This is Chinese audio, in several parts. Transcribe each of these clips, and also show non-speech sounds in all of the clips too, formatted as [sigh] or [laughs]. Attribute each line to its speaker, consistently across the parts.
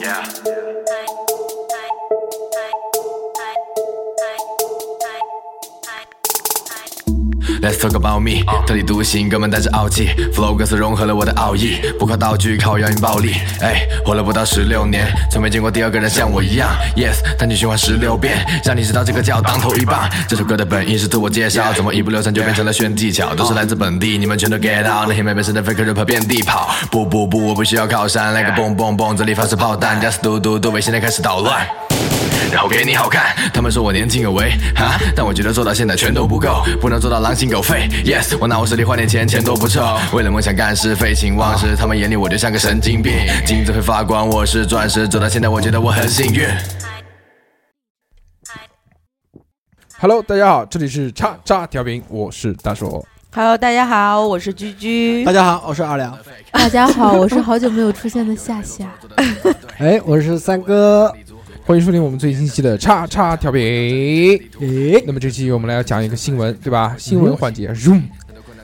Speaker 1: Yeah.
Speaker 2: Let's talk about me，、特立独行，哥们带着傲气，flow 歌词融合了我的奥义，不靠道具，靠谣言暴力。哎，活了不到十六年，从没见过第二个人像我一样。Yes，单曲循环十六遍，让你知道这个叫当头一棒。这首歌的本意是自我介绍，怎么一不留神就变成了炫技巧？都是来自本地，你们全都 get out。那些没本事的 fake rapper 遍地跑。不不不，我不需要靠山，来个蹦蹦蹦，这里发射炮弹，just do do do，为现在开始捣乱。然后给你好看。他们说我年轻有为哈，但我觉得做到现在全都不够，不能做到狼心狗肺。Yes，我拿我实力换点钱，钱多不臭。为了梦想干事，废寝忘食，他们眼里我就像个神经病。金子会发光，我是钻石。走到现在，我觉得我很幸运。
Speaker 3: Hello，大家好，这里是叉叉调频，我是大硕。
Speaker 4: Hello，大家好，我是居居
Speaker 5: 大。家好，我是二两。
Speaker 4: 大家好，我是好久没有出现的夏
Speaker 5: [laughs]
Speaker 4: 夏。
Speaker 5: 哎，我是三哥。
Speaker 3: 欢迎收听我们最新一期的叉叉调频。
Speaker 5: 诶，
Speaker 3: 那么这期我们来要讲一个新闻，对吧？新闻环节，room。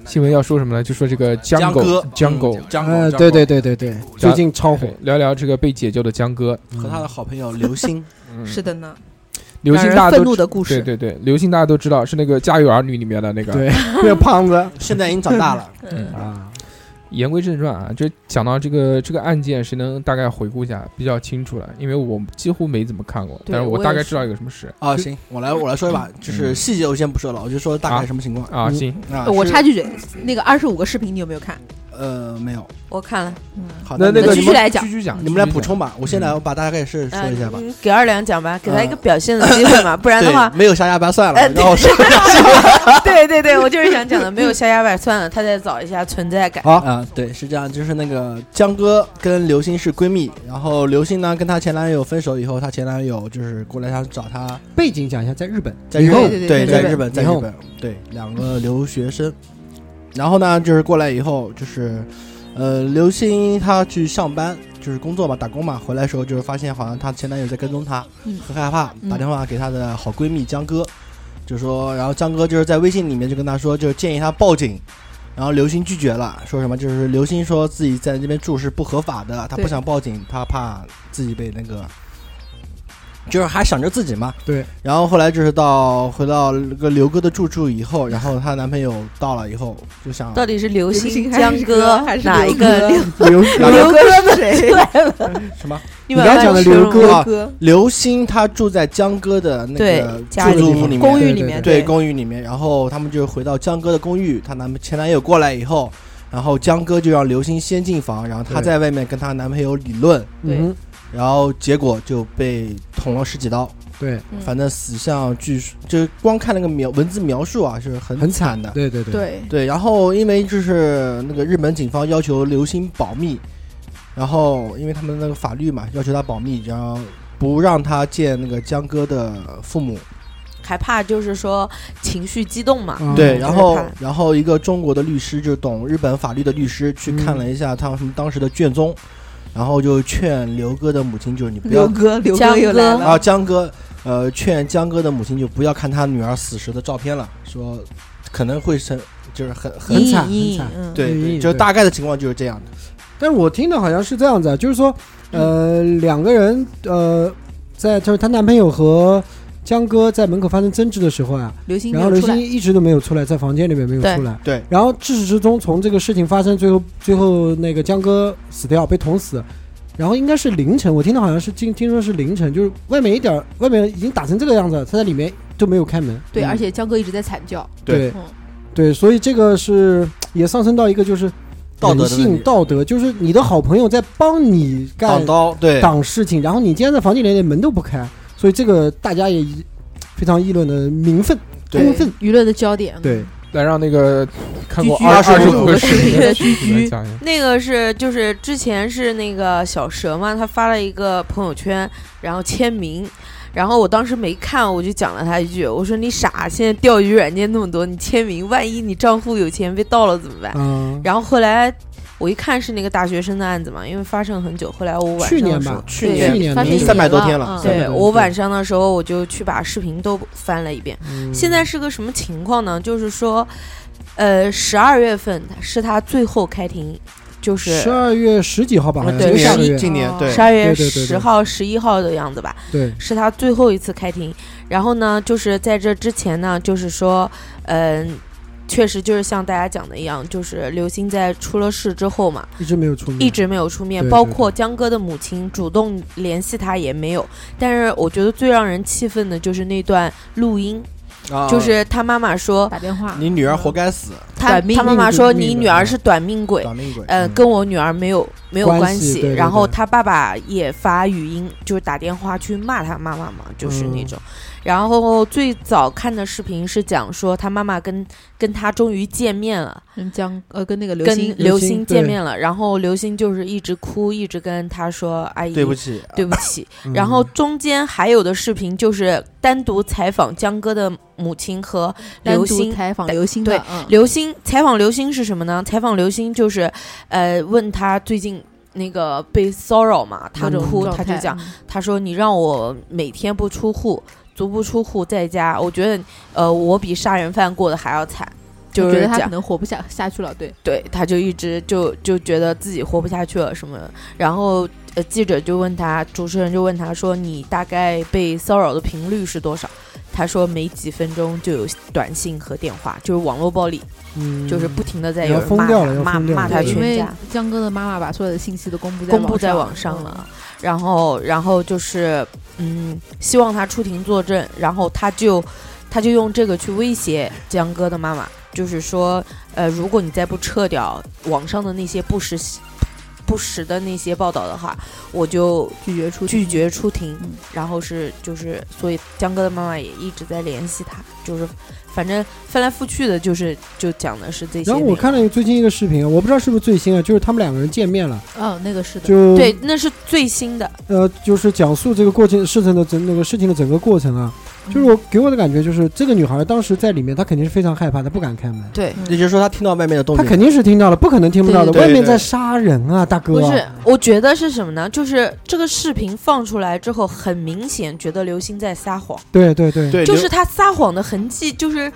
Speaker 3: 新闻要说什么呢？就说这个江
Speaker 6: 哥
Speaker 3: 狗，江狗，
Speaker 6: 江
Speaker 5: 呃，对对对对对，最近超火
Speaker 3: 对，，聊聊这个被解救的江哥。
Speaker 6: 和他的好朋友 [laughs] 刘星，
Speaker 7: 嗯
Speaker 4: 是的呢，
Speaker 3: 刘星大
Speaker 4: 让
Speaker 3: 家
Speaker 4: 人
Speaker 3: 都
Speaker 4: 愤怒
Speaker 3: 知
Speaker 4: 的故
Speaker 3: 对
Speaker 4: 事。
Speaker 3: 对对，刘星大家都知道是那个《家有儿女》里面的那个。
Speaker 5: 对，
Speaker 6: 哎
Speaker 5: 那个胖子
Speaker 6: 现在已经长大
Speaker 5: [laughs]
Speaker 6: 了，
Speaker 5: 啊，
Speaker 3: 言归正传啊，就讲到这个这个案件，谁能大概回顾一下，比较清楚了？因为我几乎没怎么看过，
Speaker 4: 对
Speaker 3: 但是
Speaker 4: 我也
Speaker 3: 大概
Speaker 4: 是
Speaker 3: 知道一个什么事
Speaker 6: [laughs] 啊，行，我来我来说一把，就是细节我先不说了，我就说大概什么情况
Speaker 3: 啊。
Speaker 5: 嗯
Speaker 3: 行，
Speaker 6: 啊
Speaker 4: 呃我
Speaker 6: 是
Speaker 4: 插句嘴，那个二十五个视频你有没有看？
Speaker 6: 呃没有，
Speaker 7: 我看了，
Speaker 6: 好，
Speaker 3: 那
Speaker 6: 你
Speaker 3: 个
Speaker 6: 们
Speaker 3: 你
Speaker 4: 继续
Speaker 3: 们
Speaker 6: 来，
Speaker 4: 来讲
Speaker 3: 继续讲，
Speaker 6: 你们来
Speaker 3: 继续
Speaker 6: 补
Speaker 3: 讲。
Speaker 6: 充吧，我先来，我把大概是说
Speaker 7: 呃
Speaker 6: 一下吧。
Speaker 7: 你嗯给二两讲吧，给他一个
Speaker 6: 啊
Speaker 7: 表现的机会 [laughs] 嘛，不呃然的话，
Speaker 6: 对，没有下下巴算了
Speaker 7: 呃，
Speaker 6: 然后我说 [laughs]
Speaker 7: [laughs] 对对对，我就是想 [laughs] 讲的，没有下下巴算了，他再找一下存在感。
Speaker 5: 好，
Speaker 6: 啊，对，是这样，就是那个江哥跟刘星是闺蜜，然后刘星呢跟她前男友分手以后，她前男友就是过来想找她，
Speaker 5: 背景讲一下，在日本，
Speaker 6: 在日
Speaker 5: 后
Speaker 6: 本，
Speaker 4: 对对
Speaker 6: 对，
Speaker 4: 对
Speaker 6: 在
Speaker 5: 对
Speaker 6: 日本，在
Speaker 5: 以
Speaker 6: 日
Speaker 5: 后
Speaker 6: 本，对，两个留学生。然后呢，就是过来以后，就是，呃，刘星她去上班，就是工作嘛，打工嘛。回来的时候，就是发现好像她前男友在跟踪她，
Speaker 4: 嗯
Speaker 6: 很害怕，
Speaker 4: 嗯
Speaker 6: 打电话给她的好闺蜜江哥，就说，然后江哥就是在微信里面就跟她说，就是建议她报警。然后刘星拒绝了，说什么就是刘星说自己在那边住是不合法的，她
Speaker 4: 对
Speaker 6: 不想报警，她怕自己被那个，就是还想着自己嘛，然后后来就是到回到那个刘哥的住处以后，然后她男朋友到了以后就想，
Speaker 7: 到底是刘
Speaker 4: 星
Speaker 7: 星、
Speaker 4: 还
Speaker 7: 江
Speaker 4: 是
Speaker 7: 哥
Speaker 4: 还是
Speaker 7: 哪
Speaker 4: 刘
Speaker 7: 一个
Speaker 4: 哥
Speaker 7: 刘？
Speaker 5: 刘 [laughs]
Speaker 7: 刘哥
Speaker 4: 是谁？
Speaker 6: 什么？
Speaker 7: 你
Speaker 5: 你
Speaker 7: 把
Speaker 5: 刚
Speaker 7: 它
Speaker 5: 讲的
Speaker 7: 形
Speaker 5: 刘
Speaker 7: 容
Speaker 5: 哥
Speaker 6: 啊
Speaker 4: 哥
Speaker 6: 刘星她住在江哥的那
Speaker 7: 对
Speaker 6: 个
Speaker 7: 家
Speaker 6: 出
Speaker 7: 里
Speaker 6: 租屋里面，
Speaker 4: 公寓
Speaker 5: 对
Speaker 4: 里
Speaker 5: 对
Speaker 4: 面
Speaker 6: 对公寓里面，然后他们就回到江哥的公寓，她男前男友过来以后，然后江哥就让刘星先进房，然后她
Speaker 5: 对
Speaker 6: 在外面跟她男朋友理论，
Speaker 7: 对
Speaker 5: 嗯，
Speaker 6: 然后结果就被捅了十几刀，
Speaker 5: 对，
Speaker 7: 嗯
Speaker 6: 反正死相据说就是光看那个描文字描述啊，是很
Speaker 5: 很
Speaker 6: 惨的，
Speaker 5: 嗯对对对，
Speaker 4: 对
Speaker 6: 对，然后因为就是那个日本警方要求刘星保密，然后因为他们那个法律嘛，要求他保密，然后不让他见那个江哥的父母。
Speaker 7: 还怕就是说情绪激动嘛？
Speaker 5: 嗯
Speaker 6: 对，然后
Speaker 7: 害怕
Speaker 6: 然后一个中国的律师，就是懂日本法律的律师，去看了一下他们当时的卷宗，然后就劝刘哥的母亲，就是你不要
Speaker 4: 刘哥，刘
Speaker 7: 江
Speaker 4: 哥又来
Speaker 7: 哥
Speaker 4: 了。
Speaker 6: 啊，江哥，呃，劝江哥的母亲就不要看他女儿死时的照片了，说可能会生，就是很很
Speaker 5: 很惨
Speaker 7: 阴影
Speaker 5: 很惨，
Speaker 7: 嗯
Speaker 6: 对，对
Speaker 5: 嗯
Speaker 6: 就是
Speaker 5: 对
Speaker 6: 大概的情况就是这样的。
Speaker 5: 但是我听的好像是这样子啊，就是说，呃，两个人，呃，在就是她男朋友和江哥在门口发生争执的时候啊，
Speaker 4: 刘星没
Speaker 5: 然后
Speaker 4: 有
Speaker 5: 刘
Speaker 4: 出来
Speaker 5: 星，一直都没有出来，在房间里面没有出来。
Speaker 6: 对对
Speaker 5: 然后至始至终，从这个事情发生，最后最后那个江哥死掉，被捅死。然后应该是凌晨，我听到好像是听听说是凌晨，就是外面一点儿，外面已经打成这个样子了，他在里面都没有开门。
Speaker 4: 对，
Speaker 5: 嗯
Speaker 4: 而且江哥一直在惨叫。
Speaker 5: 对
Speaker 4: 嗯
Speaker 5: 对，所以这个是也上升到一个就是
Speaker 6: 道德
Speaker 5: 人
Speaker 6: 的问
Speaker 5: 性
Speaker 6: 题
Speaker 5: 道德，就是你的好朋友在帮你干
Speaker 6: 挡刀，对，
Speaker 5: 挡事情，然后你今天在房间里连门都不开，所以这个大家也非常议论的民愤，
Speaker 6: 对
Speaker 5: 公愤，
Speaker 4: 舆论的焦点。
Speaker 5: 对，
Speaker 8: 来让那个看过
Speaker 4: 居居
Speaker 8: 二
Speaker 6: 二
Speaker 8: 十
Speaker 6: 十
Speaker 8: 五
Speaker 6: 五
Speaker 8: 个
Speaker 6: 个
Speaker 8: 视频的居居来讲一下。
Speaker 7: 那个是就是之前是那个小蛇嘛，他发了一个朋友圈，然后签名，然后我当时没看，我就讲了他一句，我说你傻，现在钓鱼软件那么多，你签名，万一你账户有钱被盗了怎么办？
Speaker 5: 嗯，
Speaker 7: 然后后来我一看是那个大学生的案子嘛，因为发生很久，后来我晚上
Speaker 5: 去年
Speaker 7: 的时候
Speaker 5: 吧，
Speaker 6: 去
Speaker 7: 年
Speaker 5: 去年
Speaker 4: 发
Speaker 5: 的
Speaker 4: 生一
Speaker 6: 你
Speaker 4: 年
Speaker 6: 300多天了
Speaker 4: 嗯
Speaker 6: 300
Speaker 7: 对
Speaker 5: 对
Speaker 7: 我
Speaker 5: 对
Speaker 7: 晚上的时候，我就去把视频都翻了一遍。
Speaker 5: 嗯
Speaker 7: 现在是个什么情况呢？就是说，呃，十二月份是他最后开庭，就是
Speaker 5: 十二月十几号吧，好像
Speaker 7: 对
Speaker 5: 就
Speaker 6: 今
Speaker 5: 是下个
Speaker 6: 年
Speaker 5: 月，
Speaker 6: 今年
Speaker 4: 哦
Speaker 6: 对
Speaker 7: 十，二月
Speaker 5: 对对对对
Speaker 7: 十号、十一号的样子吧，
Speaker 5: 对，
Speaker 7: 是他最后一次开庭。然后呢，就是在这之前呢，就是说，嗯、确实就是像大家讲的一样，就是刘星在出了事之后嘛，
Speaker 5: 一直没有出面，
Speaker 7: 一直没有出面，
Speaker 5: 嗯对
Speaker 7: 包
Speaker 5: 对
Speaker 7: 括江哥的母亲主动联系他也没有。但是我觉得最让人气愤的就是那段录音，
Speaker 6: 啊
Speaker 7: 就是他妈妈说，
Speaker 4: 打电话，
Speaker 6: 你女儿活该死，
Speaker 7: 他
Speaker 4: 短命
Speaker 7: 他妈妈说
Speaker 5: 命
Speaker 7: 你
Speaker 5: 鬼
Speaker 7: 女儿是短命鬼，
Speaker 6: 短命鬼，
Speaker 7: 呃，
Speaker 5: 嗯
Speaker 7: 跟我女儿没有没有
Speaker 5: 关
Speaker 7: 关
Speaker 5: 系
Speaker 7: 系。
Speaker 5: 对对
Speaker 7: 然后
Speaker 5: 对
Speaker 7: 他爸爸也发语音，就是打电话去骂他妈妈嘛，就是那
Speaker 5: 嗯
Speaker 7: 种。然后最早看的视频是讲说他妈妈跟跟他终于见面了。
Speaker 4: 跟江呃跟那个刘
Speaker 7: 跟
Speaker 4: 星
Speaker 7: 刘
Speaker 5: 星
Speaker 7: 星见
Speaker 5: 对
Speaker 7: 面了，然后刘星就是一直哭，一直跟他说：“阿姨，
Speaker 6: 对不起，
Speaker 7: 对不起。
Speaker 5: 嗯
Speaker 7: [laughs] 然后中间还有的视频就是单独采访江歌的母亲和
Speaker 4: 单
Speaker 7: 刘
Speaker 4: 独
Speaker 7: 星。
Speaker 4: 采访刘星
Speaker 7: 对
Speaker 4: 的，嗯
Speaker 7: 刘星采访刘星是什么呢？采访刘星就是，呃，问他最近那个被骚扰嘛，他
Speaker 4: 各种
Speaker 7: 哭，
Speaker 4: 状
Speaker 7: 他就
Speaker 4: 态
Speaker 7: 讲，
Speaker 4: 嗯
Speaker 7: 他说你让我每天不出户，足不出户在家，我觉得，呃，我比杀人犯过得还要惨。就
Speaker 4: 我
Speaker 7: 是
Speaker 4: 觉得他
Speaker 7: 讲
Speaker 4: 可能活不下下去了，对，
Speaker 7: 对，他就一直就就觉得自己活不下去了什么的，然后呃记者就问他，主持人就问他说你大概被骚扰的频率是多少？他说每几分钟就有短信和电话，就是网络暴力，
Speaker 5: 嗯
Speaker 7: 就是不停的在
Speaker 5: 要
Speaker 7: 有人
Speaker 5: 疯
Speaker 7: 骂
Speaker 5: 掉
Speaker 7: 他
Speaker 5: 了要
Speaker 7: 骂
Speaker 5: 疯掉
Speaker 7: 骂
Speaker 5: 了
Speaker 7: 他
Speaker 4: 对因
Speaker 7: 全
Speaker 4: 为
Speaker 7: 家，
Speaker 4: 江哥的妈妈把所有的信息都公布在
Speaker 7: 公布在
Speaker 4: 网嗯
Speaker 7: 网上了，。然后然后就是嗯，希望他出庭作证，然后他就他就用这个去威胁江哥的妈妈，就是说，呃，如果你再不撤掉网上的那些不实不实的那些报道的话，我就
Speaker 4: 拒绝出
Speaker 7: 拒
Speaker 4: 庭
Speaker 7: 绝出庭。
Speaker 4: 嗯
Speaker 7: 然后是就是，所以江哥的妈妈也一直在联系他，就是反正翻来覆去的，就是就讲的是这些
Speaker 5: 然后
Speaker 7: 内容。
Speaker 5: 我看了最近一个视频，我不知道是不是最新啊，就是他们两个人见面了，
Speaker 4: 哦，那个是的，
Speaker 5: 就
Speaker 7: 嗯对，那是最新的，
Speaker 5: 呃，就是讲述这个过程事情的整那个事情的整个过程啊，
Speaker 4: 嗯
Speaker 7: 嗯
Speaker 5: 就是我给我的感觉就是，这个女孩当时在里面，她肯定是非常害怕，她不敢开门，
Speaker 7: 对。
Speaker 4: 嗯
Speaker 6: 也就是说他听到外面的动
Speaker 5: 她
Speaker 6: 静，
Speaker 5: 肯定是听到了，不可能听不到的，
Speaker 6: 对对
Speaker 5: 外
Speaker 6: 对
Speaker 5: 面在杀人啊，大哥，
Speaker 7: 不是，我觉得是什么呢？就是这个视频放出来之后，很明显觉得刘星在撒谎，
Speaker 5: 对对对，
Speaker 6: 对，
Speaker 7: 就是
Speaker 6: 刘
Speaker 7: 他撒谎的痕迹，就是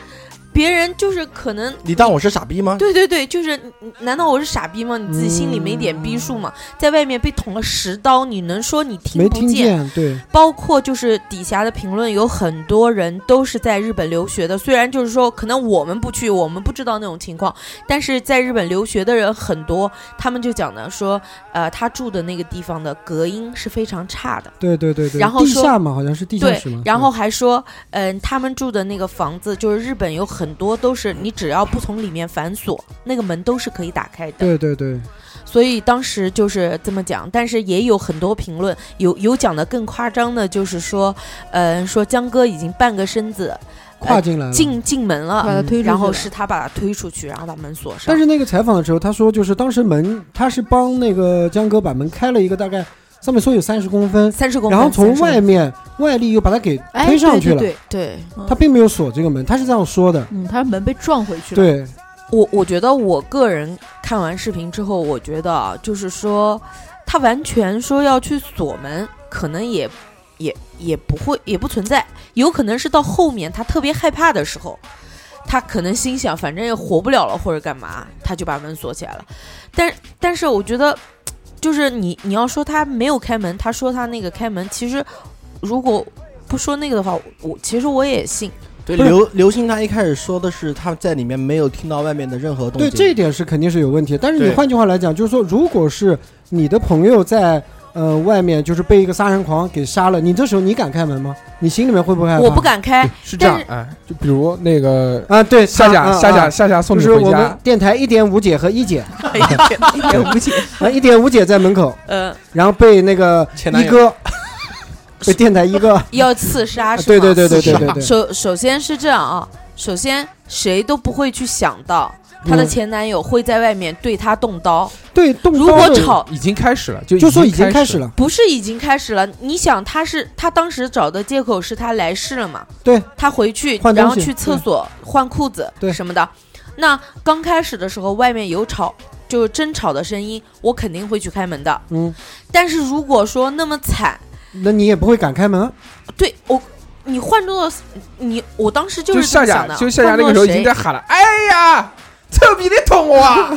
Speaker 7: 别人就是可能。
Speaker 6: 你当我是傻逼吗？
Speaker 7: 对对对，就是，嗯难道我是傻逼吗？你自己心里没点逼数吗？在外面被捅了十刀，你能说你听
Speaker 5: 没
Speaker 7: 不
Speaker 5: 听见，对，
Speaker 7: 包括就是底下的评论有很多人都是在日本留学的，虽然就是说可能我们不去，我们不知道那种情况，但是在日本留学的人很多，他们就讲的说，呃，他住的那个地方的隔音是非常差的。
Speaker 5: 对对对对，
Speaker 7: 然后
Speaker 5: 地
Speaker 7: 说
Speaker 5: 下嘛，好像是地下
Speaker 7: 对
Speaker 5: 室嘛，，
Speaker 7: 然后还说，嗯、他们住的那个房子，就是日本有很多都是你只要不从里面反锁，那个门都是可以打开的。
Speaker 5: 对对对，
Speaker 7: 所以当时就是这么讲，但是也有很多评论，有有讲的更夸张的，就是说，嗯、说江哥已经半个身子
Speaker 5: 跨进来了。
Speaker 7: 进进门
Speaker 4: 把他
Speaker 7: 了，
Speaker 4: 推出去
Speaker 7: 嗯然后
Speaker 4: 了
Speaker 7: 是他把他推出去，然后把门锁上。
Speaker 5: 但是那个采访的时候，他说就是当时门，他是帮那个江哥把门开了一个大概，上面说有三十公分，
Speaker 7: 三十公分，
Speaker 5: 然后从
Speaker 7: 30
Speaker 5: 外面外力又把他给
Speaker 4: 哎
Speaker 5: 推上去了，
Speaker 4: 对对对
Speaker 7: 对
Speaker 5: 他并没有锁这个门，他是这样说的。
Speaker 4: 嗯，他门被撞回去了，
Speaker 5: 对，
Speaker 7: 我我觉得我个人看完视频之后，我觉得啊，就是说他完全说要去锁门，可能也也也不会也不存在，有可能是到后面他特别害怕的时候，他可能心想反正也活不了了或者干嘛，他就把门锁起来了。但但是我觉得，就是你你要说他没有开门，他说他那个开门，其实如果不说那个的话，我其实我也信。
Speaker 6: 对，
Speaker 5: 不是
Speaker 6: 刘刘星他一开始说的是他在里面没有听到外面的任何动静，
Speaker 5: 对，这一点是肯定是有问题。但是你
Speaker 6: 对
Speaker 5: 换句话来讲，就是说，如果是你的朋友在呃，外面就是被一个杀人狂给杀了，你这时候你敢开门吗？你心里面会不会害怕？
Speaker 7: 我不
Speaker 3: [laughs]
Speaker 7: 敢开，
Speaker 8: 是这样
Speaker 7: 但
Speaker 8: 哎，就比如那个
Speaker 5: 啊，对，
Speaker 8: 夏
Speaker 5: 他
Speaker 8: 夏
Speaker 5: 啊
Speaker 8: 夏
Speaker 5: 啊
Speaker 8: 夏夏夏送
Speaker 5: 就
Speaker 8: 你
Speaker 5: 是
Speaker 8: 回
Speaker 5: 我们
Speaker 8: 家，
Speaker 5: 电台一点五姐和一姐
Speaker 7: [laughs] 一点五姐，
Speaker 5: [laughs] 啊，一点五姐在门口，
Speaker 7: 呃，
Speaker 5: 然后被那个
Speaker 6: 前男
Speaker 5: 一
Speaker 6: 友
Speaker 7: [laughs]
Speaker 5: 哥，被电台一哥，
Speaker 7: 要刺杀是吗？
Speaker 5: 啊对对对对对
Speaker 7: 刺杀
Speaker 5: 对对，
Speaker 7: 首首先是这样啊，首先谁都不会去想到她的
Speaker 5: 嗯
Speaker 7: 前男友会在外面对她动刀。
Speaker 5: 对动
Speaker 7: 如
Speaker 5: 刀
Speaker 7: 果
Speaker 5: 的
Speaker 7: 吵，
Speaker 8: 已经开始了，就
Speaker 5: 就说已
Speaker 8: 经
Speaker 5: 经开
Speaker 8: 始
Speaker 5: 始
Speaker 8: 了。
Speaker 5: 了，
Speaker 7: 不是已经开始了？你想，她是她当时找的借口是她来世了嘛？
Speaker 5: 对，
Speaker 7: 她回去
Speaker 5: 换东
Speaker 7: 然
Speaker 5: 西嗯
Speaker 7: 后去厕所换裤子
Speaker 5: 对
Speaker 7: 什么的。那刚开始的时候，外面有吵，就是争吵的声音，我肯定会去开门的。
Speaker 5: 嗯，
Speaker 7: 但是如果说那么惨，
Speaker 5: 那你也不会敢开门啊，
Speaker 7: 对我，你换做你，我当时
Speaker 8: 就
Speaker 7: 就是这
Speaker 8: 夏
Speaker 7: 么
Speaker 8: 夏
Speaker 7: 想，的。
Speaker 8: 就夏夏
Speaker 7: 换
Speaker 8: 那
Speaker 7: 做
Speaker 8: 个时候已
Speaker 7: 谁
Speaker 8: 经在喊了：“哎呀，臭逼你捅我啊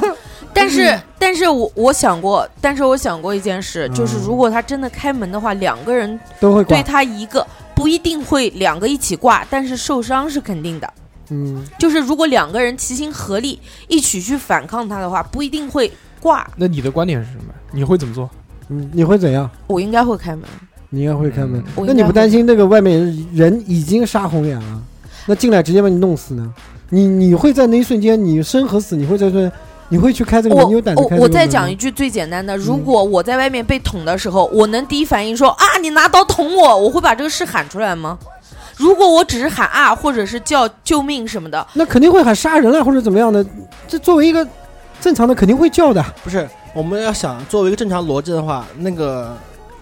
Speaker 7: 但是，但是我我想过，但是我想过一件事，就是
Speaker 5: 嗯嗯
Speaker 7: 如果他真的开门的话，两个人
Speaker 5: 都会
Speaker 7: 对
Speaker 5: 管，
Speaker 7: 他一个不一定会两个一起挂，但是受伤是肯定的。
Speaker 5: 嗯，
Speaker 7: 就是如果两个人齐心合力一起去反抗他的话，不一定会挂！”。
Speaker 8: [laughs] 那你的观点是什么？你会怎么做？
Speaker 5: 嗯，你会怎样？
Speaker 7: 我应该会开门，
Speaker 5: 你应该会开门
Speaker 8: 嗯，
Speaker 7: 我
Speaker 5: 那
Speaker 7: 应
Speaker 5: 你
Speaker 7: 该
Speaker 5: 不
Speaker 7: 会
Speaker 5: 担心那个外面人已经杀红眼了，那进来直接把你弄死呢？你你会在那一瞬间，你生和死，你会在这，你会去开这个门？
Speaker 7: 我
Speaker 5: 你有胆子开这个
Speaker 7: 我
Speaker 5: 门
Speaker 7: 我
Speaker 5: 吗嗯
Speaker 7: 再讲一句最简单的，如果我在外面被捅的时候，我能第一反应说啊，你拿刀捅我，我会把这个事喊出来吗？如果我只是喊啊，或者是叫救命什么的，
Speaker 5: 那肯定会喊杀人啊了或者怎么样的。这作为一个正常的，肯定会叫的。
Speaker 6: 不是，我们要想作为一个正常逻辑的话，那个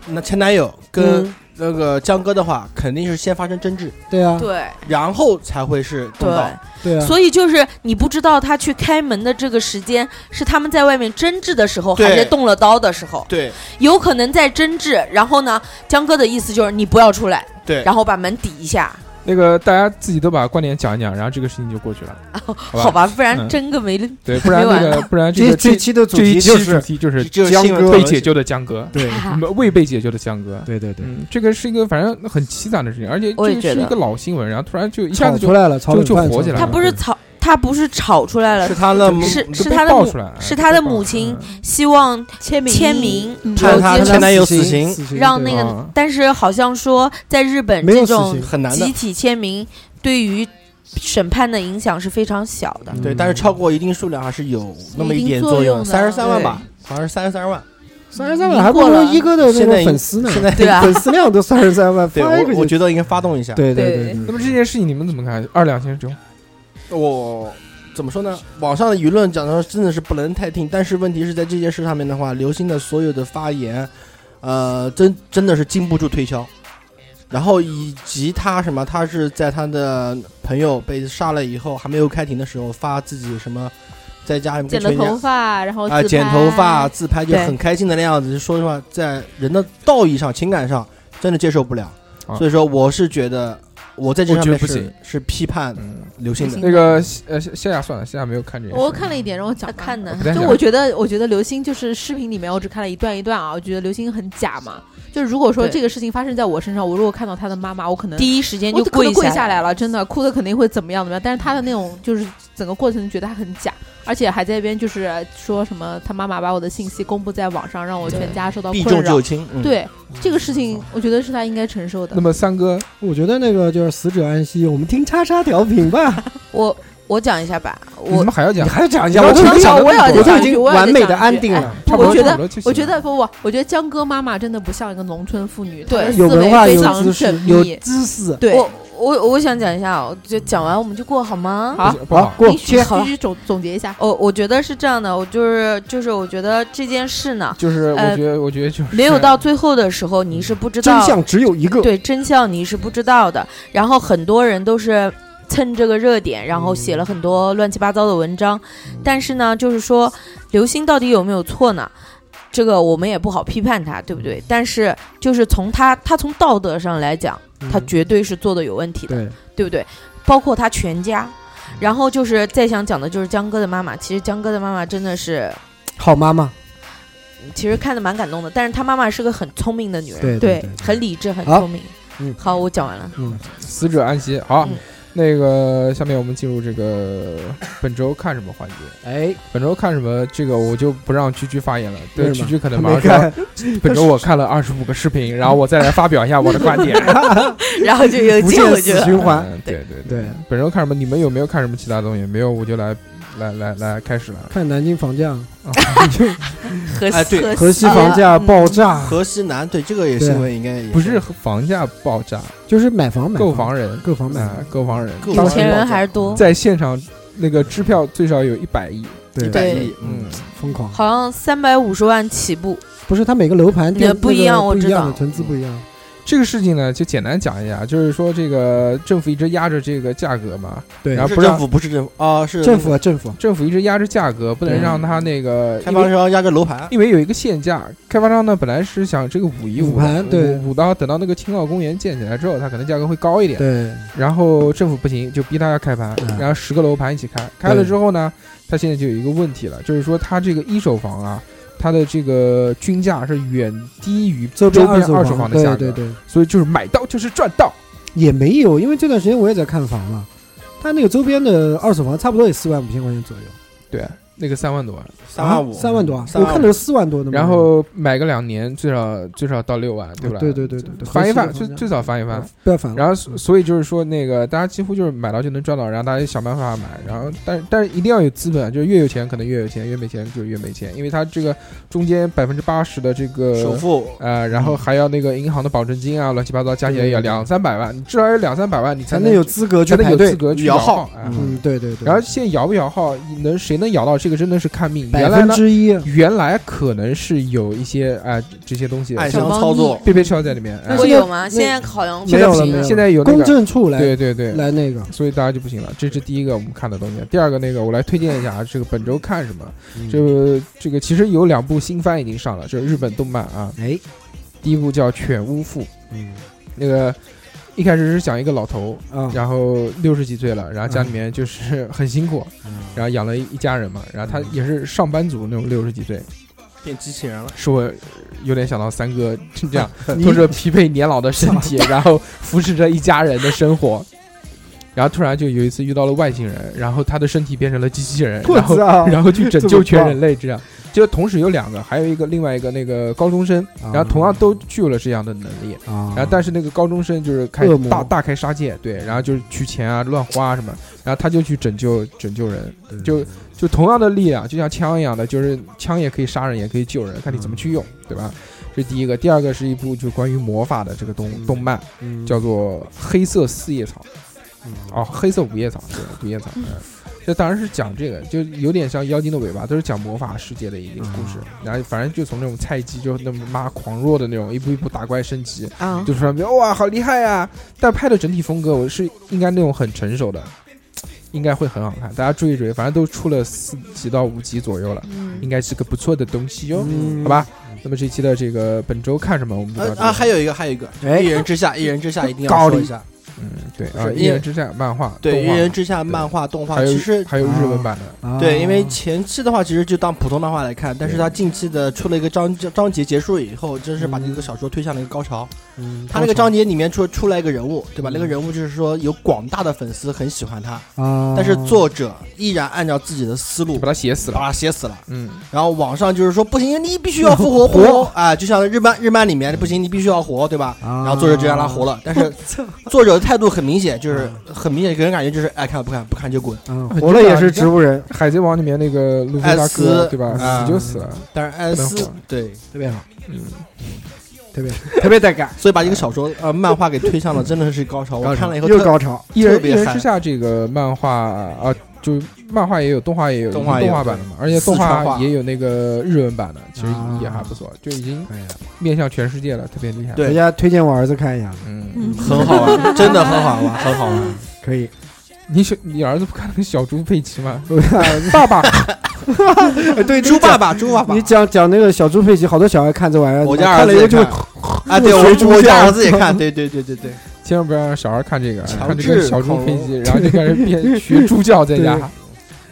Speaker 6: 那前男友跟
Speaker 5: 嗯
Speaker 6: 那个江哥的话，肯定是先发生争执，
Speaker 5: 对啊，
Speaker 7: 对
Speaker 6: 然后才会是动
Speaker 7: 对
Speaker 6: 刀。。
Speaker 5: 对啊，
Speaker 7: 所以就是你不知道他去开门的这个时间是他们在外面争执的时候，
Speaker 6: 对
Speaker 7: 还是动了刀的时候，
Speaker 6: 对
Speaker 7: 有可能在争执。然后呢，江哥的意思就是你不要出来，
Speaker 6: 对，
Speaker 7: 然后把门抵一下，
Speaker 8: 那个大家自己都把观点讲一讲，然后这个事情就过去了，吧？
Speaker 7: 好吧，不然
Speaker 8: 嗯
Speaker 7: 争个没论。
Speaker 8: 对，不然
Speaker 7: 没
Speaker 8: 那
Speaker 7: 完
Speaker 8: 个，不然这
Speaker 5: 这
Speaker 8: 个
Speaker 5: 这
Speaker 8: 这
Speaker 5: 期的主
Speaker 8: 这一
Speaker 5: 题
Speaker 8: 期
Speaker 5: 就
Speaker 8: 主
Speaker 5: 是
Speaker 8: 题就是
Speaker 6: 就是
Speaker 8: 江
Speaker 6: 新闻
Speaker 8: 哥
Speaker 6: 文
Speaker 8: 被
Speaker 6: 学
Speaker 8: 解救的江哥，
Speaker 6: 对
Speaker 7: [laughs]
Speaker 8: 没未被解救的江哥。
Speaker 6: 对对对，
Speaker 8: 嗯，这个是一个反正很凄惨的事情，而且
Speaker 7: 我也
Speaker 8: 这是
Speaker 7: 觉
Speaker 8: 一
Speaker 7: 得
Speaker 8: 个老新闻，然后突然就一下
Speaker 5: 炒
Speaker 8: 子
Speaker 5: 出
Speaker 8: 就
Speaker 5: 来了，炒冷
Speaker 8: 就
Speaker 5: 饭
Speaker 8: 火起来
Speaker 7: 他
Speaker 8: 了
Speaker 7: 不是
Speaker 8: 对
Speaker 7: 吵，他不是吵出来了，
Speaker 6: 是他的母
Speaker 7: 是
Speaker 8: 就是被
Speaker 7: 他的
Speaker 8: 爆
Speaker 7: 母
Speaker 8: 出来了，
Speaker 7: 是
Speaker 8: 被
Speaker 7: 他的
Speaker 8: 爆
Speaker 7: 母
Speaker 8: 了
Speaker 7: 亲
Speaker 8: 嗯
Speaker 7: 希望
Speaker 4: 签名
Speaker 7: 签名
Speaker 4: 嗯
Speaker 7: 条
Speaker 6: 判他
Speaker 7: 件
Speaker 6: 前男友死
Speaker 5: 刑
Speaker 6: 刑，
Speaker 5: 死刑
Speaker 7: 让
Speaker 5: 对
Speaker 7: 那
Speaker 8: 对
Speaker 7: 个
Speaker 8: 啊，
Speaker 7: 但是好像说在日本
Speaker 5: 没有
Speaker 7: 这
Speaker 5: 死
Speaker 7: 种
Speaker 5: 刑
Speaker 6: 很难的
Speaker 7: 集。体签名对于审判的影响是非常小的。
Speaker 6: 对，但是超过一定数量还是有那么
Speaker 4: 一
Speaker 6: 一
Speaker 4: 定
Speaker 6: 点
Speaker 4: 作
Speaker 6: 作
Speaker 4: 用
Speaker 6: 用，
Speaker 4: 的
Speaker 6: 三十三万
Speaker 7: 对
Speaker 6: 吧，好像是三十三万。
Speaker 5: 三十三万还不如一哥的那
Speaker 6: 现在
Speaker 5: 个粉丝呢，
Speaker 6: 现在
Speaker 7: 对啊
Speaker 5: 粉丝量都三十三万，
Speaker 6: 对
Speaker 5: 发一个
Speaker 6: 我
Speaker 5: 就
Speaker 6: 我觉得应该发动一下。
Speaker 5: 对
Speaker 7: 对
Speaker 5: 对
Speaker 8: 那么这件事情你们怎么看？二两先生，
Speaker 6: 我怎么说呢？网上的舆论讲的真的是不能太听，但是问题是在这件事上面的话，刘星的所有的发言，呃，真真的是经不住推敲。然后以及他什么，他是在他的朋友被杀了以后，还没有开庭的时候发自己什么，在家里面
Speaker 4: 剪
Speaker 6: 跟
Speaker 4: 了
Speaker 6: 全家
Speaker 4: 头发，然后
Speaker 6: 啊
Speaker 4: 自
Speaker 6: 剪头发
Speaker 4: 拍
Speaker 6: 自拍就
Speaker 7: 对
Speaker 6: 很开心的那样子。说实话，在人的道义上、情感上，真的接受不了。
Speaker 8: 啊
Speaker 6: 所以说，我是觉得我在这
Speaker 8: 我
Speaker 6: 上
Speaker 8: 觉得
Speaker 6: 面
Speaker 8: 不
Speaker 6: 是
Speaker 8: 行
Speaker 6: 是批判
Speaker 8: 嗯，
Speaker 6: 刘星的。
Speaker 8: 那个呃夏夏夏算了，夏夏没有看这个，
Speaker 4: 我看了一点，让我讲
Speaker 7: 他
Speaker 4: 吧
Speaker 7: 看的
Speaker 8: 不太
Speaker 4: 就
Speaker 8: 想
Speaker 5: 啊
Speaker 4: 我觉得，我觉得刘星就是视频里面，我只看了一段一段啊，我觉得刘星很假嘛。就如果说
Speaker 7: 对
Speaker 4: 这个事情发生在我身上，我如果看到他的妈妈，我可能
Speaker 7: 第一时间
Speaker 4: 我
Speaker 7: 就
Speaker 4: 可能跪
Speaker 7: 下
Speaker 4: 下
Speaker 7: 来
Speaker 4: 来了，真的哭的肯定会怎么样怎么样。但是他的那种就是整个过程觉得他很假，而且还在那边就是说什么他妈妈把我的信息公布在网上，让我全家受到
Speaker 6: 避重
Speaker 4: 呃困
Speaker 6: 就
Speaker 4: 扰。
Speaker 6: 轻。嗯，
Speaker 4: 对这个事情，我觉得是他应该承受的
Speaker 8: 那。么三哥，
Speaker 5: 我觉得那个就是死者安息，我们听叉叉调频吧。
Speaker 7: 我我讲一下吧，
Speaker 8: 你
Speaker 7: 我
Speaker 8: 们还要讲
Speaker 5: 你？还讲一
Speaker 8: 你
Speaker 5: 下，
Speaker 8: 要
Speaker 5: 我都已
Speaker 8: 讲
Speaker 5: 经
Speaker 8: 讲
Speaker 5: 我
Speaker 8: 我也要
Speaker 5: 我都
Speaker 4: 讲
Speaker 5: 已
Speaker 4: 一句
Speaker 5: 经
Speaker 4: 我也
Speaker 5: 完
Speaker 4: 得
Speaker 5: 美
Speaker 4: 讲
Speaker 5: 的
Speaker 4: 一
Speaker 5: 安
Speaker 4: 句
Speaker 5: 定
Speaker 4: 哎
Speaker 5: 了。
Speaker 8: 差不
Speaker 4: 我
Speaker 8: 多
Speaker 4: 觉
Speaker 8: 差
Speaker 4: 得
Speaker 8: 不多就行
Speaker 4: 我觉得不不，我觉得江哥妈妈真的不像一个农村妇女，
Speaker 7: 对
Speaker 4: 她的
Speaker 5: 有
Speaker 4: 思
Speaker 5: 文
Speaker 4: 维
Speaker 5: 化，
Speaker 4: 非
Speaker 5: 有
Speaker 4: 常
Speaker 5: 知
Speaker 4: 缜
Speaker 5: 识，有
Speaker 4: 密。
Speaker 5: 知识。
Speaker 4: 对，
Speaker 7: 我我我想讲一下哦，就讲完我们就过好吗？
Speaker 3: 啊
Speaker 4: 好
Speaker 8: 不好，
Speaker 5: 过
Speaker 4: 你
Speaker 5: 切
Speaker 4: 继
Speaker 7: 好了
Speaker 4: 续总总结一下。
Speaker 7: 哦，我觉得是这样的，我就是就是我觉得这件事呢，
Speaker 8: 就是我
Speaker 7: 呃
Speaker 8: 觉得我觉得就是
Speaker 7: 没有到最后的时候，你是不知
Speaker 5: 真
Speaker 7: 道
Speaker 5: 相只有一个。
Speaker 7: 对真相你是不知道的。然后很多人都是蹭这个热点，然后写了很多乱七八糟的文章。但是呢，就是说刘星到底有没有错呢？这个我们也不好批判他，对不对？但是就是从他他从道德上来讲，
Speaker 3: 嗯
Speaker 7: 他绝对是做的有问题的，
Speaker 5: 嗯对
Speaker 7: 对不对？包括他全家。然后就是再想讲的就是江哥的妈妈，其实江哥的妈妈真的是，
Speaker 5: 好妈妈，
Speaker 7: 其实看的蛮感动的。但是他妈妈是个很聪明的女人，
Speaker 5: 对
Speaker 4: 对
Speaker 5: 对，
Speaker 7: 很理智，很
Speaker 5: 好
Speaker 7: 聪明。
Speaker 5: 嗯
Speaker 7: 好，我讲完了。
Speaker 8: 死者安息。好
Speaker 7: 嗯，
Speaker 3: 那个，下面我们进入这个本周看什么环节。
Speaker 5: 哎，
Speaker 3: 本周看什么？这个我就不让居居发言了。对，
Speaker 5: 为什
Speaker 3: 居
Speaker 5: 么
Speaker 3: 居可能马
Speaker 5: 没
Speaker 3: 上就要。
Speaker 5: 看，
Speaker 3: 本周我看了二十五个视频，然后我再来发表一下我的观点。
Speaker 7: 然后就又
Speaker 5: 无
Speaker 7: 接
Speaker 5: 限
Speaker 7: 回去
Speaker 5: 死
Speaker 7: 了。
Speaker 5: 循环。
Speaker 3: 嗯对对
Speaker 5: 对，
Speaker 3: 本周看什么？你们有没有看什么其他东西？没有，我就来来来来开始了。
Speaker 5: 看南京房价，
Speaker 7: 河
Speaker 6: 哎
Speaker 7: 西
Speaker 6: 对
Speaker 7: 河
Speaker 5: 河西房价爆炸，
Speaker 6: 河西南对这个也
Speaker 5: 对
Speaker 6: 新闻应该也
Speaker 3: 不是房价爆炸，
Speaker 5: 就是买房买
Speaker 3: 购房人
Speaker 5: 购房买
Speaker 3: 啊
Speaker 5: 房，，
Speaker 3: 购房人，
Speaker 6: 购
Speaker 7: 有
Speaker 6: 房
Speaker 7: 钱人还是
Speaker 4: 哦
Speaker 7: 多，
Speaker 3: 在现场那个支票最少有一百亿。
Speaker 6: 一
Speaker 5: 对，
Speaker 6: 百
Speaker 7: 对
Speaker 6: 亿，
Speaker 3: 嗯，，
Speaker 6: 嗯
Speaker 5: 疯狂。
Speaker 7: 好像三百五十万起步。
Speaker 5: 不是，它每个楼盘
Speaker 7: 也
Speaker 5: 店
Speaker 7: 不一样我
Speaker 5: 不一
Speaker 7: 知
Speaker 5: 样
Speaker 7: 道
Speaker 5: 的层次不一样。
Speaker 3: 这个事情呢，就简单讲一下，就是说这个政府一直压着这个价格嘛，
Speaker 5: 对
Speaker 3: 然，后
Speaker 6: 是
Speaker 3: 不让
Speaker 6: 政府不是政府啊，是
Speaker 5: 政府啊，政府啊，
Speaker 3: 政府一直压着价格，不能
Speaker 5: 对
Speaker 3: 让它那个
Speaker 6: 开发商压个楼盘，
Speaker 3: 因为有一个限价，开发商呢本来是想这个补一
Speaker 5: 补盘对
Speaker 3: 补到等到那个青岛公园建起来之后，它可能价格会高一点。
Speaker 5: 对，
Speaker 3: 然后政府不行，就逼他要开盘，
Speaker 5: 嗯
Speaker 3: 然后十个楼盘一起开。开了之后呢，他现在就有一个问题了，就是说他这个一手房啊，它的这个均价是远低于周
Speaker 5: 周
Speaker 3: 边
Speaker 5: 边
Speaker 3: 二
Speaker 5: 手
Speaker 3: 手房的
Speaker 5: 对
Speaker 3: 价格，
Speaker 5: 对对，
Speaker 3: 所以就是买到就是赚到。
Speaker 5: 也没有，因为这段时间我也在看房嘛，它那个周边的二手房差不多也四万五千块钱左右，
Speaker 3: 对，那个三万多，
Speaker 5: 嗯
Speaker 6: 三万五，
Speaker 5: 三万多啊，
Speaker 6: 三
Speaker 5: 我
Speaker 6: 万五
Speaker 5: 看的是四万多的嘛。啊
Speaker 3: 然后买个两年最少最少到六万，对吧？
Speaker 5: 对对对对对
Speaker 3: 翻一翻，
Speaker 5: 合适
Speaker 3: 最
Speaker 5: 的
Speaker 3: 最少翻一翻。
Speaker 5: 不要反了，
Speaker 3: 然后所，所以就是说，那个大家几乎就是买到就能赚到，然后大家想办法买，然后但但是一定要有资本，啊就是越有钱可能越有钱，越没钱就是越没钱，因为它这个中间百分之八十的这个
Speaker 6: 首付
Speaker 3: 呃，然后还要那个银行的保证金啊，乱七八糟加起来也要
Speaker 5: 对对对
Speaker 3: 两三百万，你至少要两三百万，你
Speaker 5: 才能
Speaker 3: 能
Speaker 5: 有资格去
Speaker 3: 才能
Speaker 5: 排
Speaker 3: 有
Speaker 5: 队
Speaker 3: 资。格去
Speaker 6: 摇
Speaker 3: 号
Speaker 6: 号。
Speaker 3: 哎
Speaker 5: 嗯，对对对。
Speaker 3: 然后现在摇不摇号，能谁能摇到这个真的是看命。
Speaker 5: 百
Speaker 3: 原来
Speaker 5: 分
Speaker 3: 呢，
Speaker 5: 之一，啊
Speaker 3: 原来可能是有一些啊、哎这些东西
Speaker 6: 暗
Speaker 7: 小
Speaker 6: 箱
Speaker 7: 猫
Speaker 6: 操作，
Speaker 3: 被被敲在里面。哎
Speaker 5: 但
Speaker 7: 我
Speaker 5: 现在
Speaker 7: 有吗？
Speaker 5: 那
Speaker 7: 现在好像
Speaker 3: 现
Speaker 5: 没
Speaker 3: 在
Speaker 5: 有
Speaker 3: 不
Speaker 5: 了
Speaker 3: 行
Speaker 5: 没
Speaker 3: 了，
Speaker 5: 有
Speaker 3: 现在有那
Speaker 5: 公
Speaker 3: 个，
Speaker 5: 证处来
Speaker 3: 对对对，
Speaker 5: 来那个，
Speaker 3: 所以大家就不行了。这是第一个我们看的东西。第二个那个，我来推荐一下啊，这个本周看什么？这这个其实有两部新番已经上了，就是日本动漫啊。
Speaker 5: 哎，
Speaker 3: 第一部叫《犬屋妇》，
Speaker 5: 嗯
Speaker 3: 那个一开始是讲一个老头，
Speaker 5: 啊，
Speaker 3: 然后六十几岁了，然后家里面就是很辛苦，然后养了一一家人嘛，然后他也是上班族那种六十几岁，
Speaker 6: 变机器人了，
Speaker 3: 使我有点想到三哥就
Speaker 5: [laughs]
Speaker 3: 这样，拖着疲惫年老的身体，然后服侍着一家人的生活。然后突然就有一次遇到了外星人，然后他的身体变成了机器人，
Speaker 5: 我
Speaker 3: 然后
Speaker 5: 操
Speaker 3: 然后去拯救
Speaker 5: 这么
Speaker 3: 全
Speaker 5: 棒
Speaker 3: 人类，这样就同时有两个，还有一个另外一个那个高中生，
Speaker 5: 啊
Speaker 3: 然后同样都具有了这样的能力，
Speaker 5: 啊，
Speaker 3: 然后但是那个高中生就是开
Speaker 5: 恶魔
Speaker 3: 大大开杀戒，对，然后就是取钱啊、乱花啊什么，然后他就去拯救拯救人，就就同样的力量，就像枪一样的，就是枪也可以杀人，也可以救人，看你怎么去用，对吧？这是第一个，第二个是一部就关于魔法的这个动动漫，
Speaker 5: 嗯
Speaker 3: 叫做《黑色四叶草》
Speaker 5: 嗯
Speaker 3: 哦，黑色五叶草，对，五叶草。嗯这当然是讲这个，就有点像《妖精的尾巴》，都是讲魔法世界的一个故事。
Speaker 6: 嗯
Speaker 3: 然后反正就从那种菜鸡，就那么妈狂弱的那种，一步一步打怪升级，
Speaker 7: 啊，
Speaker 3: 就突然觉得哇，好厉害呀、但拍的整体风格，我是应该那种很成熟的，应该会很好看。大家注意注意，反正都出了四集到五集左右了，
Speaker 4: 嗯
Speaker 3: 应该是个不错的东西哟、
Speaker 5: 嗯
Speaker 3: 好吧？那么这期的这个本周看什么，我们就到
Speaker 6: 啊
Speaker 3: 这里
Speaker 6: 啊，还有一个还有一个，
Speaker 5: 哎
Speaker 6: 一人之下，一人之下一定
Speaker 3: 呃高
Speaker 6: 要说
Speaker 3: 丽
Speaker 6: 一下，
Speaker 3: 嗯，对啊，
Speaker 6: 是
Speaker 3: 一
Speaker 6: 因为
Speaker 3: 人之下漫画、
Speaker 6: 对，一
Speaker 3: 动画，
Speaker 6: 人之下漫画动画
Speaker 3: 还，有
Speaker 6: 其实
Speaker 3: 还有日文版的，
Speaker 5: 啊
Speaker 6: 对，因为前期的话其实就当普通漫画来看，但是
Speaker 3: 对
Speaker 6: 它近期的出了一个章章节结束以后，真是把这个小说推向了一个高潮。
Speaker 5: 嗯
Speaker 6: 它那个章节里面出出来一个人物，对吧？那个人物就是说有广大的粉丝很喜欢他，
Speaker 5: 啊，
Speaker 6: 但是作者依然按照自己的思
Speaker 3: 就
Speaker 6: 路
Speaker 3: 把它写死
Speaker 6: 把
Speaker 3: 了。
Speaker 6: 他写死了。
Speaker 3: 嗯，
Speaker 6: 然后网上就是说不行，你必须要复活
Speaker 5: 活
Speaker 6: 不活啊！就像日漫日漫里面不行，你必须要活，对吧？
Speaker 5: 啊
Speaker 6: 然后作者就让他活了，但是作者的态度很明显，就是很明显给人感觉就是爱看不看，不看就滚。
Speaker 5: 嗯，活了也是植物人，
Speaker 3: 海贼王里面那个路飞大
Speaker 6: 艾
Speaker 3: 哥，
Speaker 6: 斯
Speaker 3: 对吧？
Speaker 6: 啊
Speaker 3: 死就死了，
Speaker 6: 但是艾
Speaker 3: 不能
Speaker 6: 斯
Speaker 3: 活
Speaker 6: 对，
Speaker 5: 特别好，
Speaker 3: 嗯，
Speaker 5: 特别特别带感，
Speaker 6: 所以把这个小说呃漫画给推向了，真的是高潮。我看了以后
Speaker 5: 又
Speaker 6: 特
Speaker 5: 高潮，
Speaker 3: 一人
Speaker 6: 特
Speaker 3: 一
Speaker 6: 别
Speaker 3: 人
Speaker 6: 嗨
Speaker 3: 之下这个漫画啊，就漫画也有，动画也有，
Speaker 6: 动画
Speaker 3: 动
Speaker 6: 也有
Speaker 3: 画版的嘛，而且动
Speaker 6: 四川
Speaker 3: 画
Speaker 6: 话
Speaker 3: 也有那个日文版的，其实也还
Speaker 5: 啊
Speaker 3: 不错，就已经
Speaker 5: 可以了，
Speaker 3: 面向全世界了，特别厉害。
Speaker 6: 对
Speaker 5: 回家推荐我儿子看一下，
Speaker 3: 嗯，
Speaker 9: 嗯，
Speaker 6: 很好玩，真的很好玩，很好玩。
Speaker 5: 可以，
Speaker 3: 你小你儿子不看那个小猪佩奇
Speaker 6: [laughs]
Speaker 3: 吗？爸爸，
Speaker 5: 对
Speaker 6: 猪爸爸，猪爸爸
Speaker 5: 你，讲讲那个小猪佩奇，好多小孩看这玩意儿，
Speaker 6: 我家
Speaker 5: 看
Speaker 6: 儿
Speaker 5: 了
Speaker 6: 子
Speaker 5: 以后
Speaker 6: 也
Speaker 5: 就
Speaker 6: 看啊，对我
Speaker 5: 水煮
Speaker 6: 我家
Speaker 5: 饺
Speaker 6: 儿子也
Speaker 5: 子
Speaker 6: 看，对对对对对，
Speaker 3: 千万不要让小孩看这个，
Speaker 6: 强
Speaker 3: 看这个
Speaker 6: 制
Speaker 3: 小猪
Speaker 6: 恐
Speaker 3: 佩
Speaker 6: 龙
Speaker 3: 奇，然后就开始变学猪叫在
Speaker 6: [laughs]
Speaker 3: 家。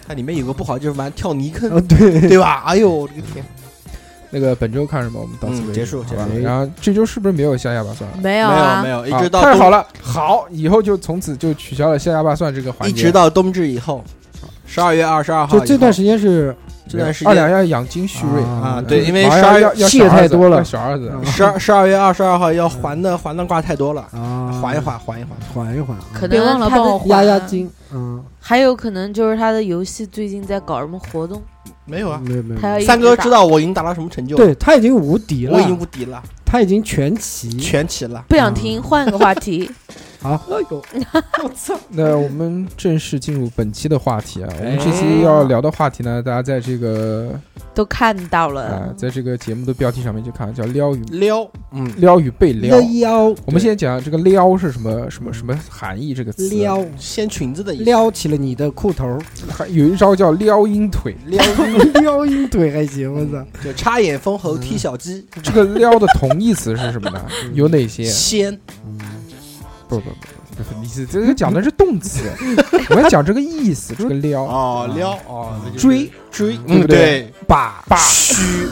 Speaker 6: 它里面有个不好就是玩跳泥坑
Speaker 5: 啊，，对，
Speaker 6: 对吧？哎呦，我的个天！
Speaker 3: 那个本周看什么？我们到此
Speaker 6: 嗯
Speaker 3: 为止，
Speaker 6: 结束
Speaker 3: 好吧
Speaker 6: 结束
Speaker 3: 然后这周是不是没有下下巴算了？
Speaker 7: 没有
Speaker 6: 没有
Speaker 7: 啊，
Speaker 6: 没有，一
Speaker 3: 好
Speaker 6: 直到
Speaker 3: 太
Speaker 6: 冬
Speaker 3: 好了，好，以后就从此就取消了下下巴算这个环
Speaker 6: 一
Speaker 3: 节。
Speaker 6: 直到冬至以后，十二月二十二号以
Speaker 5: 就
Speaker 6: 后，
Speaker 5: 这段时间是
Speaker 6: 这段时
Speaker 3: 二
Speaker 6: 间
Speaker 3: 两要养精蓄锐嗯
Speaker 6: 啊嗯
Speaker 5: 啊，
Speaker 6: 对，因为
Speaker 3: 马
Speaker 6: 十
Speaker 3: 上
Speaker 6: 二
Speaker 3: 要
Speaker 6: 月
Speaker 3: 要
Speaker 5: 戏
Speaker 3: 小儿
Speaker 5: 太
Speaker 3: 子
Speaker 5: 多了
Speaker 3: 要小儿子。
Speaker 6: 十二十二月二十二号要还的还的挂太多了，
Speaker 5: 啊，
Speaker 6: 缓一，缓，缓一缓。
Speaker 5: 缓一缓啊，
Speaker 7: 可
Speaker 4: 别忘
Speaker 7: 能
Speaker 4: 了
Speaker 7: 他
Speaker 4: 帮我
Speaker 7: 的
Speaker 4: 还
Speaker 5: 压压惊，嗯，
Speaker 7: 还有可能就是他的游戏最近在搞什么活动，
Speaker 6: 没有啊，
Speaker 5: 没有没有，
Speaker 7: 他要一直
Speaker 6: 三哥
Speaker 7: 打
Speaker 6: 知道我已经达到什么成就了，
Speaker 5: 对他已经无敌了
Speaker 6: 我已，经无敌了，
Speaker 5: 他已经全齐，
Speaker 6: 全齐了。
Speaker 7: 不想
Speaker 5: 啊
Speaker 7: 听，换个话题。
Speaker 5: 好，哎呦，
Speaker 3: 那我们正式进入本期的话题啊，我们这
Speaker 7: 哎
Speaker 3: 期要聊的话题呢，大家在这个
Speaker 7: 都看到
Speaker 6: 哎
Speaker 3: 啊
Speaker 7: 了，，
Speaker 3: 在这个节目的标题上面就看叫撩与
Speaker 6: 撩，嗯，
Speaker 3: 撩与被撩。
Speaker 5: 撩
Speaker 3: 我们现在讲这个撩是什么什么什么含义？这个词
Speaker 5: 撩
Speaker 6: 掀裙子的意思。
Speaker 5: 撩起了你的裤头，
Speaker 3: 还有一招叫撩阴腿，
Speaker 6: 撩，
Speaker 5: [laughs] 撩阴腿还行，我操，
Speaker 6: 就插眼封喉踢小鸡，
Speaker 3: 这个撩的同义词是什
Speaker 6: [laughs]
Speaker 3: 么呢？
Speaker 6: 嗯
Speaker 3: 有哪些？
Speaker 6: 掀
Speaker 3: 不不不，不是，你是这个讲的是动词，我要讲这个意思，这个撩啊
Speaker 6: 哦撩哦那就是
Speaker 5: 追
Speaker 6: 追，
Speaker 3: 对不对
Speaker 6: 嗯对，
Speaker 5: 把
Speaker 3: 把
Speaker 6: 嘘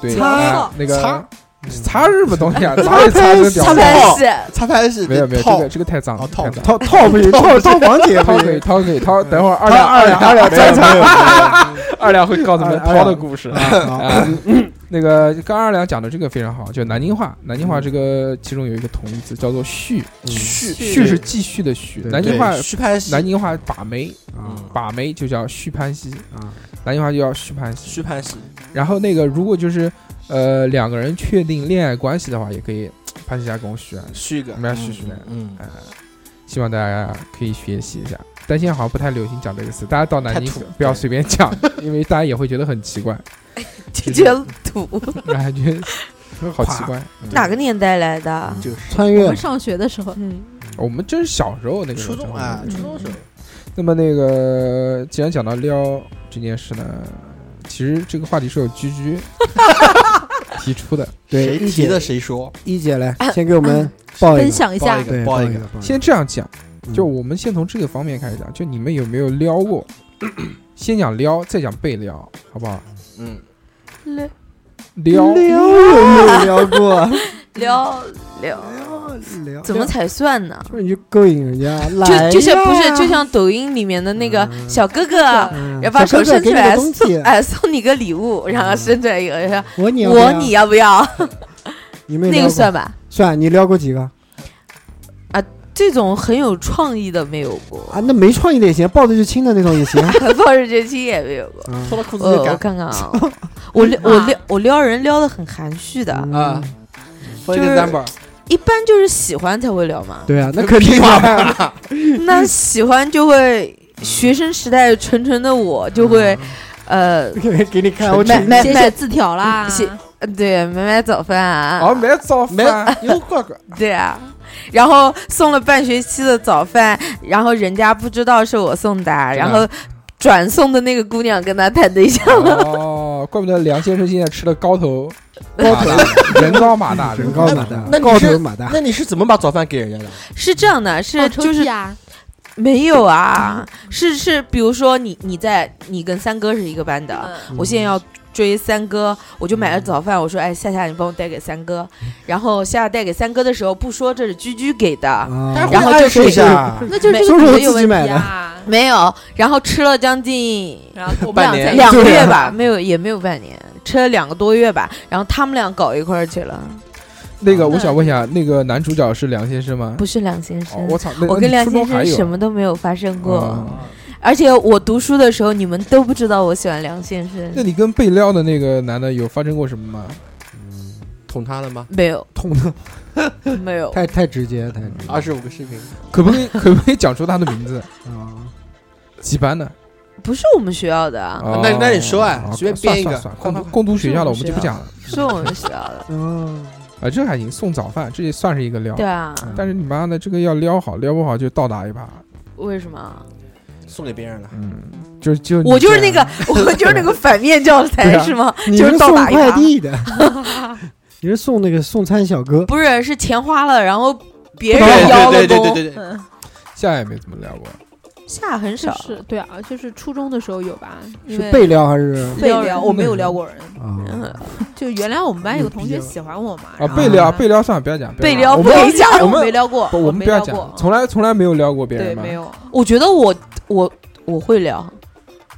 Speaker 3: 对
Speaker 7: 擦
Speaker 3: 啊那个
Speaker 6: 擦
Speaker 3: 擦什么东西啊？擦也擦成屌
Speaker 7: 擦
Speaker 3: 丝，
Speaker 7: 拍戏，
Speaker 6: 擦拍是
Speaker 3: 没有没有，这
Speaker 6: 套
Speaker 3: 个这个太脏了，
Speaker 6: 哦套
Speaker 3: 太脏了。
Speaker 5: 套套不行，套套王姐
Speaker 3: 掏
Speaker 5: 不
Speaker 3: 可以，
Speaker 5: 行，
Speaker 3: 掏可以，掏。等会儿二
Speaker 5: 掏
Speaker 3: 两
Speaker 5: 二两
Speaker 3: 二两
Speaker 5: 二两
Speaker 3: 专
Speaker 5: 没有
Speaker 3: 场， [laughs] 二两会告诉你们
Speaker 5: 二
Speaker 3: 掏的故事啊。
Speaker 5: 好
Speaker 3: [laughs] 啊，那个刚二两讲的这个非常好，就南京话，南京话这个其中有一个同义词叫做续，
Speaker 6: 续
Speaker 3: 续是继续的续，
Speaker 5: 嗯对
Speaker 3: 南京话
Speaker 6: 续拍戏
Speaker 3: 南京话把梅
Speaker 5: 啊
Speaker 3: 把梅就叫续潘西，
Speaker 5: 啊，
Speaker 3: 南京话就叫续潘西。
Speaker 6: 续拍戏，
Speaker 3: 然后那个如果就是呃两个人确定恋爱关系的话，也可以潘西加跟我续啊，
Speaker 6: 续一个
Speaker 3: 我们要续续来
Speaker 6: 嗯，嗯
Speaker 3: 呃，希望大家可以学习一下。但现在好像不太流行讲这个词，大家到南京
Speaker 6: 太土
Speaker 3: 不要随便讲， [laughs] 因为大家也会觉得很奇
Speaker 6: [laughs]
Speaker 3: 怪，
Speaker 5: [laughs]
Speaker 7: 这觉土，
Speaker 3: 感觉好奇怪。
Speaker 7: 哪个年代来的？
Speaker 6: 就是
Speaker 5: 穿
Speaker 4: 我
Speaker 5: 越
Speaker 4: 们上学的时候，
Speaker 7: 嗯，
Speaker 3: 我们真是小时候那个
Speaker 6: 初中啊
Speaker 3: 啊，。
Speaker 6: 初中时候
Speaker 3: 那么那个，既然讲到撩这件事呢，其实这个话题是由居 [laughs] 居提出的。
Speaker 5: 对
Speaker 6: 谁
Speaker 5: 一
Speaker 6: 提
Speaker 5: 姐
Speaker 6: 的谁说，
Speaker 5: 一姐来，
Speaker 7: 啊
Speaker 5: 先给我
Speaker 7: 嗯
Speaker 5: 们报一
Speaker 4: 分
Speaker 5: 个，
Speaker 4: 享一下
Speaker 6: 报一个
Speaker 5: 对，
Speaker 6: 报
Speaker 5: 报
Speaker 6: 一
Speaker 5: 一
Speaker 6: 个
Speaker 5: 个，报一个
Speaker 3: 先这样讲，
Speaker 5: 嗯
Speaker 3: 就我们先从这个方面开始讲，就你们有没有撩过？先讲撩，再讲被撩，好不好？
Speaker 6: 嗯，
Speaker 3: 撩
Speaker 5: 撩有没有撩 [laughs] 过？
Speaker 7: 聊聊
Speaker 5: 撩
Speaker 7: 怎么才算呢？
Speaker 5: 不是你就勾引人家？
Speaker 7: [laughs] 就
Speaker 5: 来
Speaker 7: 就是
Speaker 5: 呀
Speaker 7: 不是就像抖音里面的那个
Speaker 5: 嗯
Speaker 7: 小哥哥，
Speaker 5: 嗯
Speaker 7: [laughs] 要把
Speaker 5: 小
Speaker 7: 手
Speaker 5: 哥哥
Speaker 7: 伸
Speaker 5: 给你
Speaker 7: 出来
Speaker 5: 个东西，
Speaker 7: [laughs] 哎，送你个礼物，然后伸出来一个，说
Speaker 5: 我你要不
Speaker 7: 我
Speaker 5: 要
Speaker 7: 嗯你要不要？
Speaker 5: 你没有
Speaker 7: 那
Speaker 5: 撩
Speaker 7: 个
Speaker 5: 过
Speaker 7: 算吧，
Speaker 5: 算你撩过几个啊
Speaker 7: 这种很有创意的没有过，
Speaker 5: 啊？那没创意的也行，抱着就亲的那种也
Speaker 7: [laughs]
Speaker 5: 行。
Speaker 7: 暴日绝亲也没有过。
Speaker 5: 嗯
Speaker 6: 脱了裤子
Speaker 7: 呃，
Speaker 6: 就
Speaker 7: 我
Speaker 6: 干
Speaker 7: 看 [laughs] 看啊，我撩我撩我撩人撩的很含蓄的，
Speaker 5: 嗯
Speaker 6: 啊，
Speaker 7: 就
Speaker 6: 分一个
Speaker 7: 是
Speaker 6: number，
Speaker 7: 一般就是喜欢才会撩嘛。
Speaker 5: 对啊，那肯定啊，
Speaker 7: 那喜欢就会，学生时代纯纯的我就会，呃，
Speaker 5: [laughs] 给你
Speaker 7: [laughs]
Speaker 5: 看我
Speaker 7: 买
Speaker 5: 去
Speaker 7: 买
Speaker 4: 写嗯写
Speaker 7: 买，
Speaker 4: 字条啦，
Speaker 7: 写对，买买早饭
Speaker 3: 啊，
Speaker 7: 啊，
Speaker 3: 买早
Speaker 6: 没
Speaker 3: 饭，
Speaker 7: 哎
Speaker 6: 有哥哥，
Speaker 7: [laughs] 对啊。然后送了半学期的早饭，然后人家不知道是我送的，啊
Speaker 4: 啊
Speaker 7: 然后转送的那个姑娘跟他谈
Speaker 4: [laughs]
Speaker 7: 对象，
Speaker 3: 哦，怪不得梁先生现在吃的高头高头人高马
Speaker 7: [laughs]
Speaker 3: 大，
Speaker 5: 人高马大，
Speaker 6: 那你
Speaker 5: 高
Speaker 6: 是
Speaker 5: 头马大
Speaker 6: 那，你是怎么把早饭给人家的？
Speaker 7: 是这样的，是
Speaker 4: 哦抽
Speaker 7: 就是
Speaker 4: 屉啊，嗯
Speaker 7: 没有啊，是是，比如说你你在你跟三哥是一个班的，
Speaker 4: 嗯
Speaker 7: 我现在要追三哥，我就买了早饭，我说哎夏夏你帮我带给三哥，
Speaker 4: 嗯
Speaker 7: 然后夏夏带给三哥的时候不说这是居居给的，
Speaker 4: 嗯
Speaker 5: 啊
Speaker 7: 然后就是
Speaker 6: 暗示一下，
Speaker 4: 那就是这
Speaker 5: 都
Speaker 4: 个女
Speaker 5: 是我
Speaker 4: 的有
Speaker 5: 自己
Speaker 4: 问
Speaker 5: 买
Speaker 4: 题
Speaker 5: 的
Speaker 4: 啊。
Speaker 7: 没有，然后吃了将近
Speaker 4: 然后我们
Speaker 6: 半
Speaker 4: 俩在
Speaker 6: 年
Speaker 7: 两个
Speaker 5: 对啊
Speaker 7: 月吧，没有也没有半年，吃了两个多月吧，然后他们俩搞一块儿去了，
Speaker 3: 那个我想问一下，那个男主角是梁先生吗？
Speaker 7: 不是梁先生
Speaker 3: 哦，。我操，那
Speaker 7: 我跟梁先生什
Speaker 3: 什
Speaker 7: 么都没有发生过，
Speaker 3: 过？
Speaker 7: 而且我读书的时候，你们都不知道我喜欢梁先生。
Speaker 3: 那你跟被撩的那个男的有发生过什么吗？
Speaker 6: 捅他了吗？
Speaker 7: 没有，
Speaker 5: 痛的
Speaker 7: 没有，
Speaker 5: 太太直接，
Speaker 7: 嗯
Speaker 5: 太直接
Speaker 6: 二十五个视频，
Speaker 3: 可不可以 [laughs] 可不可以讲出他的名字？
Speaker 5: 啊！。
Speaker 3: 几班的？
Speaker 7: 不是我们学校的，啊，
Speaker 3: 哦
Speaker 6: 那那你说啊
Speaker 3: 哦
Speaker 6: 随便
Speaker 3: 算
Speaker 6: 编一个
Speaker 3: 算算
Speaker 6: 快
Speaker 3: 共
Speaker 6: 快
Speaker 3: 读共读学校的我
Speaker 4: 不
Speaker 3: 们
Speaker 4: 是
Speaker 3: 就不讲了
Speaker 7: 不是我们学校的
Speaker 5: [laughs] 哦，
Speaker 3: 啊，这还行，送早饭这也算是一个撩
Speaker 7: 对。啊，
Speaker 3: 但是你妈的，这个要撩好，撩不好就倒打一耙。
Speaker 7: 为什么？啊
Speaker 6: 送给别人了。
Speaker 3: 嗯，就就你
Speaker 7: 我就是
Speaker 3: 这
Speaker 7: 那
Speaker 3: 样
Speaker 7: 个，我就是那个反面教
Speaker 3: 对
Speaker 7: 材
Speaker 3: 啊
Speaker 7: 是吗？
Speaker 5: 你
Speaker 7: 就是
Speaker 5: 是
Speaker 7: 倒
Speaker 5: 送
Speaker 7: 打一
Speaker 5: 快
Speaker 7: 耙
Speaker 5: 递的，
Speaker 4: 啊
Speaker 5: 你是送那个送餐小哥，
Speaker 7: 不是，是钱花了，然后别
Speaker 6: 对
Speaker 7: 人邀了
Speaker 6: 对对对
Speaker 7: 功。
Speaker 6: 对对，
Speaker 4: 嗯，
Speaker 3: 现在也没怎么撩过。
Speaker 7: 下很
Speaker 4: 就
Speaker 7: 少，
Speaker 4: 是对啊，就是初中的时候有吧，因
Speaker 5: 是
Speaker 4: 为
Speaker 5: 被撩还是
Speaker 4: 被
Speaker 7: 撩
Speaker 4: 撩，
Speaker 7: 人
Speaker 4: 我没有撩过人，
Speaker 5: 啊？
Speaker 7: 嗯，
Speaker 4: 就原来我们班有个同学
Speaker 6: 牛逼了
Speaker 4: 喜欢我嘛，
Speaker 3: 啊，
Speaker 4: 然后
Speaker 3: 被撩
Speaker 4: 呢
Speaker 3: 被撩算了，不要讲，
Speaker 7: 被
Speaker 3: 不要讲
Speaker 7: 撩不要讲，
Speaker 4: 但是
Speaker 3: 我
Speaker 4: 我
Speaker 3: 们
Speaker 4: 没撩过，
Speaker 3: 不，我们
Speaker 4: 没
Speaker 3: 不要
Speaker 4: 撩
Speaker 3: 讲
Speaker 4: 过，，
Speaker 3: 从来从来没有撩过别
Speaker 4: 对
Speaker 3: 人嘛
Speaker 4: 没。有，
Speaker 7: 我觉得我我我会聊，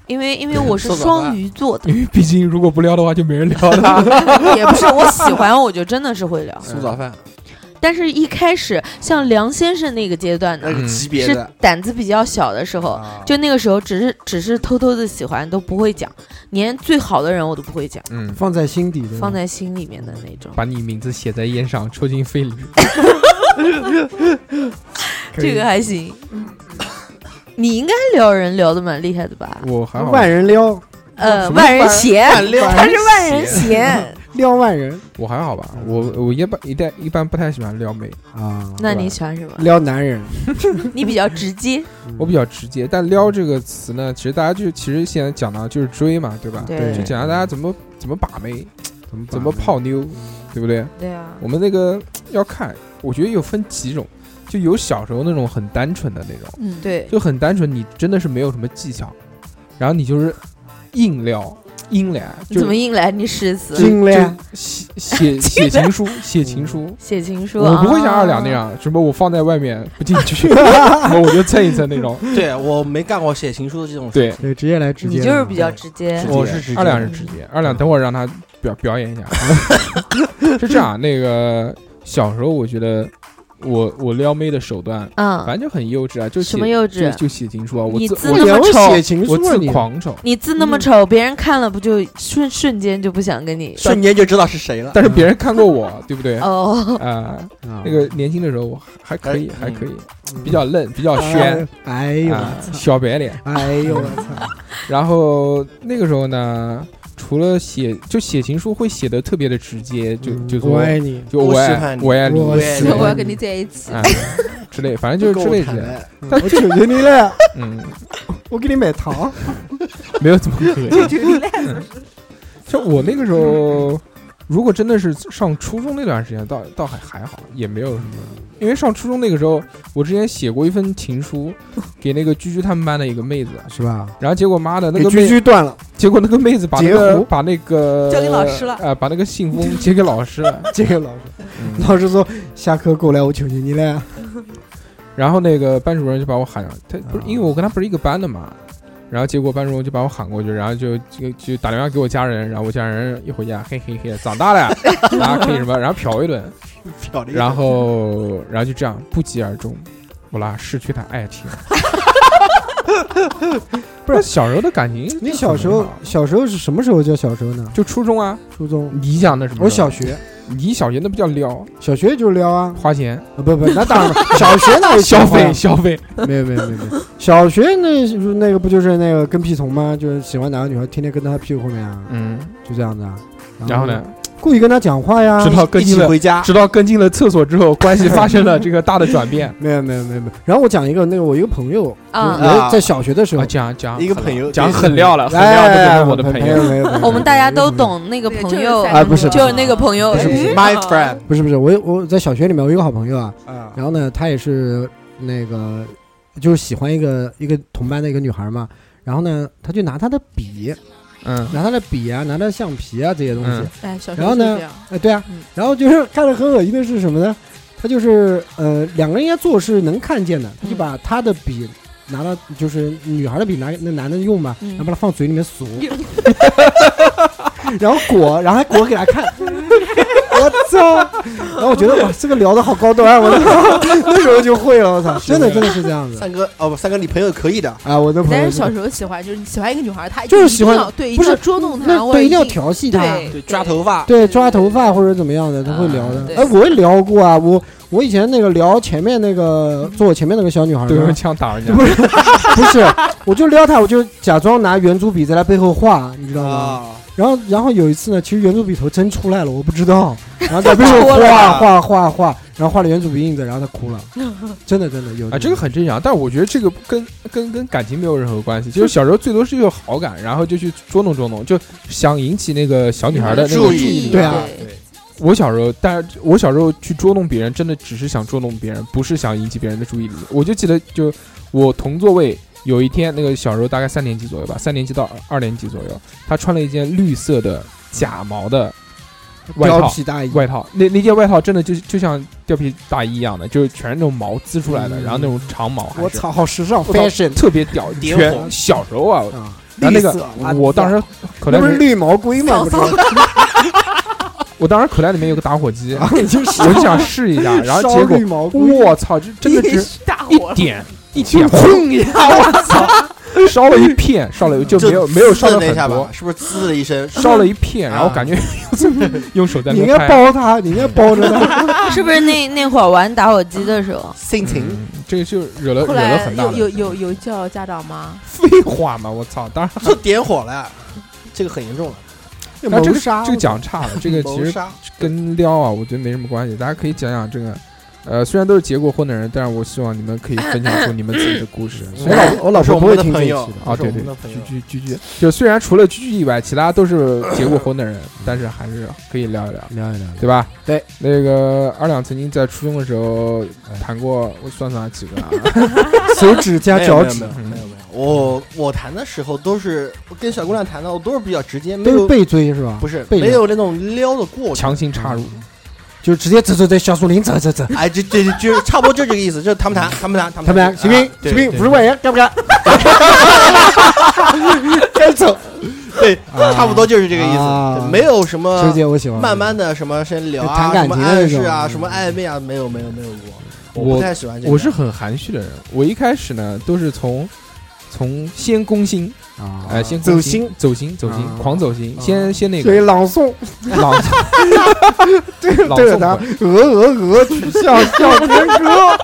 Speaker 7: 因为
Speaker 3: [laughs]
Speaker 7: 因为我是
Speaker 6: 受不了
Speaker 7: 双鱼座的， [laughs]
Speaker 3: 因为毕竟如果不撩的话，就没人撩了。嗯
Speaker 7: 也不是我喜欢，我就真的是会聊。
Speaker 6: 送早饭
Speaker 7: 但是一开始像梁先生那个阶段呢
Speaker 6: 那，个
Speaker 3: 嗯
Speaker 6: 级别
Speaker 7: 是
Speaker 6: 的，
Speaker 7: 胆子比较小的时候，
Speaker 6: 啊
Speaker 7: 就那个时候只是只是偷偷的喜欢，都不会讲，连最好的人我都不会讲，
Speaker 3: 嗯，
Speaker 5: 放在心底的，
Speaker 7: 放在心里面的那种。
Speaker 3: 把你名字写在烟上，抽进肺里。可以
Speaker 7: 这个还行。你应该撩人聊的蛮厉害的吧？
Speaker 3: 我还好，
Speaker 5: 万人撩
Speaker 7: 呃，
Speaker 3: 什么
Speaker 7: 万人嫌，
Speaker 6: 撩
Speaker 7: 他是万人嫌。
Speaker 5: 撩万人
Speaker 3: 我还好吧。我我一般一般一般不太喜欢撩妹，
Speaker 5: 啊，
Speaker 7: 那你喜欢什么？
Speaker 5: 撩男人，嗯
Speaker 7: 你比较直接，
Speaker 3: 我比较直接。但撩这个词呢，其实大家就其实现在讲到就是追嘛，对吧？
Speaker 7: 对
Speaker 3: 就讲到大家怎么怎么把妹，
Speaker 5: 怎么
Speaker 3: 怎么泡妞，对不对？
Speaker 7: 对啊
Speaker 3: 我们那个要看，我觉得有分几种，就有小时候那种很单纯的那种，
Speaker 4: 嗯，
Speaker 7: 对，
Speaker 3: 就很单纯，你真的是没有什么技巧，然后你就是硬撩硬来，
Speaker 7: 你怎
Speaker 3: 就
Speaker 7: 么硬来？你誓死
Speaker 5: 精
Speaker 3: 就
Speaker 5: 嘞？
Speaker 3: 写写写情书，写情书。
Speaker 7: 写情书啊？
Speaker 3: 我不会像二两那样，什么我放在外面不进去，什么我就蹭一蹭那种。
Speaker 6: 对我没干过写情书的这种事，
Speaker 3: 对，
Speaker 5: 对，直接来直接
Speaker 7: 你
Speaker 5: 来，
Speaker 7: 就是比较直接
Speaker 6: 直接。
Speaker 3: 我
Speaker 6: 是直接嗯
Speaker 3: 二两是直接，二两等会儿让他表表演一下。 [laughs] 是这样，那个小时候我觉得我我撩妹的手段，
Speaker 7: 嗯
Speaker 3: 反，正就很幼稚啊，就写
Speaker 7: 什么幼
Speaker 3: 就
Speaker 7: 稚？
Speaker 3: 就写情书啊，我
Speaker 7: 你
Speaker 3: 自
Speaker 7: 自
Speaker 3: 我
Speaker 7: 那么
Speaker 5: 会
Speaker 7: 丑
Speaker 5: 写情书
Speaker 3: 我
Speaker 5: 啊
Speaker 3: 自
Speaker 5: 你，
Speaker 3: 狂丑，
Speaker 7: 你字那么丑，别人看了不就瞬瞬间就不想跟你？
Speaker 6: 瞬间就知道是谁了。
Speaker 3: 但是别人看过我，对不对？啊、
Speaker 7: 哦，
Speaker 5: 那
Speaker 3: 那个年轻的时候我还还可以，
Speaker 6: 哎嗯
Speaker 3: 还可以，比较嫩，比较
Speaker 5: 轩
Speaker 3: 轩，，
Speaker 5: 哎呦
Speaker 3: 啊
Speaker 5: 我操，
Speaker 3: 小白脸。
Speaker 5: 哎呦我操，
Speaker 3: 然后那个时候呢，除了写，就写情书会写的特别的直接，就就
Speaker 5: 嗯我
Speaker 3: 说
Speaker 5: 爱你，
Speaker 3: 就我
Speaker 6: 我喜
Speaker 3: 爱
Speaker 6: 欢你
Speaker 3: 我爱你
Speaker 5: 我喜
Speaker 4: [laughs] 我要
Speaker 5: 欢
Speaker 4: 跟
Speaker 5: 你
Speaker 4: 你，在一起，
Speaker 3: 啊
Speaker 4: 嗯
Speaker 3: [laughs] 之类，反正就是之类之类的。
Speaker 5: 我求求你了，
Speaker 3: 嗯，
Speaker 5: 我给你买
Speaker 3: [laughs]
Speaker 5: 糖，
Speaker 3: 没有怎么可能。 [laughs] 像我那个时候，如果真的是上初中那段时间，倒倒还还好，也没有什么。因为上初中那个时候，我之前写过一封情
Speaker 5: [laughs]
Speaker 3: 书给那个居居他们班的一个妹子，
Speaker 5: 是吧？
Speaker 3: 然后结果妈的那
Speaker 5: 给
Speaker 3: 个
Speaker 5: 居
Speaker 3: 妹，
Speaker 5: 居断了， [laughs]
Speaker 3: 结果那个妹子把那
Speaker 5: 截
Speaker 3: 个
Speaker 5: 胡
Speaker 3: 把那个
Speaker 4: 交给老师了
Speaker 3: 啊、把那个信封 [laughs] 交给老师了。
Speaker 5: 这个老师，
Speaker 3: 嗯
Speaker 5: 老师说下课过来，我求求你了，
Speaker 3: 然后那个班主任就把我喊上，他不是
Speaker 5: 啊
Speaker 3: 因为我跟他不是一个班的嘛，然后结果班主任就把我喊过去，然后就就就打电话给我家人，然后我家人一回家，嘿嘿嘿，长大
Speaker 5: [laughs]
Speaker 3: 了，然后可以什么，然后瞟一顿，
Speaker 6: 漂亮
Speaker 3: 然后然后就这样不疾而终，我啦失去他爱情。 [laughs] 不是小时候的感情，
Speaker 5: 你小时候小时候是什么时候叫小时候呢？
Speaker 3: 就初中啊，
Speaker 5: 初中，
Speaker 3: 你讲的什么？
Speaker 5: 我小学，
Speaker 3: 你小学那不叫撩，
Speaker 5: 小学就是撩啊，
Speaker 3: 花钱
Speaker 5: 啊不不，那当然了，
Speaker 3: [laughs]
Speaker 5: 小学那有
Speaker 3: 消
Speaker 5: 钱花呀
Speaker 3: 费消费，
Speaker 5: 没有没有没有，没有，小学那那个不就是那个跟屁虫吗？就是喜欢哪个女孩，天天跟她屁股后面啊，
Speaker 3: 嗯，
Speaker 5: 就这样子啊。
Speaker 3: 然后呢，，
Speaker 5: 故意跟她讲话呀
Speaker 3: 直。到
Speaker 6: 一
Speaker 3: 跟进
Speaker 6: 起
Speaker 3: 了 [laughs]
Speaker 6: 回家，
Speaker 3: 直到跟进了厕所之后，关系发生了这个大的转变
Speaker 5: 没有没有没有没有。然后我讲一个那个我一个朋友，
Speaker 7: 啊
Speaker 5: 有有在小学的时候
Speaker 3: 啊！，讲讲
Speaker 6: 一个朋友
Speaker 3: 讲
Speaker 6: 对
Speaker 3: 很料了，哎很料的就是我的朋友，
Speaker 5: 友
Speaker 7: 我们大家都。懂那个
Speaker 4: 对
Speaker 7: 朋友，
Speaker 5: 哎不是
Speaker 7: 就是那个朋友
Speaker 5: 不是不是
Speaker 7: 嗯
Speaker 6: my friend
Speaker 5: 不是不是，我有我在小学里面，我有个好朋友啊，
Speaker 6: 啊，
Speaker 5: 然后呢，他也是那个就是喜欢一个一个同班的一个女孩嘛，然后呢，他就拿她的笔，
Speaker 3: 嗯，
Speaker 5: 拿她的笔啊，拿她的橡皮啊这些东西
Speaker 3: 嗯，
Speaker 4: 哎，小时
Speaker 5: 然
Speaker 4: 候
Speaker 5: 后
Speaker 4: 是
Speaker 5: 呢
Speaker 4: 这样，
Speaker 5: 哎，对啊
Speaker 4: 嗯，
Speaker 5: 然后就是看着很恶心的是什么呢？他就是呃，两个人应该做是能看见的，他
Speaker 4: 嗯
Speaker 5: 就把他的笔拿到，就是女孩的笔拿给那男的用嘛，
Speaker 4: 嗯
Speaker 5: 然后把它放嘴里面
Speaker 4: [laughs]
Speaker 5: 数，然后裹，然后还裹给他看。 [laughs] 我操！然后我觉得哇，这个聊的好高端，啊我 [laughs] 那时候就会了，我操，真的真的是这样子
Speaker 6: 三哥哦不，三哥你朋友可以的，
Speaker 5: 啊！我的朋
Speaker 4: 但
Speaker 5: 友
Speaker 4: 是小时候喜欢就是你喜欢一个女孩，她
Speaker 5: 就是
Speaker 4: 一
Speaker 5: 喜
Speaker 4: 定
Speaker 5: 欢
Speaker 4: 要对，一
Speaker 5: 不
Speaker 4: 定要
Speaker 5: 是
Speaker 4: 捉弄她，
Speaker 5: 那
Speaker 4: 或者
Speaker 5: 对一定要
Speaker 4: 定
Speaker 5: 调戏他，
Speaker 4: 对
Speaker 6: 对，抓头发，
Speaker 5: 对，抓头发或者怎么样的，他会聊的
Speaker 4: 啊。对
Speaker 5: 哎，我也聊过啊，我我以前那个聊前面那个坐我前面那个小女孩
Speaker 3: 对 [laughs]
Speaker 5: 嘛
Speaker 3: 用，枪打人家
Speaker 5: 不，是 [laughs] 不是，我就撩她，我就假装拿圆珠笔在她背后画，你知道吗？
Speaker 6: 啊，
Speaker 5: 然后然后有一次呢，其实圆珠笔头真出来了，我不
Speaker 3: [laughs]
Speaker 5: 知道，然后在背后
Speaker 6: 戳了
Speaker 5: 画画画画，然后画了圆珠笔印子，然后她哭了，真的真的有
Speaker 3: 啊，这个很正常，但我觉得这个跟跟跟感情没有任何关系，就是小时候最多是有好感，然后就去捉弄捉弄，就想引起那个小女孩的那
Speaker 6: 注
Speaker 3: 个。
Speaker 6: 意
Speaker 5: 对啊
Speaker 3: 我小时候，但是我小时候去捉弄别人，真的只是想捉弄别人，不是想引起别人的注意力。我就记得，就我同座位有一天，那个小时候大概三年级左右吧，三年级到二年级左右，她穿了一件绿色的假毛的外
Speaker 5: 貂
Speaker 3: 套。
Speaker 5: 皮大衣，
Speaker 3: 外套，那那件外套真的就就像貂皮大衣一样的，就是全是那种毛滋出来的，
Speaker 5: 嗯
Speaker 3: 然后那种长毛，
Speaker 5: 我，操，好时尚
Speaker 3: 我操
Speaker 5: ，fashion
Speaker 3: 特别屌。
Speaker 6: 点火
Speaker 3: 全小时候啊，
Speaker 5: 啊！
Speaker 3: 然后那
Speaker 5: [laughs] 绿
Speaker 3: 个
Speaker 5: 色，啊
Speaker 3: 我当时口袋
Speaker 5: 那
Speaker 3: 里
Speaker 5: 不是
Speaker 3: 面，
Speaker 5: 绿毛龟吗？不是，
Speaker 3: 我当时口袋里面有个打火机，
Speaker 5: [laughs] 啊，就是
Speaker 3: 我就想试一下，然后结
Speaker 5: 烧
Speaker 3: 果
Speaker 5: 绿毛龟，
Speaker 3: 我操，这真的
Speaker 5: [laughs]
Speaker 3: 只
Speaker 4: 大
Speaker 3: 一
Speaker 4: 火，
Speaker 3: 点一
Speaker 5: 就
Speaker 3: 点
Speaker 5: 轰一下，我操！
Speaker 3: 烧了一片，烧了就没有没有烧
Speaker 6: 了
Speaker 3: 了
Speaker 6: 那一
Speaker 3: 很
Speaker 6: 下
Speaker 3: 多
Speaker 6: 吧，，是不是滋了一声？
Speaker 3: 烧了一片，
Speaker 5: 啊
Speaker 3: 然后感觉 [laughs] 用手在
Speaker 5: 你
Speaker 3: 那
Speaker 5: 应
Speaker 3: 边
Speaker 5: 该
Speaker 3: 拍。
Speaker 5: 包他，你应该包着他。
Speaker 7: 哎是不是那那会儿玩打火机的时候？
Speaker 6: 心情
Speaker 3: 嗯，这个就惹了
Speaker 4: 后
Speaker 3: 惹了
Speaker 4: 来
Speaker 3: 很大
Speaker 4: 有
Speaker 3: 的
Speaker 4: 有有有叫家长吗？
Speaker 3: 废话嘛！我操，当然
Speaker 6: 这点火了，这个很严重了。
Speaker 3: 但这
Speaker 5: 谋
Speaker 3: 个
Speaker 5: 杀，
Speaker 3: 这个讲差了，
Speaker 6: [laughs]
Speaker 3: 这个其
Speaker 6: 谋
Speaker 3: 实
Speaker 6: 杀
Speaker 3: 跟撩啊，我觉得没什么关系。大家可以讲讲这个，呃，虽然都是结过婚的人，但是我希望你们可以分享出你们自己的故事。虽
Speaker 5: 我
Speaker 3: 然
Speaker 5: 老婆啊我老
Speaker 6: 是
Speaker 5: 婆
Speaker 6: 我
Speaker 5: 不
Speaker 6: 们
Speaker 5: 会
Speaker 6: 的
Speaker 5: 听这
Speaker 6: 朋
Speaker 5: 一期
Speaker 6: 友
Speaker 5: 的，
Speaker 3: 啊，
Speaker 6: 是我
Speaker 3: 对
Speaker 6: 们
Speaker 3: 对
Speaker 6: 的朋，友
Speaker 3: 居居居居，就虽然除了居居以外，其他都是结过婚的人，但是还是可以聊一聊，
Speaker 10: 聊一聊，
Speaker 3: 对吧？
Speaker 5: 对，
Speaker 3: 那个二两曾经在初中的时候谈过，我算算啊几个啊？
Speaker 5: 手指加
Speaker 6: 没有
Speaker 5: 脚
Speaker 6: 没有
Speaker 5: 趾
Speaker 6: 没有没有没有，我我谈的时候都是我跟小姑娘谈的，我都是比较直接，没
Speaker 5: 都是
Speaker 6: 有
Speaker 5: 被追是吧？
Speaker 6: 不是
Speaker 5: 被
Speaker 6: 没有那种撩的过程，
Speaker 3: 强行插入，
Speaker 5: 就直接走走走，小树林走走走。
Speaker 6: 哎，这这这就差不多就这个意思，就是谈不谈，谈不谈，谈
Speaker 5: 他
Speaker 6: 不
Speaker 5: 们俩，
Speaker 6: 谈，
Speaker 5: 行不行
Speaker 6: 啊？
Speaker 5: 行
Speaker 6: 对
Speaker 5: 不行？
Speaker 10: 对
Speaker 5: 不是外人，干不干？该走。
Speaker 6: 对，
Speaker 5: 啊
Speaker 6: 差不多就是这个意
Speaker 5: 啊
Speaker 6: 思，对没有什么
Speaker 5: 周姐，我喜欢。
Speaker 6: 呃慢慢的什么先聊
Speaker 5: 谈
Speaker 6: 啊，
Speaker 5: 感
Speaker 6: 什么
Speaker 5: 情的那
Speaker 6: 暗示啊，
Speaker 5: 种
Speaker 6: 什么暧昧啊，没有没有没有过，
Speaker 3: 我
Speaker 6: 不太喜欢这个。啊
Speaker 3: 我是很含蓄的人，我一开始呢都是从从先攻心，
Speaker 5: 啊
Speaker 3: 哎，先
Speaker 5: 走
Speaker 3: 攻
Speaker 5: 心。
Speaker 3: 走心，走心
Speaker 5: 啊，
Speaker 3: 狂走心，
Speaker 5: 啊
Speaker 3: 先先那
Speaker 5: 所以
Speaker 3: 个
Speaker 5: 朗诵，
Speaker 3: 朗诵，
Speaker 5: 对
Speaker 3: 朗
Speaker 5: 对
Speaker 3: 诵
Speaker 5: 的
Speaker 3: 会，
Speaker 5: 鹅鹅鹅，曲项向天歌，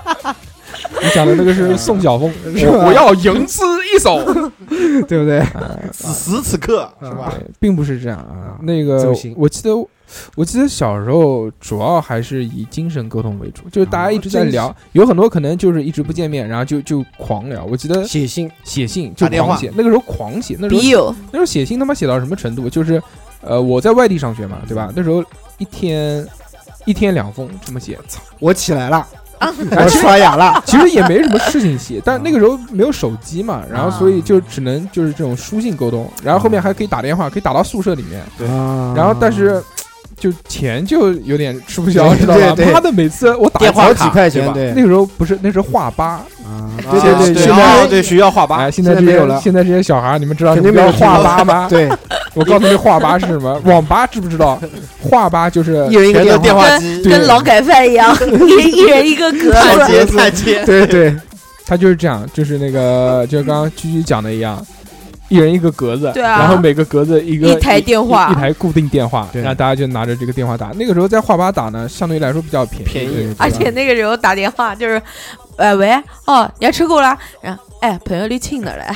Speaker 3: 你讲的那个是宋晓峰，
Speaker 5: 是吧
Speaker 3: 我我要吟诗一首，
Speaker 5: 对不对？
Speaker 6: 此时此刻是吧？
Speaker 3: 对并不是这样啊
Speaker 5: 啊。
Speaker 3: 那个
Speaker 5: 走心
Speaker 3: 我记得，我记得小时候主要还是以精神沟通为主，就是大家一直在聊，有很多可能就是一直不见面，然后就就狂聊。我记得
Speaker 5: 写信
Speaker 3: 写信就
Speaker 6: 打电话
Speaker 3: 狂写，那个时候狂写，那时候
Speaker 7: 笔友
Speaker 3: 那时候写信他妈写到什么程度？就是，呃，我在外地上学嘛，
Speaker 5: 嗯
Speaker 3: 对吧？那时候一天一天两封这么写，操，
Speaker 5: 我起来了，
Speaker 3: 哎
Speaker 5: 我刷牙了，
Speaker 3: 其实也没什么事情
Speaker 5: [laughs]
Speaker 3: 写，
Speaker 5: 嗯
Speaker 3: 但那个时候没有手机嘛，然后所以就只能就是这种书信沟通，然后后面还可以打电话，可以打到宿舍里面，
Speaker 6: 对
Speaker 3: 然
Speaker 5: 然
Speaker 3: 后但是。就钱就有点吃不消，
Speaker 5: 对
Speaker 3: 知道吧？
Speaker 5: 对对
Speaker 3: 妈的，每次我打
Speaker 5: 电话
Speaker 3: 好
Speaker 5: 几块钱对
Speaker 3: 那个时候不是那时候话吧，
Speaker 5: 啊，
Speaker 6: 啊
Speaker 5: 对对
Speaker 6: 对，
Speaker 5: 现
Speaker 6: 啊
Speaker 5: 在
Speaker 6: 对学校画
Speaker 3: 哎，
Speaker 6: 吧，
Speaker 3: 现在这
Speaker 5: 现在没有
Speaker 3: 些
Speaker 5: 了
Speaker 3: 现在这些小孩儿，你们知道什么
Speaker 5: 肯
Speaker 3: 叫
Speaker 5: 定没有
Speaker 3: 话吧吗？
Speaker 5: [laughs] 对，
Speaker 3: 我告诉你们，话吧是什么？网吧知不知
Speaker 5: [laughs]
Speaker 3: 道？话吧就是
Speaker 5: 一人一
Speaker 6: 全
Speaker 5: 个
Speaker 6: 都是
Speaker 5: 电
Speaker 6: 电
Speaker 5: 话，
Speaker 6: 话
Speaker 7: 跟
Speaker 6: 机，
Speaker 7: 跟劳改犯一样，一人一人一个格，
Speaker 6: 太接太接，
Speaker 5: 对对，
Speaker 3: 他就是这样，就是那个，就刚刚居居讲的一样，一人一个格子，
Speaker 7: 对啊
Speaker 3: 然后每个格子一个
Speaker 7: 一台电话
Speaker 3: 一一台固定电话，
Speaker 5: 对
Speaker 3: 然后大家就拿着这个电话打。那个时候在话吧打呢，相对来说比较便宜，
Speaker 6: 便宜
Speaker 3: 对吧
Speaker 7: 而且那个时候打电话就是，呃喂，哦，你要吃够了，然后哎，朋友你请的来，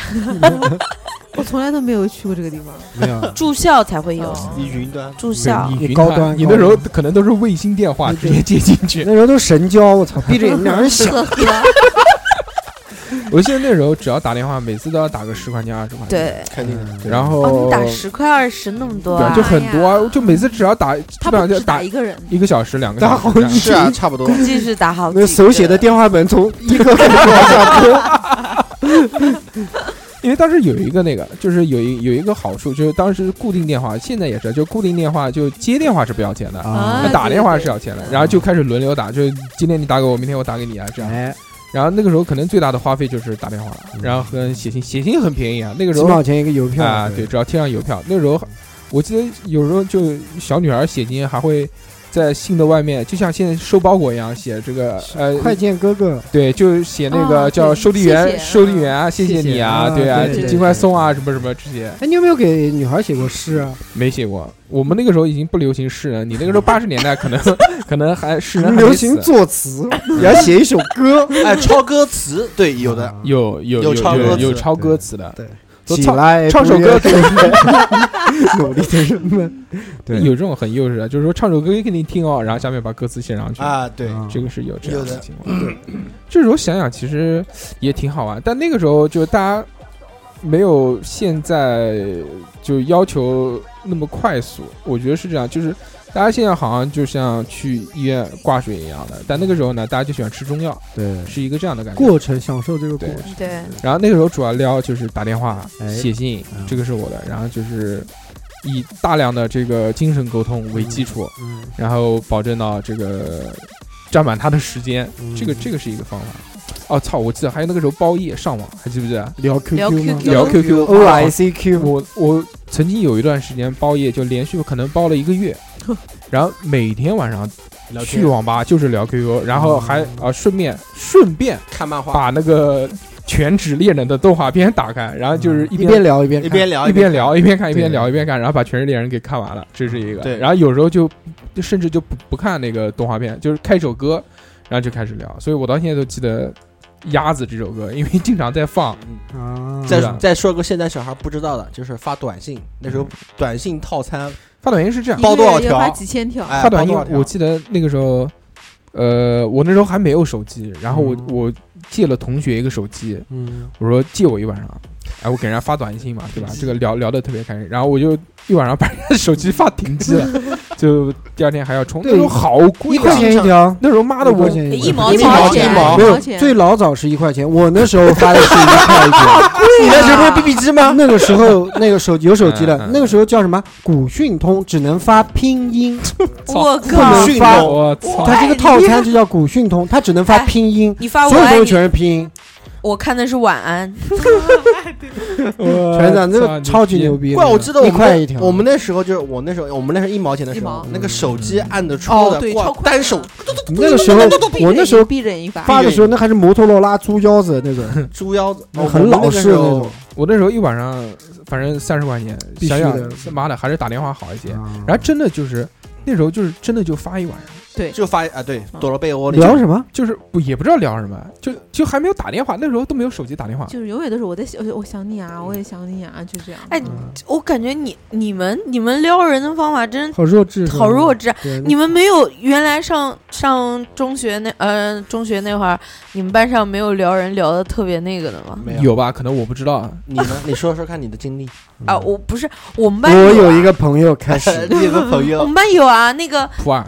Speaker 4: 我从来都没有去过这个地方。
Speaker 5: 没有，
Speaker 7: 住校才会有，
Speaker 4: 哦
Speaker 6: 你云端
Speaker 7: 住校
Speaker 3: 你
Speaker 5: 你高端
Speaker 3: 云盘你
Speaker 5: 高
Speaker 3: 那
Speaker 5: 端
Speaker 3: 时候可能都是卫星电话直
Speaker 5: 对
Speaker 3: 接接进去。
Speaker 5: [laughs] 那时候都神交，我操，闭着眼两人
Speaker 7: [laughs]
Speaker 5: 想，
Speaker 7: 呵呵，
Speaker 3: 我记得那时候只要打电话，每次都要打个十块钱、二十块钱，
Speaker 7: 对，
Speaker 6: 肯定的。
Speaker 3: 对然
Speaker 7: 哦，
Speaker 3: 后
Speaker 7: 你打十块二十那么多
Speaker 3: 对
Speaker 7: 啊，
Speaker 3: 就很多
Speaker 4: 哎
Speaker 3: 啊
Speaker 4: 呀，
Speaker 3: 就每次只要打，基
Speaker 4: 他
Speaker 3: 本上
Speaker 4: 不
Speaker 3: 就
Speaker 4: 只
Speaker 3: 打
Speaker 4: 打一个人，
Speaker 3: 一个小时、两个
Speaker 5: 打
Speaker 3: 小时
Speaker 5: 好
Speaker 3: 这样。
Speaker 6: 是啊，差不多。
Speaker 7: 估计是打好几
Speaker 5: 那
Speaker 7: 个
Speaker 5: 手写的电话本从一个开始往下拨，
Speaker 3: 因为当时有一个那个，就是有一有一个好处，就是当时固定电话，现在也是，就固定电话就接电话是不要钱的，
Speaker 7: 啊
Speaker 3: 那打电话是要钱的，然后就开始轮流打，就是今天你打给我，明天我打给你啊，这样。
Speaker 5: 哎，嗯
Speaker 3: 然后那个时候可能最大的花费就是打电话，然后跟写信，写信很便宜啊，那个时
Speaker 5: 几
Speaker 3: 候
Speaker 5: 毛钱一个邮票
Speaker 3: 啊，对，，只要贴上邮票，那时候我记得有时候就小女孩写信还会。在信的外面，就像现在收包裹一样，写这个呃，
Speaker 5: 快见哥哥，
Speaker 3: 对，就写那个
Speaker 4: 哦
Speaker 3: 叫
Speaker 4: 对
Speaker 3: 收递
Speaker 4: 谢
Speaker 3: 员，
Speaker 4: 谢
Speaker 3: 收递员啊，谢
Speaker 5: 谢谢
Speaker 3: 你啊，
Speaker 5: 啊
Speaker 3: 对啊，
Speaker 5: 对
Speaker 3: 尽
Speaker 5: 对
Speaker 3: 尽快
Speaker 5: 对
Speaker 3: 送啊，什么什么这些，
Speaker 5: 哎，你有没有给女孩写过诗啊？
Speaker 3: 没写过。我们那个时候已经不流行诗人，你那个时候八十年代可能 [laughs] 可能还诗人还没
Speaker 5: [laughs] 流行
Speaker 3: 死
Speaker 5: 作 [laughs] 词，也啊要写一首歌，
Speaker 6: [laughs] 哎，抄歌词，对，有
Speaker 5: 嗯
Speaker 6: 的。
Speaker 3: 有有
Speaker 6: 有抄
Speaker 3: 有
Speaker 6: 歌词
Speaker 3: 有抄歌词的，
Speaker 5: 对
Speaker 3: 都
Speaker 5: 啊起
Speaker 3: 唱
Speaker 5: 来
Speaker 3: 唱首歌
Speaker 5: 不要 [laughs] 努力的
Speaker 3: [laughs]
Speaker 5: 人们，对
Speaker 3: 有这种很幼稚的，就是说唱首歌给你听哦，然后下面把歌词写上去，
Speaker 6: 啊，对，
Speaker 5: 啊
Speaker 3: 这个嗯是有这样的情况。
Speaker 6: 有的
Speaker 3: 对这时候想想其实也挺好玩，啊但那个时候就大家没有现在就要求那么快速，我觉得是这样，就是。大家现在好像就像去医院挂水一样的，但那个时候呢，大家就喜欢吃中药，
Speaker 5: 对
Speaker 3: 是一个这样的感觉。
Speaker 5: 过程，享受这个过程。
Speaker 7: 嗯对，
Speaker 3: 然后那个时候主要撩就是打电话、
Speaker 5: 哎
Speaker 3: 写信
Speaker 5: 嗯，
Speaker 3: 这个是我的。然后就是以大量的这个精神沟通为基础，
Speaker 5: 嗯，
Speaker 3: 然后保证到这个占满他的时间，
Speaker 5: 嗯
Speaker 3: 这个这个是一个方法。哦操！我记得还有那个时候包夜上网，还记不记得？
Speaker 5: 聊 QQ 吗？
Speaker 3: 聊 QQ
Speaker 5: O I C Q，
Speaker 3: 啊我我曾经有一段时间包夜，就连续可能包了一个月，然后每天晚上
Speaker 6: 聊天
Speaker 3: 去网吧就是聊 QQ，然
Speaker 5: 嗯
Speaker 3: 后还啊、顺便顺便
Speaker 6: 看漫画，
Speaker 3: 把那个《全职猎人》的动画片打开，然后就是一
Speaker 5: 一边
Speaker 3: 边。
Speaker 5: 聊一边
Speaker 6: 一
Speaker 5: 看
Speaker 6: 边聊
Speaker 3: 一边聊一边看一
Speaker 5: 对
Speaker 3: 边聊一边看，然后把《全职猎人》给看完了，这是一个。
Speaker 6: 对
Speaker 3: 然后有时候就就甚至就不不看那个动画片，就是开一首歌，然后就开始聊。所以我到现在都记得《鸭子》这首歌，因为经常在放。
Speaker 5: 啊，
Speaker 3: 在
Speaker 6: 再
Speaker 3: 是吧
Speaker 6: 再说个现在小孩不知道的，就是发短信，那时候短信套餐，
Speaker 3: 发短信是这样，
Speaker 6: 包多少
Speaker 4: 一个月要
Speaker 6: 条
Speaker 4: 发几千条，哦
Speaker 6: 哎，
Speaker 3: 发短信
Speaker 6: 包多少，条
Speaker 3: 我记得那个时候，呃，我那时候还没有手机，然后我、
Speaker 5: 嗯
Speaker 3: 我借了同学一个手机，
Speaker 5: 嗯，
Speaker 3: 我说借我一晚上，哎，我给人家发短信嘛，对吧？这个聊聊的特别开心，然后我就一晚上把人家的手机发停机
Speaker 5: [laughs]
Speaker 3: 了，就第二天还要充，那
Speaker 5: 对
Speaker 3: 时候好贵
Speaker 5: 一块
Speaker 3: 啊！
Speaker 5: 钱一条，
Speaker 3: 那时候妈的
Speaker 5: 一块
Speaker 3: 我
Speaker 5: 钱
Speaker 7: 一毛
Speaker 4: 一
Speaker 7: 钱
Speaker 4: 毛
Speaker 6: 一
Speaker 4: 钱，
Speaker 6: 毛
Speaker 5: 没有
Speaker 4: 毛，钱
Speaker 5: 最老早是一块钱，我那时候发的是一块钱。
Speaker 6: 你那时候不是 BB 机吗？
Speaker 5: 那个时候那个手有手机
Speaker 3: 嗯
Speaker 5: 了，
Speaker 3: 嗯
Speaker 5: 那个时候叫什么？古讯通只能发拼音，
Speaker 3: 操
Speaker 7: 我
Speaker 5: 不
Speaker 7: 靠！
Speaker 5: 能
Speaker 6: 讯
Speaker 5: 发
Speaker 6: 通。
Speaker 3: 我操！
Speaker 5: 它这个套餐就叫古讯通，它只能发拼音，
Speaker 7: 你发我
Speaker 5: 所有
Speaker 7: 爱
Speaker 5: 东西
Speaker 7: 你，
Speaker 5: 全是拼音，
Speaker 7: 我看的是晚安，
Speaker 3: 全
Speaker 5: 全是那个超级牛逼。
Speaker 6: 怪我知道我
Speaker 5: 一
Speaker 6: 们那
Speaker 5: 块一条，
Speaker 6: 我们那时候就是我那时候，我们那时候一毛钱的时
Speaker 4: 一毛
Speaker 6: 候，那个手机按着戳
Speaker 4: 哦
Speaker 6: 的，
Speaker 4: 对，
Speaker 6: 哇
Speaker 4: 超快
Speaker 6: 单手
Speaker 5: 那个时候我那时候
Speaker 4: 必人一发，
Speaker 5: 发的时候，那还是摩托罗拉猪腰子那
Speaker 4: 嗯
Speaker 5: 种，
Speaker 6: 猪腰子，哦
Speaker 5: 嗯很
Speaker 6: 我们那
Speaker 5: 老式那
Speaker 6: 个时
Speaker 5: 种
Speaker 6: 候。
Speaker 3: 我那时候一晚上反正三十块钱，
Speaker 5: 必须
Speaker 3: 想想
Speaker 5: 的
Speaker 3: 妈的还是打电话好一些。
Speaker 5: 啊
Speaker 3: 然后真的就是那时候就是真的就发一晚上。
Speaker 6: 就发啊，对，
Speaker 4: 嗯
Speaker 6: 躲到被窝里
Speaker 5: 聊什么？
Speaker 3: 就是不也不知道聊什么，就就还没有打电话，那时候都没有手机打电话。
Speaker 4: 就是永远都是我在想，我想你啊，我也想你啊，就这样。
Speaker 7: 哎我感觉你、你们、你们撩人的方法真
Speaker 5: 好弱智，
Speaker 7: 好弱。智啊。
Speaker 5: 对，
Speaker 3: 嗯
Speaker 7: 你们没有原来上上中学那呃中学那会儿，你们班上没有撩人聊的特别那个的吗？
Speaker 6: 没？
Speaker 3: 有吧？可能我不知道啊。
Speaker 6: 你呢？你说说看你的经历。
Speaker 5: 嗯
Speaker 7: 啊，
Speaker 3: 嗯
Speaker 7: 我不是我
Speaker 5: 我
Speaker 7: 们班啊
Speaker 5: 有一个朋
Speaker 6: [laughs]
Speaker 5: 友开 [laughs] 始
Speaker 6: 你有个朋
Speaker 7: 我
Speaker 6: 友
Speaker 7: 们班有啊，那个
Speaker 3: 普洱，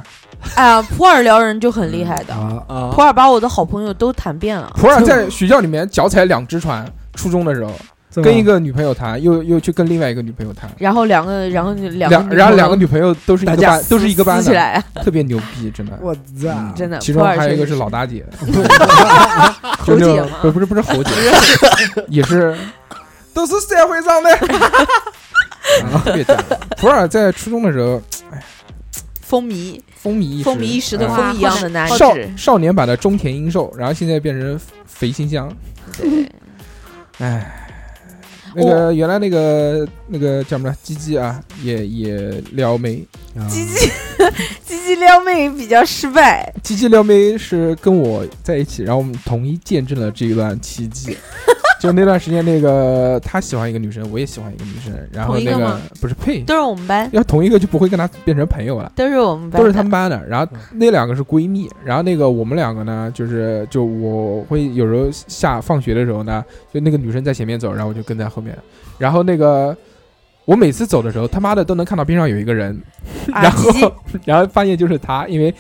Speaker 7: 啊、普洱撩人就很厉害
Speaker 3: 嗯
Speaker 7: 的，
Speaker 5: 啊，
Speaker 6: 啊
Speaker 7: 普，洱把我的好朋友都谈遍了。
Speaker 3: 普洱
Speaker 5: [laughs]
Speaker 3: 在学校里面脚踩两只船，初中的时候
Speaker 5: 这么啊
Speaker 3: 跟一个女朋友谈，又又去跟另外一个女朋友谈，
Speaker 7: 然后两个，然后就两个
Speaker 3: 两
Speaker 7: 女朋友
Speaker 3: 然后两个女朋友都是一
Speaker 7: 大
Speaker 3: 个
Speaker 7: 家
Speaker 3: 班，都是一个班
Speaker 7: 撕起
Speaker 3: 的，
Speaker 7: 来啊，
Speaker 3: 特别牛逼，真的。
Speaker 5: 我操
Speaker 3: 嗯
Speaker 7: 真的
Speaker 3: 其中
Speaker 7: 普洱
Speaker 3: 还有一个
Speaker 7: 确实
Speaker 3: 是
Speaker 7: 是
Speaker 3: 老大
Speaker 7: [laughs]
Speaker 3: 姐，
Speaker 4: 侯姐
Speaker 3: 就
Speaker 4: 吗
Speaker 3: 不不是不是侯姐，也是都是社会上的， [laughs] 啊特别赞。普洱在初中的时候
Speaker 7: 风靡
Speaker 3: 风靡一时，
Speaker 7: 风靡一时的
Speaker 3: 哎
Speaker 7: 风一样的男
Speaker 3: 少
Speaker 7: 人，
Speaker 3: 少年版的中田英寿，然后现在变成肥新香。
Speaker 7: 对
Speaker 3: 哎，那个原来那个那个叫什么鸡鸡啊，也也撩妹。
Speaker 7: 鸡鸡鸡鸡撩妹比较失败，
Speaker 3: 鸡鸡撩妹是跟我在一起，然后我们统一见证了这一段奇
Speaker 4: [laughs]
Speaker 3: 迹。就那段时间，那个他喜欢一个女生，我也喜欢一个女生，然后
Speaker 4: 同一个
Speaker 3: 那个
Speaker 4: 吗
Speaker 3: 不是呸，
Speaker 7: 都是我们班，
Speaker 3: 要同一个就不会跟他变成朋友了。
Speaker 7: 都是我们班的，
Speaker 3: 都是他们班的。然后那两个是闺蜜，然后那个我们两个呢，就是就我会有时候下放学的时候呢，就那个女生在前面走，然后我就跟在后面。然后那个我每次走的时候，他妈的都能看到边上有一个人，
Speaker 7: 啊
Speaker 3: 然后
Speaker 7: 鸡
Speaker 3: [laughs]
Speaker 7: 鸡
Speaker 3: 然后发现就是他，因为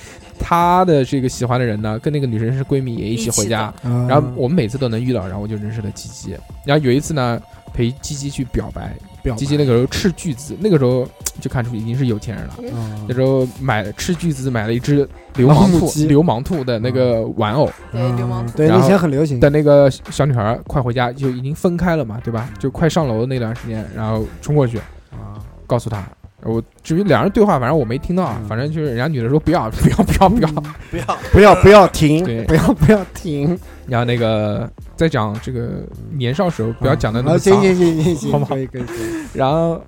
Speaker 3: 他的这个喜欢的人呢，跟那个女生是闺蜜，也一起回家。
Speaker 5: 啊然
Speaker 3: 然后我们每次都能遇到，然后我就认识了吉吉。然后有一次呢，陪吉吉去表白，
Speaker 5: 表
Speaker 3: 吉吉那个时候斥巨资，那个时候就看出已经是有钱人
Speaker 5: 嗯
Speaker 3: 了。那时候买吃巨资买了一只流
Speaker 5: 老
Speaker 3: 氓
Speaker 5: 母
Speaker 3: 兔
Speaker 5: 鸡嗯
Speaker 3: 流氓兔的那个玩偶，
Speaker 7: 对流氓
Speaker 5: 对，
Speaker 3: 然
Speaker 5: 那
Speaker 3: 后
Speaker 5: 以前很流行。
Speaker 3: 但那个小女孩儿快回家就已经分开了嘛，对吧？
Speaker 5: 嗯
Speaker 3: 就快上楼的那段时间，然后冲过去
Speaker 5: 啊
Speaker 3: 告诉她。我至于两人对话，反正我没听到啊，
Speaker 5: 嗯
Speaker 3: 反正就是人家女的说不要 [laughs] 不要不要不要，
Speaker 6: 不要
Speaker 5: 不要不要停
Speaker 3: 对，
Speaker 5: 不要不要停，
Speaker 3: 然后那个再讲这个年少时候不要讲的那
Speaker 5: 啊
Speaker 3: 么
Speaker 5: 行
Speaker 3: 脏，
Speaker 5: 行行行
Speaker 3: 好不
Speaker 5: 行，
Speaker 3: 好
Speaker 5: 可以可以可以。
Speaker 3: 然后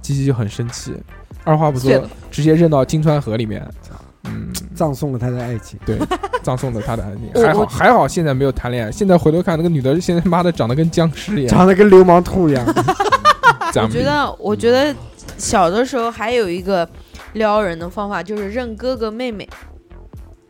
Speaker 3: 吉吉就很生气，二话不
Speaker 4: 碎
Speaker 3: 说
Speaker 4: 了
Speaker 3: 直接扔到金川河里面，嗯，
Speaker 5: [laughs] 葬送了他的爱情。
Speaker 3: 对，葬送了他的爱情。
Speaker 7: 我
Speaker 3: 还好
Speaker 7: 我
Speaker 3: 还好，现在没有谈恋爱。现在回头看那个女的，现在妈的长得跟僵尸一样。
Speaker 5: 长得跟流氓兔一样，
Speaker 3: 咱
Speaker 7: 我
Speaker 3: 们
Speaker 7: 觉得，我觉得小的时候还有一个撩人的方法，就是认哥哥
Speaker 3: [laughs]
Speaker 7: 妹妹。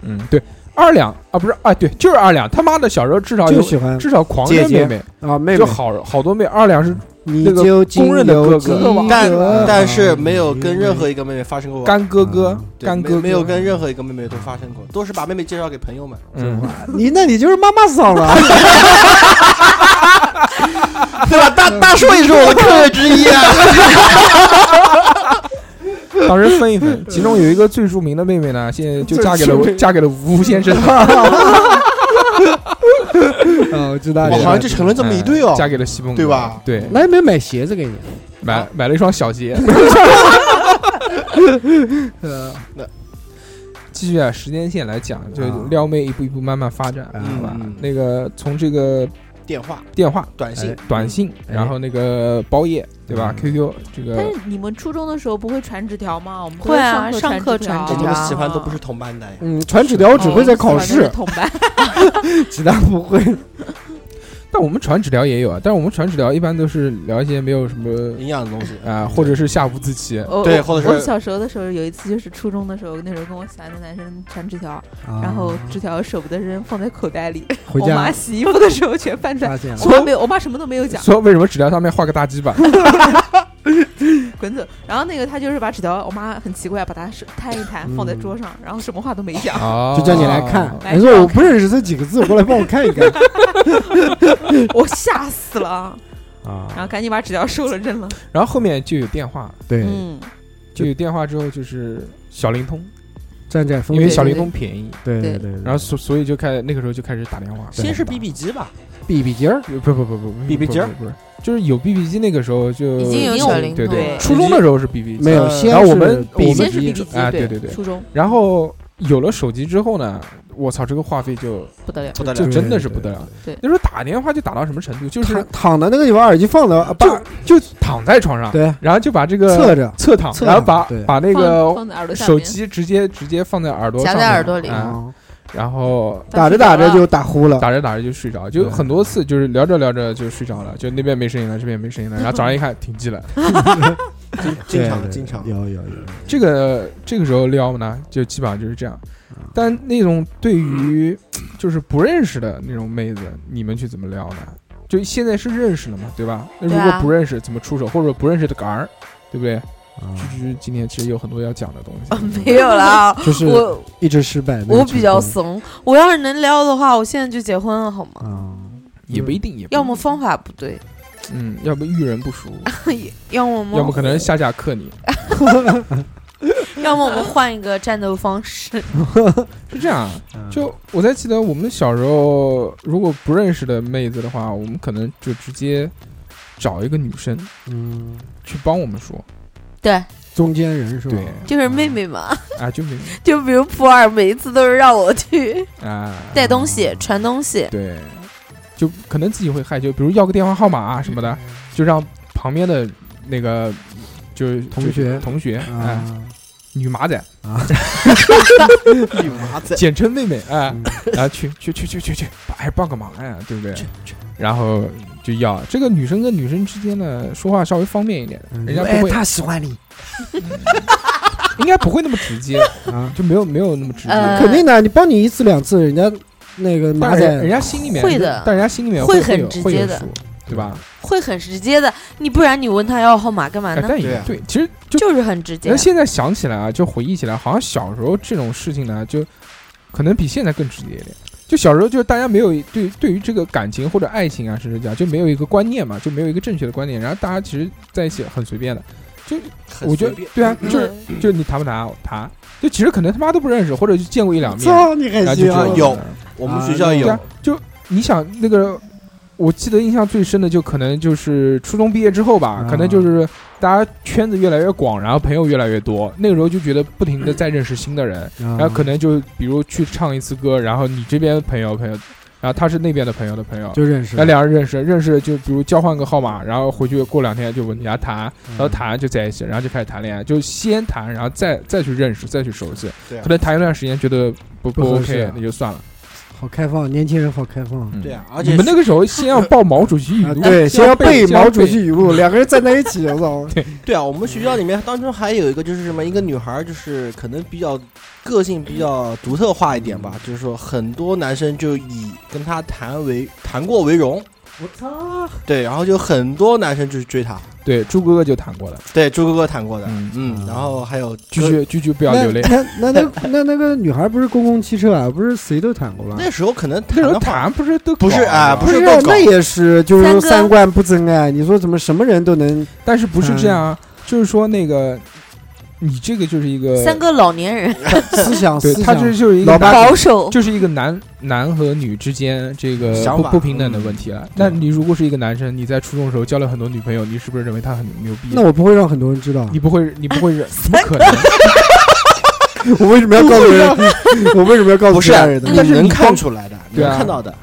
Speaker 3: 嗯，对，二两啊，不是啊，对，就是二两。他妈的小时候至少有
Speaker 5: 就喜欢
Speaker 3: 至少狂认
Speaker 5: 姐
Speaker 3: 妹
Speaker 5: 姐
Speaker 3: 妹，
Speaker 5: 啊，妹妹
Speaker 3: 就，啊好好多妹。二两是
Speaker 5: 你
Speaker 3: 那个
Speaker 5: 究竟
Speaker 3: 公认的
Speaker 5: 有
Speaker 3: 哥
Speaker 5: 几
Speaker 3: 哥
Speaker 5: 个
Speaker 6: 但
Speaker 5: 啊
Speaker 6: 但是没有跟任何一个妹妹发生过，
Speaker 3: 干哥哥，
Speaker 6: 对
Speaker 3: 干
Speaker 6: 没
Speaker 3: 哥哥
Speaker 6: 没有跟任何一个妹妹都发生过，都是把妹妹介绍给朋友们。
Speaker 3: 嗯，
Speaker 5: 你那你就是妈妈桑了，
Speaker 6: 对吧？
Speaker 3: 嗯
Speaker 6: 大大叔也是我的客人之一啊。
Speaker 3: [laughs] [laughs] 当时分一分，其中有一个最著名的妹妹呢，现在就嫁给
Speaker 5: 最著
Speaker 3: 了
Speaker 5: 名
Speaker 3: 嫁给了吴先
Speaker 6: [laughs]
Speaker 3: 生，
Speaker 5: 啊，我知道
Speaker 3: 哇
Speaker 5: 你
Speaker 6: 我好像就成了这么一对哦
Speaker 3: [laughs] 嗯。嫁给了西蒙，
Speaker 6: 对吧？啊
Speaker 3: 对，
Speaker 5: 那有没有买鞋子给你？
Speaker 3: 买买了一双小鞋。 [laughs]
Speaker 5: 呃，
Speaker 3: 继续啊，时间线来讲，就
Speaker 5: 啊
Speaker 3: 撩妹一步一步慢慢发展，
Speaker 5: 嗯
Speaker 3: 好吧
Speaker 6: 嗯？
Speaker 3: 那个从这个
Speaker 6: 电话、
Speaker 3: 电话、
Speaker 6: 短信
Speaker 3: 哎，短信，
Speaker 5: 哎
Speaker 3: 然后那个包夜，对
Speaker 6: 嗯
Speaker 3: 吧？QQ 这
Speaker 4: 但
Speaker 3: 个
Speaker 4: 是你们初中的时候不会传纸条吗？我们
Speaker 7: 会啊
Speaker 4: 上
Speaker 7: 上课传
Speaker 3: 哎
Speaker 6: 这
Speaker 7: 纸
Speaker 6: 你
Speaker 7: 条
Speaker 6: 们喜欢都不是同班的呀。
Speaker 5: 嗯，传纸条只会在考
Speaker 4: 哦我喜欢的是
Speaker 5: 试，
Speaker 4: 同班。
Speaker 5: 其他不会。
Speaker 3: 但我们传纸条也有啊，但是我们传纸条一般都是聊一些没有什么
Speaker 6: 营养的东西
Speaker 3: 啊，或者是下五子棋，
Speaker 4: 我
Speaker 6: 对
Speaker 4: 我
Speaker 6: 或者
Speaker 4: 我
Speaker 6: 是
Speaker 4: 小时候的时候有一次，就是初中的时候，那时候跟我喜欢的男生传纸条，然
Speaker 5: 啊
Speaker 4: 后纸条舍不得扔，放在口袋里。
Speaker 5: 回
Speaker 4: 我妈
Speaker 5: 家
Speaker 4: 洗衣服的时候全翻出来。
Speaker 5: [laughs] 发现了
Speaker 4: 我妈没有，我妈什么都没有讲，
Speaker 3: 说为什么纸条上面画个大鸡巴？
Speaker 4: [laughs] 滚走。然后那个她就是把纸条，我妈很奇怪，把它是摊一摊
Speaker 5: 嗯
Speaker 4: 放在桌上，然后什么话都没讲。 [laughs]
Speaker 3: 哦
Speaker 5: 就叫你来看，
Speaker 4: 来
Speaker 5: 你说我
Speaker 4: 看
Speaker 5: 不认识这几个字， [laughs] 过来帮我看一看
Speaker 4: 我吓死了，然
Speaker 5: 啊。
Speaker 4: 后赶紧把纸条收了扔了。
Speaker 3: 然后后面就有电话，
Speaker 5: 对，
Speaker 4: 嗯，
Speaker 3: 就有电话之后就是小灵通，
Speaker 5: 站在风
Speaker 3: 因为
Speaker 5: 景，
Speaker 3: 小灵通便宜，
Speaker 5: 对
Speaker 4: 对
Speaker 5: 对对，
Speaker 3: 然后所所以就开那个时候就开始打电话，
Speaker 6: 先是
Speaker 3: 打
Speaker 6: BB 机吧，
Speaker 5: 比比劲儿，
Speaker 3: 不不不不不
Speaker 6: BB 机儿
Speaker 3: 不是不是，就是有 BB 机那个时候就
Speaker 7: 已经有小灵
Speaker 3: 对
Speaker 7: 通
Speaker 3: 对，
Speaker 7: 了
Speaker 3: 初中的时候是 BB 机
Speaker 5: 没，有
Speaker 6: 呃
Speaker 5: 先
Speaker 3: 然后我
Speaker 5: 是
Speaker 3: 们
Speaker 5: 比
Speaker 3: 我
Speaker 5: 比
Speaker 3: 们
Speaker 4: 先是
Speaker 5: 劲
Speaker 4: BB 机，
Speaker 3: 啊对对对
Speaker 4: 初中
Speaker 3: 然后有了手机之后呢，我操，这个话费就
Speaker 4: 不得了，
Speaker 6: 不得
Speaker 3: 就
Speaker 6: 了。
Speaker 3: 真的是不得了。
Speaker 4: 对对对
Speaker 3: 那时候打电话就打到什么程度，就是
Speaker 5: 躺躺的那个地方，耳机放的，啊把
Speaker 3: 就啊就躺在床上，
Speaker 5: 对
Speaker 3: 然后就把这个
Speaker 5: 侧着
Speaker 3: 侧躺，
Speaker 5: 侧
Speaker 3: 然后
Speaker 5: 躺
Speaker 3: 把
Speaker 5: 对
Speaker 3: 把那
Speaker 4: 放
Speaker 3: 个
Speaker 4: 放在耳朵下
Speaker 3: 手
Speaker 4: 面。
Speaker 3: 机直接直接放在耳朵
Speaker 7: 夹
Speaker 3: 上
Speaker 7: 在
Speaker 3: 面
Speaker 7: 耳朵里
Speaker 3: 啊
Speaker 5: 啊，
Speaker 3: 然后
Speaker 5: 打着打着就打呼了，
Speaker 3: 啊打着打着就睡着，就
Speaker 5: 对
Speaker 3: 很多次就是聊着聊着就睡着了，就那边没声音了，这边没声音了，然后早上一看停机了。
Speaker 6: 经常
Speaker 5: 对对
Speaker 6: 经常 [laughs]
Speaker 5: 有有有，
Speaker 3: 这个这个时候撩呢，就基本上就是这样。但那种对于就是不认识的那种妹子，你们去怎么撩呢？就现在是认识了嘛，对吧？那如
Speaker 7: 对啊
Speaker 3: 果不认识，怎么出手？或者不认识的杆儿，对不对？
Speaker 5: 啊
Speaker 3: 居居今天其实有很多要讲的东
Speaker 7: 啊
Speaker 3: 西。
Speaker 7: 没有啦，
Speaker 5: 就是
Speaker 7: 我
Speaker 5: 一直失败。没有
Speaker 7: 我
Speaker 5: 成
Speaker 7: 比较
Speaker 5: 功
Speaker 7: 怂，我要是能撩的话，我现在就结婚了好吗？
Speaker 5: 啊，
Speaker 3: 也不一定，也不一定
Speaker 7: 要么方法不对，
Speaker 3: 嗯，要么遇人不淑，
Speaker 7: 要 [laughs] 么我们
Speaker 3: 要么可能下架克你。
Speaker 7: [laughs] 要么我们换一个战斗方式。 [laughs]
Speaker 3: 是这样啊，
Speaker 5: 嗯
Speaker 3: 就我才记得我们小时候，如果不认识的妹子的话，我们可能就直接找一个女生
Speaker 5: 嗯，
Speaker 3: 去帮我们说，
Speaker 7: 对，
Speaker 5: 中间人是吧？
Speaker 3: 对
Speaker 7: 就是妹妹嘛， [laughs]
Speaker 3: 啊，就没
Speaker 7: 就比如普洱，每一次都是让
Speaker 3: [laughs]
Speaker 7: 我去
Speaker 3: 啊，
Speaker 7: 带东西、传东西。
Speaker 3: 对，就可能自己会害羞，比如要个电话号码啊什么
Speaker 5: 嗯
Speaker 3: 的，就让旁边的那个就
Speaker 5: 同
Speaker 3: 就
Speaker 5: 学
Speaker 3: 同学哎，
Speaker 5: 啊
Speaker 3: 女马仔，
Speaker 5: 啊，
Speaker 6: 女麻子，
Speaker 3: 简称妹妹哎，
Speaker 5: 嗯
Speaker 3: 啊去去去去去去，哎帮个忙哎，对不对？然后就要这个女生跟女生之间呢，说话稍微方便一点，
Speaker 5: 嗯
Speaker 3: 人家
Speaker 5: 哎
Speaker 3: 不会，
Speaker 5: 他喜欢你
Speaker 3: [laughs] 应该不会那么直接，
Speaker 5: 啊，
Speaker 3: 就没有没有那么直接。
Speaker 7: 呃
Speaker 5: 肯定的，你帮你一次两次，人家那个马
Speaker 3: 但啊人人
Speaker 5: 仔
Speaker 3: 家心里面
Speaker 7: 会的
Speaker 3: 但人家心里面
Speaker 7: 会
Speaker 3: 会
Speaker 7: 很
Speaker 3: 有
Speaker 7: 直
Speaker 3: 会有
Speaker 7: 接的
Speaker 3: 数对吧？
Speaker 7: 会很直接的，你不然你问他要号码干嘛
Speaker 3: 哎
Speaker 7: 呢？
Speaker 3: 但也
Speaker 6: 对啊
Speaker 3: 对，其实就
Speaker 7: 就是很直接
Speaker 3: 那。现在想起来啊，就回忆起来，好像小时候这种事情呢，就可能比现在更直接一点。就小时候，就是大家没有对对于这个感情或者爱情啊，甚至讲就没有一个观念嘛，就没有一个正确的观念。然后大家其实在一起很随便的，就
Speaker 6: 很
Speaker 3: 我觉得
Speaker 6: 随便
Speaker 3: 对啊，就是
Speaker 7: 嗯
Speaker 3: 就是你谈不谈谈，就其实可能他妈都不认识，或者就见过一两面，
Speaker 5: 操你
Speaker 3: 然
Speaker 5: 还
Speaker 3: 后就
Speaker 5: 行
Speaker 3: 知道
Speaker 5: 啊
Speaker 6: 啊有
Speaker 3: 了
Speaker 6: 我们学校
Speaker 3: 对啊
Speaker 6: 有，，
Speaker 3: 就你想那个，我记得印象最深的就可能就是初中毕业之后吧，
Speaker 5: 啊
Speaker 3: 可能就是大家圈子越来越广，然后朋友越来越多，那个时候就觉得不停的在认识新的人，
Speaker 5: 然
Speaker 3: 然后可能就比如去唱一次歌，然后你这边朋友朋友，然后他是那边的朋友的朋友。
Speaker 5: 就认识
Speaker 3: 啊那两人认识，认识就比如交换个号码，然后回去过两天就问人家谈，
Speaker 5: 嗯
Speaker 3: 然后谈就在一起，然后就开始谈恋爱，就先谈，然后再再去认识，再去熟悉。
Speaker 6: 对啊
Speaker 3: 可能谈一段时间觉得不
Speaker 5: 不合
Speaker 3: OK，
Speaker 5: 适
Speaker 3: 那就算了。
Speaker 5: 好开放，年轻人好开放。
Speaker 3: 嗯
Speaker 6: 对啊，而
Speaker 3: 你
Speaker 6: 且
Speaker 3: 们那个时候先要报毛主席语
Speaker 5: 啊
Speaker 3: 录，
Speaker 5: [laughs] 对，先要背毛主席
Speaker 3: 先
Speaker 5: 语录，两个人站在一起，我操！
Speaker 6: 对啊，我们学校里面当中还有一个就是什么，一个女孩儿就是可能比较个性比较
Speaker 3: 嗯
Speaker 6: 独特化一点吧，就是说很多男生就以跟她谈为谈过为荣，
Speaker 5: 我操！
Speaker 6: 对，然后就很多男生就是追她，
Speaker 3: 对，猪哥哥就谈过了，
Speaker 6: 对，朱哥哥谈过的，
Speaker 3: 嗯
Speaker 6: 嗯，然后还有
Speaker 3: 拒绝拒绝不要
Speaker 5: 啊那
Speaker 3: 流泪。
Speaker 5: 那那那那那个女孩不是公共汽车啊，不是谁都谈过吧？
Speaker 6: 那时候可能
Speaker 3: [laughs] 那时候
Speaker 6: 的话
Speaker 3: 谈不是都
Speaker 6: 不是
Speaker 3: 搞了
Speaker 6: 啊
Speaker 3: 吗
Speaker 6: 不是
Speaker 5: 啊
Speaker 6: 都搞
Speaker 5: 那也是，就是
Speaker 7: 三
Speaker 5: 说
Speaker 7: 哥
Speaker 5: 三观不正啊！你说怎么什么人都能？
Speaker 3: 但是不是这样啊？
Speaker 5: 嗯
Speaker 3: 就是说那个，你这个就是一个
Speaker 7: 三，个老
Speaker 3: [laughs]
Speaker 7: 年人
Speaker 5: 思想
Speaker 3: 对
Speaker 5: 思
Speaker 3: 他
Speaker 5: 想
Speaker 3: 这就是一个
Speaker 5: 老八
Speaker 3: 男
Speaker 7: 保守，
Speaker 3: 就是一个男男和女之间这个
Speaker 6: 想
Speaker 3: 不
Speaker 5: 啊
Speaker 6: 法
Speaker 3: 不平等的问题
Speaker 5: 嗯
Speaker 3: 了。那你如果是一个男生，你在初中的时候交了很多女朋友，你是不是认为他很牛逼
Speaker 5: 那？我不会让很多人知道。
Speaker 3: 你不会，你不会
Speaker 5: [laughs]
Speaker 3: 认，怎么可能？
Speaker 5: 我为什么要告诉 [laughs] 人？我为什么要告诉
Speaker 6: 不
Speaker 5: 其
Speaker 6: 是
Speaker 5: 他人呢？
Speaker 6: 你
Speaker 3: 但是
Speaker 6: 能
Speaker 3: 你
Speaker 6: 看
Speaker 3: 光
Speaker 6: 出来的，你
Speaker 3: 对啊
Speaker 6: 能看到的，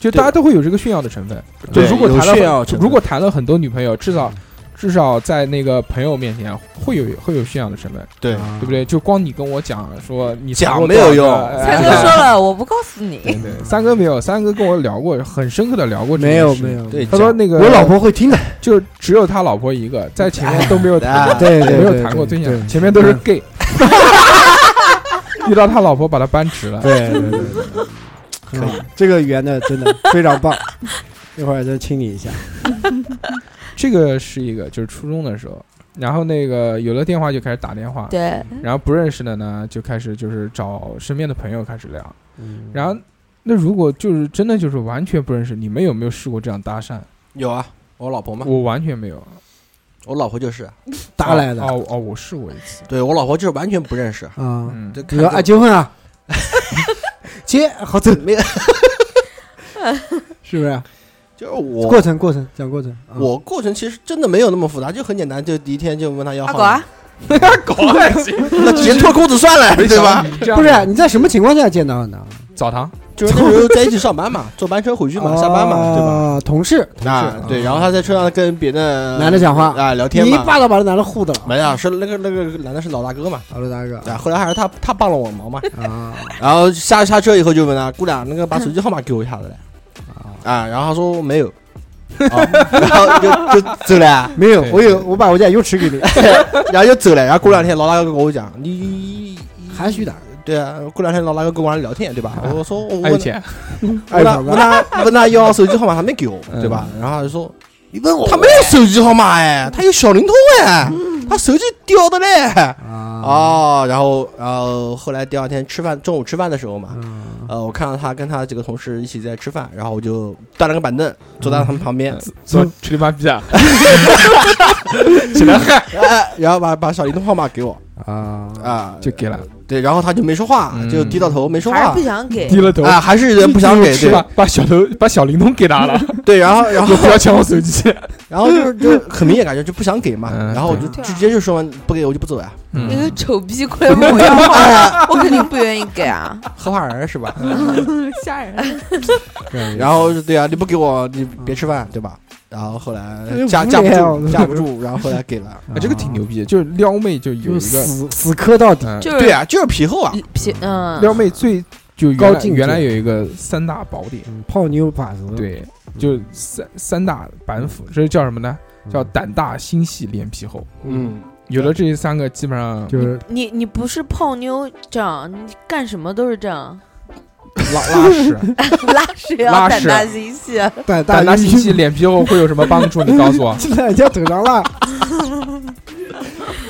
Speaker 3: 就大家都会有这个炫耀的成分。
Speaker 6: 对
Speaker 3: 如果
Speaker 6: 有
Speaker 3: 谈了
Speaker 6: 炫耀成
Speaker 3: 很，
Speaker 6: 分
Speaker 3: 如果谈了很多女朋友，至少至少在那个朋友面前会有会有炫耀的成分，
Speaker 6: 对
Speaker 5: 啊
Speaker 3: 对不？对？就光你跟我讲说你
Speaker 6: 讲
Speaker 3: 谈过
Speaker 6: 没
Speaker 3: 多少
Speaker 6: 有用
Speaker 3: 个哎
Speaker 7: 三哥说了，我不告诉
Speaker 3: 对
Speaker 7: 你，
Speaker 3: 对， [laughs] 三哥没有，三哥跟我聊过，很深刻的聊过这
Speaker 5: 没
Speaker 3: 件
Speaker 5: 有
Speaker 3: 事
Speaker 5: 没。有，
Speaker 6: 对
Speaker 3: 他说那个
Speaker 5: 我老婆会听的。
Speaker 3: 就只有他老婆一个，在前面都
Speaker 5: [laughs]
Speaker 3: 没有谈过，
Speaker 5: 哎对对
Speaker 3: 没有
Speaker 5: 对
Speaker 3: 谈过
Speaker 5: 对
Speaker 3: 对象，
Speaker 5: 对
Speaker 3: 前面都是 gay。遇到他老婆把他扳直了，
Speaker 5: 对对对对，对
Speaker 6: 可以
Speaker 5: 嗯这个圆的真的非
Speaker 6: [laughs]
Speaker 5: 常棒。一会儿再清理一下。
Speaker 3: 这个是一个就是初中的时候，然后那个有了电话就开始打电话，
Speaker 7: 对，
Speaker 3: 然后不认识的呢，就开始就是找身边的朋友开始聊。
Speaker 5: 嗯
Speaker 3: 然后，那如果就是真的就是完全不认识，你们有没有试过这样搭讪？
Speaker 6: 有啊，我老婆嘛，
Speaker 3: 我完全没有
Speaker 6: 我老婆就是，啊
Speaker 5: 搭来的
Speaker 3: 哦哦，我试过一次。
Speaker 6: 对我老婆就是完全不认识，
Speaker 5: 啊，
Speaker 3: 嗯，
Speaker 6: [laughs] 就
Speaker 5: 你
Speaker 6: 哦看
Speaker 5: 说
Speaker 6: 着
Speaker 5: 啊结婚啊，结好走，
Speaker 6: 没有，
Speaker 5: 是不是？
Speaker 6: 就是我
Speaker 5: 过程过程讲过程。啊
Speaker 6: 我过程其实真的没有那么复杂，就很简单，就第一天就问他要
Speaker 7: 阿
Speaker 6: 号
Speaker 7: 狗啊
Speaker 6: 码，，
Speaker 3: [laughs]
Speaker 6: 那直接脱裤子算了，对吧？？
Speaker 5: 不是你在什么情况下见到的呢？
Speaker 3: 澡堂，
Speaker 6: 就是那时候在一起上班嘛，坐班车回去
Speaker 5: 哦
Speaker 6: 嘛，下班嘛，对吧？
Speaker 5: 吧？啊同事，同
Speaker 6: 啊
Speaker 5: 事，，
Speaker 6: 对，然后他在车上跟别的
Speaker 5: 男的讲话
Speaker 6: 啊，聊天
Speaker 5: 你一
Speaker 6: 嘛，
Speaker 5: 巴掌把这男的护的了。
Speaker 6: 没有，是那个那个男的是老大哥嘛，
Speaker 5: 好了，大哥
Speaker 6: 啊，后来还是他他帮了我忙嘛，
Speaker 5: 啊，
Speaker 6: 然后下下车以后就问他姑娘，那个把手机号码给我一下子来，啊，然后他说没有，啊然后就就走了。
Speaker 5: 没有，
Speaker 3: 对
Speaker 5: 我有，我把我家邮匙
Speaker 6: [laughs]
Speaker 5: 给你，
Speaker 6: 然后就走了。然后过两天老大哥跟我讲，你
Speaker 5: 含蓄点，
Speaker 6: 对啊，过两天老大哥跟我聊天，对吧？我说哦我
Speaker 3: 还有
Speaker 6: 问
Speaker 3: 钱，
Speaker 5: 哎，
Speaker 6: 问他
Speaker 5: 小
Speaker 6: 问
Speaker 5: 哥，
Speaker 6: 他问他要手机号码，他没给我，对吧？然后他就说你问我，他没有手机号码哎，他有小灵通哎，他手机掉的嘞。
Speaker 5: 啊
Speaker 6: 哦，然后然后后来第二天吃饭，中午吃饭的时候嘛，
Speaker 5: 嗯
Speaker 6: 呃，我看到他跟他几个同事一起在吃饭，然后我就端了个板凳坐在他们旁边，
Speaker 3: 说吃你妈逼啊！起来嗨，
Speaker 6: 哎，然后把把小灵通号码给我
Speaker 5: 啊
Speaker 6: 啊，
Speaker 3: 就给了，
Speaker 6: 对，然后他就没说话，
Speaker 3: 嗯
Speaker 6: 就低到头没说
Speaker 7: 还是
Speaker 6: 话
Speaker 7: 哎不，想给，
Speaker 3: 低了头，
Speaker 6: 啊，还是有点不想给，
Speaker 3: 是
Speaker 6: 对
Speaker 3: 吧？把小头把小灵通给他了，
Speaker 6: 对，然后然
Speaker 3: 就
Speaker 6: 后
Speaker 3: 不要抢我手机。
Speaker 6: 然后就是就是很明显感觉就不想给嘛，
Speaker 3: 嗯
Speaker 6: 然后我就
Speaker 4: 啊
Speaker 7: 对
Speaker 6: 直接就说完不给我就不走呀，哎
Speaker 7: 那
Speaker 3: 嗯
Speaker 7: 个丑逼过来问我要话，我肯定不愿意给啊。
Speaker 6: 合法人是吧？
Speaker 4: [laughs] 吓人！
Speaker 5: 嗯
Speaker 6: 然后对啊，你不给我你别吃饭对吧？然后后来架
Speaker 5: 哎
Speaker 6: 架不
Speaker 5: 无
Speaker 6: 住
Speaker 5: 聊
Speaker 6: [laughs] 架不住，然后后来给了，
Speaker 3: 哎这个挺牛，逼的，就是撩妹就有
Speaker 5: 就
Speaker 3: 一
Speaker 5: 是
Speaker 3: 个，
Speaker 5: 死死磕到底，
Speaker 3: 嗯，
Speaker 7: 就是
Speaker 6: 对啊，就是皮厚啊，
Speaker 7: 一皮嗯，
Speaker 3: 撩妹最就原
Speaker 5: 高
Speaker 3: 来
Speaker 5: 境界
Speaker 3: 原来有一个三大宝典，
Speaker 5: 嗯泡妞把子，
Speaker 3: 对，就三三大板斧，这叫什么呢？
Speaker 5: 嗯
Speaker 3: 叫胆大心细脸皮厚。
Speaker 6: 嗯，
Speaker 3: 有了这三个，基本上
Speaker 5: 就是
Speaker 7: 你你不是泡妞这样，你干什么都是这样，
Speaker 3: 拉 [laughs] 拉屎、
Speaker 6: [laughs]
Speaker 7: 拉屎啊也要
Speaker 3: 拉
Speaker 7: 胆
Speaker 3: 屎
Speaker 7: 大心细，
Speaker 5: 胆
Speaker 3: 胆大
Speaker 5: 于。
Speaker 3: 心细、脸皮厚会有什么帮助？你告诉
Speaker 6: [laughs]
Speaker 3: 我
Speaker 5: [laughs] 就在人家头上了，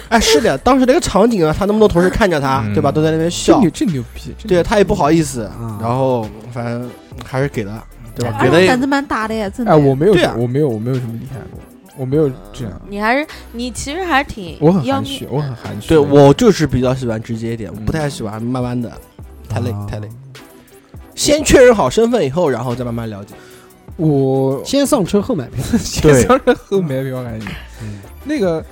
Speaker 6: 哎是的，当时那个场景啊，他那么多同事看着他
Speaker 3: 嗯
Speaker 6: 对吧，都在那边
Speaker 3: 这
Speaker 6: 笑
Speaker 3: 牛，这牛逼！这
Speaker 6: 对
Speaker 3: 牛
Speaker 6: 他也不好意思
Speaker 5: 啊，
Speaker 6: 然后反正还是给了，对吧？
Speaker 4: 哎
Speaker 6: 给
Speaker 4: 呦
Speaker 6: 了也
Speaker 4: 胆子蛮大的呀，真的。
Speaker 3: 哎，我没有
Speaker 6: 对啊，嗯
Speaker 3: 我没有，我没有什么厉害过，我没有这样，
Speaker 7: 你还是你其实还挺
Speaker 3: 我很
Speaker 7: 要
Speaker 3: 含蓄，
Speaker 7: 命，
Speaker 3: 我很含蓄。
Speaker 6: 对我就是比较喜欢直接一点，我
Speaker 3: 嗯
Speaker 6: 不太喜欢慢慢的，太累
Speaker 5: 啊
Speaker 6: 太累。先确认好身份以后，然后再慢慢了解。
Speaker 3: 我
Speaker 5: 先上车后买 [laughs] 票，
Speaker 3: [laughs] 先上着后面比较感觉。那个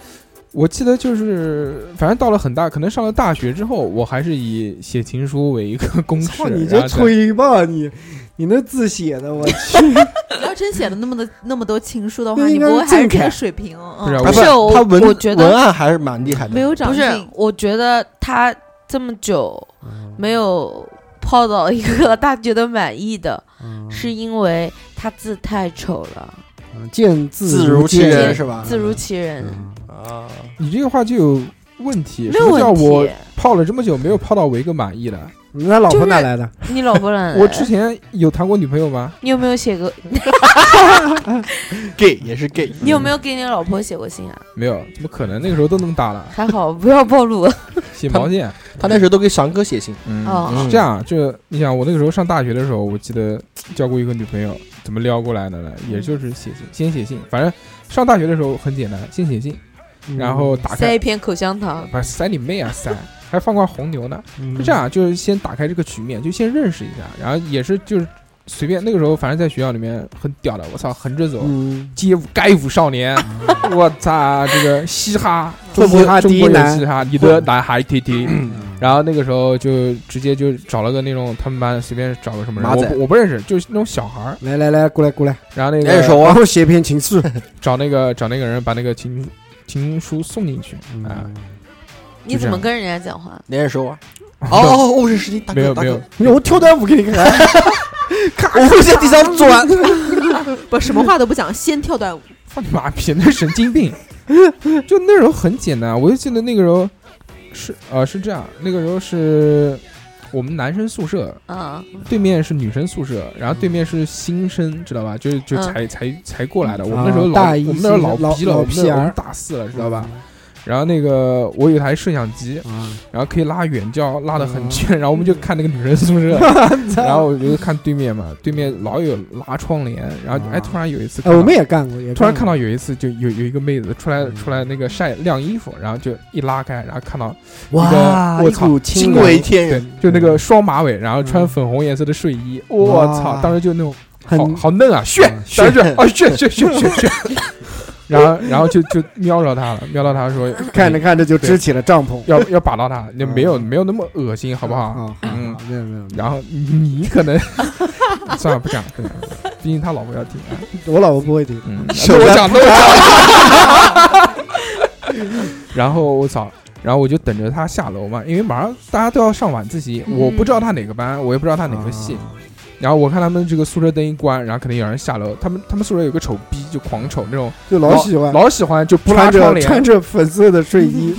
Speaker 3: 我记得就是，反正到了很大，可能上了大学之后，我还是以写情书为一个公式。
Speaker 5: [laughs] 操你
Speaker 3: 然
Speaker 5: 这
Speaker 3: 后再
Speaker 5: 吹吧你，你那字写 [laughs] 的我去，
Speaker 4: 你要真写了那么的那么多情书的话，
Speaker 5: 那
Speaker 4: 你
Speaker 5: 应该
Speaker 4: 不会
Speaker 5: 是
Speaker 4: 还是
Speaker 5: 郑
Speaker 4: 这
Speaker 5: 恺
Speaker 4: 个水平？
Speaker 3: 不是啊
Speaker 4: 嗯，
Speaker 6: 啊
Speaker 7: 不是
Speaker 6: 不
Speaker 7: 我
Speaker 6: 他文
Speaker 7: 我觉
Speaker 6: 文
Speaker 7: 得
Speaker 6: 案还是蛮厉害的，
Speaker 4: 没有
Speaker 7: 不
Speaker 4: 长
Speaker 7: 是
Speaker 4: 进，，
Speaker 7: 我觉得他这么久没有泡到一个他觉得满意的，是因为他字太丑了，
Speaker 5: 嗯见字
Speaker 6: 字如
Speaker 5: 其
Speaker 6: 其人
Speaker 7: 人
Speaker 6: 是吧？
Speaker 7: 字如其人，
Speaker 6: 啊，
Speaker 3: 你这个话就有问题。
Speaker 7: 没
Speaker 3: 什
Speaker 7: 有
Speaker 3: 么叫
Speaker 7: 问
Speaker 3: 我
Speaker 7: 题。
Speaker 3: 泡了这么久没有泡到我一个满意的？
Speaker 5: 那老
Speaker 7: 就
Speaker 5: 婆
Speaker 7: 是
Speaker 5: 哪来的？
Speaker 7: 你老婆 [laughs] 呢？
Speaker 3: 我之前有谈过女朋友吗？
Speaker 7: 你有没有写过？
Speaker 6: gay 也是 gay，
Speaker 3: 嗯
Speaker 7: 你有没有给你老婆写过信啊？ [laughs]
Speaker 3: 没有，怎么可能？那个时候都那么大了，
Speaker 7: 还好，不要暴露。
Speaker 3: 写毛线。
Speaker 6: 他那时候都给翔哥写信，
Speaker 3: 嗯
Speaker 7: 哦
Speaker 3: 是这样，就你想，我那个时候上大学的时候，我记得交过一个女朋友，怎么撩过来的呢？也就是写信，先写信，反正上大学的时候很简单，先写信，
Speaker 5: 嗯
Speaker 3: 然后打
Speaker 7: 塞
Speaker 3: 开
Speaker 7: 一，片口香糖，
Speaker 3: 不是塞你妹啊塞，还放罐红牛呢。
Speaker 5: 嗯
Speaker 3: 是这，样，就是先打开这个局面，就先认识一下，然后也是就是随便那个时候，反正在学校里面很屌的，我操，横着走，
Speaker 5: 嗯，
Speaker 3: 街舞街舞少年，我操，这个嘻哈，
Speaker 5: 会不会他
Speaker 3: 中
Speaker 5: 第一
Speaker 3: 国人
Speaker 5: 男
Speaker 3: 嘻哈，你的男孩 T T，然后那个时候就直接就找了个那种他们班随便找个什么人，
Speaker 6: 马
Speaker 3: 我
Speaker 6: 仔
Speaker 3: 不我不认识，就是那种小孩儿，
Speaker 5: 来来来，过来过 [laughs] 来，
Speaker 3: 然后那
Speaker 6: 哎
Speaker 3: 个
Speaker 6: 手
Speaker 5: 然后写篇情诗，
Speaker 3: 找那个找那个人把那个情书情书送进去
Speaker 5: 嗯
Speaker 3: 啊，
Speaker 5: 哎
Speaker 7: 你怎么跟人家讲话？
Speaker 6: 连着手啊。
Speaker 3: [laughs]
Speaker 6: 哦哦，我是实体，大
Speaker 3: 没
Speaker 6: 哥
Speaker 3: 有
Speaker 6: 大
Speaker 3: 没有
Speaker 6: 哥，，
Speaker 5: 你我跳段舞给 [laughs] 你看，
Speaker 6: 我会在地上转。
Speaker 4: 不什么话都不讲，先跳段舞。
Speaker 3: 放你妈逼，那神经病！就那时候很简单，我就记得那个时候是呃是这样，那个时候是我们男生宿舍
Speaker 7: 嗯，
Speaker 3: 对面是女生宿舍，然后对面是新生，知道吧？就就
Speaker 7: 嗯
Speaker 3: 才才才过来的，我们
Speaker 5: 啊
Speaker 3: 那时候老
Speaker 5: 大一
Speaker 3: 我们那时候
Speaker 5: 新老
Speaker 3: 逼了，
Speaker 5: 老
Speaker 3: 我们那时候
Speaker 5: PR
Speaker 3: 我们大四了，知道吧？？然后那个我有台摄像机，
Speaker 5: 啊，
Speaker 3: 然后可以拉远焦，拉的很
Speaker 5: 嗯
Speaker 3: 近，然后我们就看那个女生宿
Speaker 5: [laughs]
Speaker 3: 舍， [laughs] 然后我就看对面嘛，对面老有拉窗帘，然后哎
Speaker 5: 啊
Speaker 3: 突然有一次
Speaker 5: 哎，
Speaker 3: 看到，
Speaker 5: 我们也干过，也
Speaker 3: 突然看
Speaker 5: 到
Speaker 3: 到有一次，就有有一个妹子出来
Speaker 5: 嗯
Speaker 3: 出来那个晒晾衣服，然后就一拉开，然后看到
Speaker 5: 哇，
Speaker 3: 一个
Speaker 5: 一股清
Speaker 6: 惊
Speaker 5: 流
Speaker 6: 为天
Speaker 3: 对
Speaker 6: 人，，
Speaker 3: 就那个双马尾，然后穿
Speaker 5: 嗯
Speaker 3: 粉红颜色的睡衣，我操！
Speaker 5: 哇
Speaker 3: 当时就那种好
Speaker 5: 很
Speaker 3: 好嫩啊，炫
Speaker 5: 嗯
Speaker 3: 当时就
Speaker 6: 炫
Speaker 3: 啊炫炫炫炫
Speaker 5: [laughs]
Speaker 3: 炫，然后然后就就瞄着她了，瞄到她说
Speaker 5: 看着看着就支起了帐篷，
Speaker 3: 要要把到她，那没有没有那么恶心，好不好？
Speaker 5: 啊，
Speaker 3: 嗯
Speaker 5: 嗯，没有没有，
Speaker 3: 然后你可能 [laughs] 算了，不讲，不讲，毕竟他老婆要听啊。
Speaker 5: 我老婆不会听，
Speaker 3: 嗯，
Speaker 5: 手
Speaker 3: 那我
Speaker 5: 在
Speaker 3: 讲的我讲。然后我操，然后我就等着他下楼嘛，因为马上大家都要上晚自习，
Speaker 7: 嗯
Speaker 3: 我不知道他哪个班，我也不知道他哪个系。然后我看他们这个宿舍灯一关，然后肯定有人下楼。他们他们宿舍有个丑逼，就狂丑那种，
Speaker 5: 就老喜欢
Speaker 3: 老喜欢就不拉
Speaker 5: 穿
Speaker 3: 窗
Speaker 5: 着穿
Speaker 3: 帘，
Speaker 5: 着粉色的
Speaker 3: [laughs]
Speaker 5: 睡衣，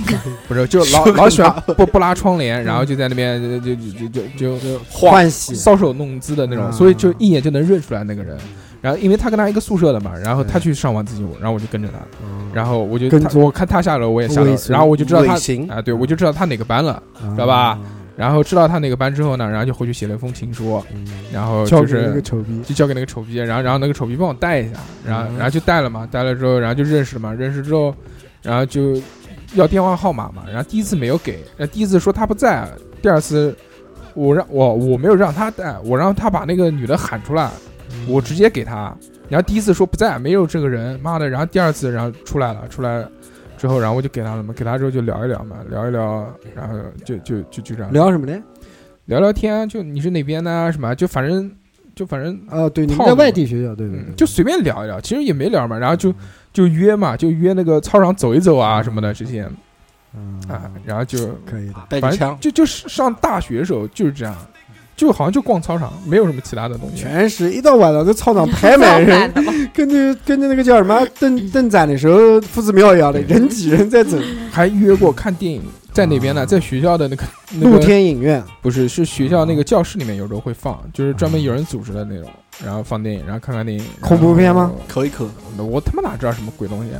Speaker 3: 不是就老
Speaker 6: 手
Speaker 3: 老喜欢不不拉窗帘，然后就在那边就就就就就就
Speaker 5: 欢喜，
Speaker 3: 搔首弄姿的那种，
Speaker 5: 啊
Speaker 3: 所以就一眼就能认出来那个人。然后因为他跟他一个宿舍的嘛，然后他去上完自习，我然后我就跟着他，然后我就
Speaker 5: 跟
Speaker 3: 他
Speaker 5: 踪
Speaker 3: 我看他下楼，我也下楼
Speaker 5: 尾，随
Speaker 3: 然后我就知道他
Speaker 6: 尾行
Speaker 3: 啊，对我就知道他哪个班了。
Speaker 5: 知
Speaker 3: 知道吧？然后知道他哪个班之后呢，然后就回去写了一封情书，然后
Speaker 5: 交
Speaker 3: 就
Speaker 5: 给那个
Speaker 3: 是
Speaker 5: 丑逼，
Speaker 3: 就交给那个丑逼，然后然后那个丑逼帮我带一下，然后
Speaker 5: 嗯
Speaker 3: 然后就带了嘛，带了之后，然后就认识了嘛，认识之后，然后就要电话号码嘛，然后第一次没有给，然后第一次说他不在，第二次我让我我没有让他带，我让他把那个女的喊出来，
Speaker 5: 嗯
Speaker 3: 我直接给他。然后第一次说不在，没有这个人，妈的。然后第二次，然后出来了，出来之后，然后我就给他了嘛，给他之后就聊一聊嘛，聊一聊，然后就就就就这样
Speaker 5: 聊什么呢？
Speaker 3: 聊聊天，就你是哪边的啊什么，就反正就反正
Speaker 5: 哦，对，你们
Speaker 3: 套
Speaker 5: 在
Speaker 3: 路
Speaker 5: 外地学校，对对
Speaker 3: 嗯
Speaker 5: 对，
Speaker 3: 就随便聊一聊，其实也没聊嘛，然后就就约嘛，就约那个操场走一走啊什么的这些
Speaker 5: 嗯
Speaker 3: 啊，然后就
Speaker 5: 可以的，
Speaker 6: 带着
Speaker 3: 反
Speaker 6: 枪
Speaker 3: 正，就就是上大学的时候就是这样，就好像就逛操场，没有什么其他的东西。
Speaker 5: 全是一到晚上在
Speaker 3: [laughs]
Speaker 5: 操场排满哎人，跟着跟着那个叫什么邓邓展的时候，夫子庙一样的，人挤人在走，
Speaker 3: 还约过看电影，在哪边呢？
Speaker 5: 啊
Speaker 3: 在学校的那个那个
Speaker 5: 露天影院，
Speaker 3: 不是，是学校那个教室里面有时候会放，就是专门有人组织的那种，然后放电影，然后看看电影。
Speaker 5: 嗯恐怖片吗
Speaker 6: 口一口，
Speaker 3: 然后？我他妈哪知道什么鬼东西？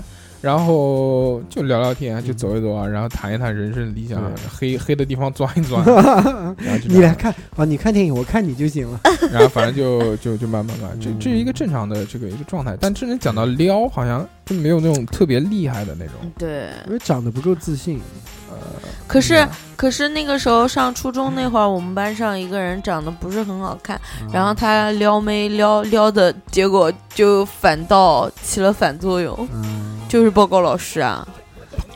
Speaker 3: 然后就聊聊天，就走一走啊，然后谈一谈人生理想，黑黑的地方钻一
Speaker 5: [laughs]
Speaker 3: 钻，然后就这样
Speaker 5: 你来看啊，你看电影，我看你就行了，
Speaker 3: 然后反正就就就慢慢慢，这这是
Speaker 5: 嗯
Speaker 3: 一个正常的这个一个状态。但真正讲到撩，好像就没有那种特别厉害的那种。
Speaker 7: 对。
Speaker 5: 因为长得不够自信，
Speaker 7: 可是
Speaker 3: 嗯，
Speaker 7: 可是那个时候上初中那会儿，我们班上一个人长得不是很好看，
Speaker 3: 嗯
Speaker 7: 然后他撩妹撩撩的结果就反倒起了反作用，
Speaker 5: 嗯，
Speaker 7: 就是报告老师啊，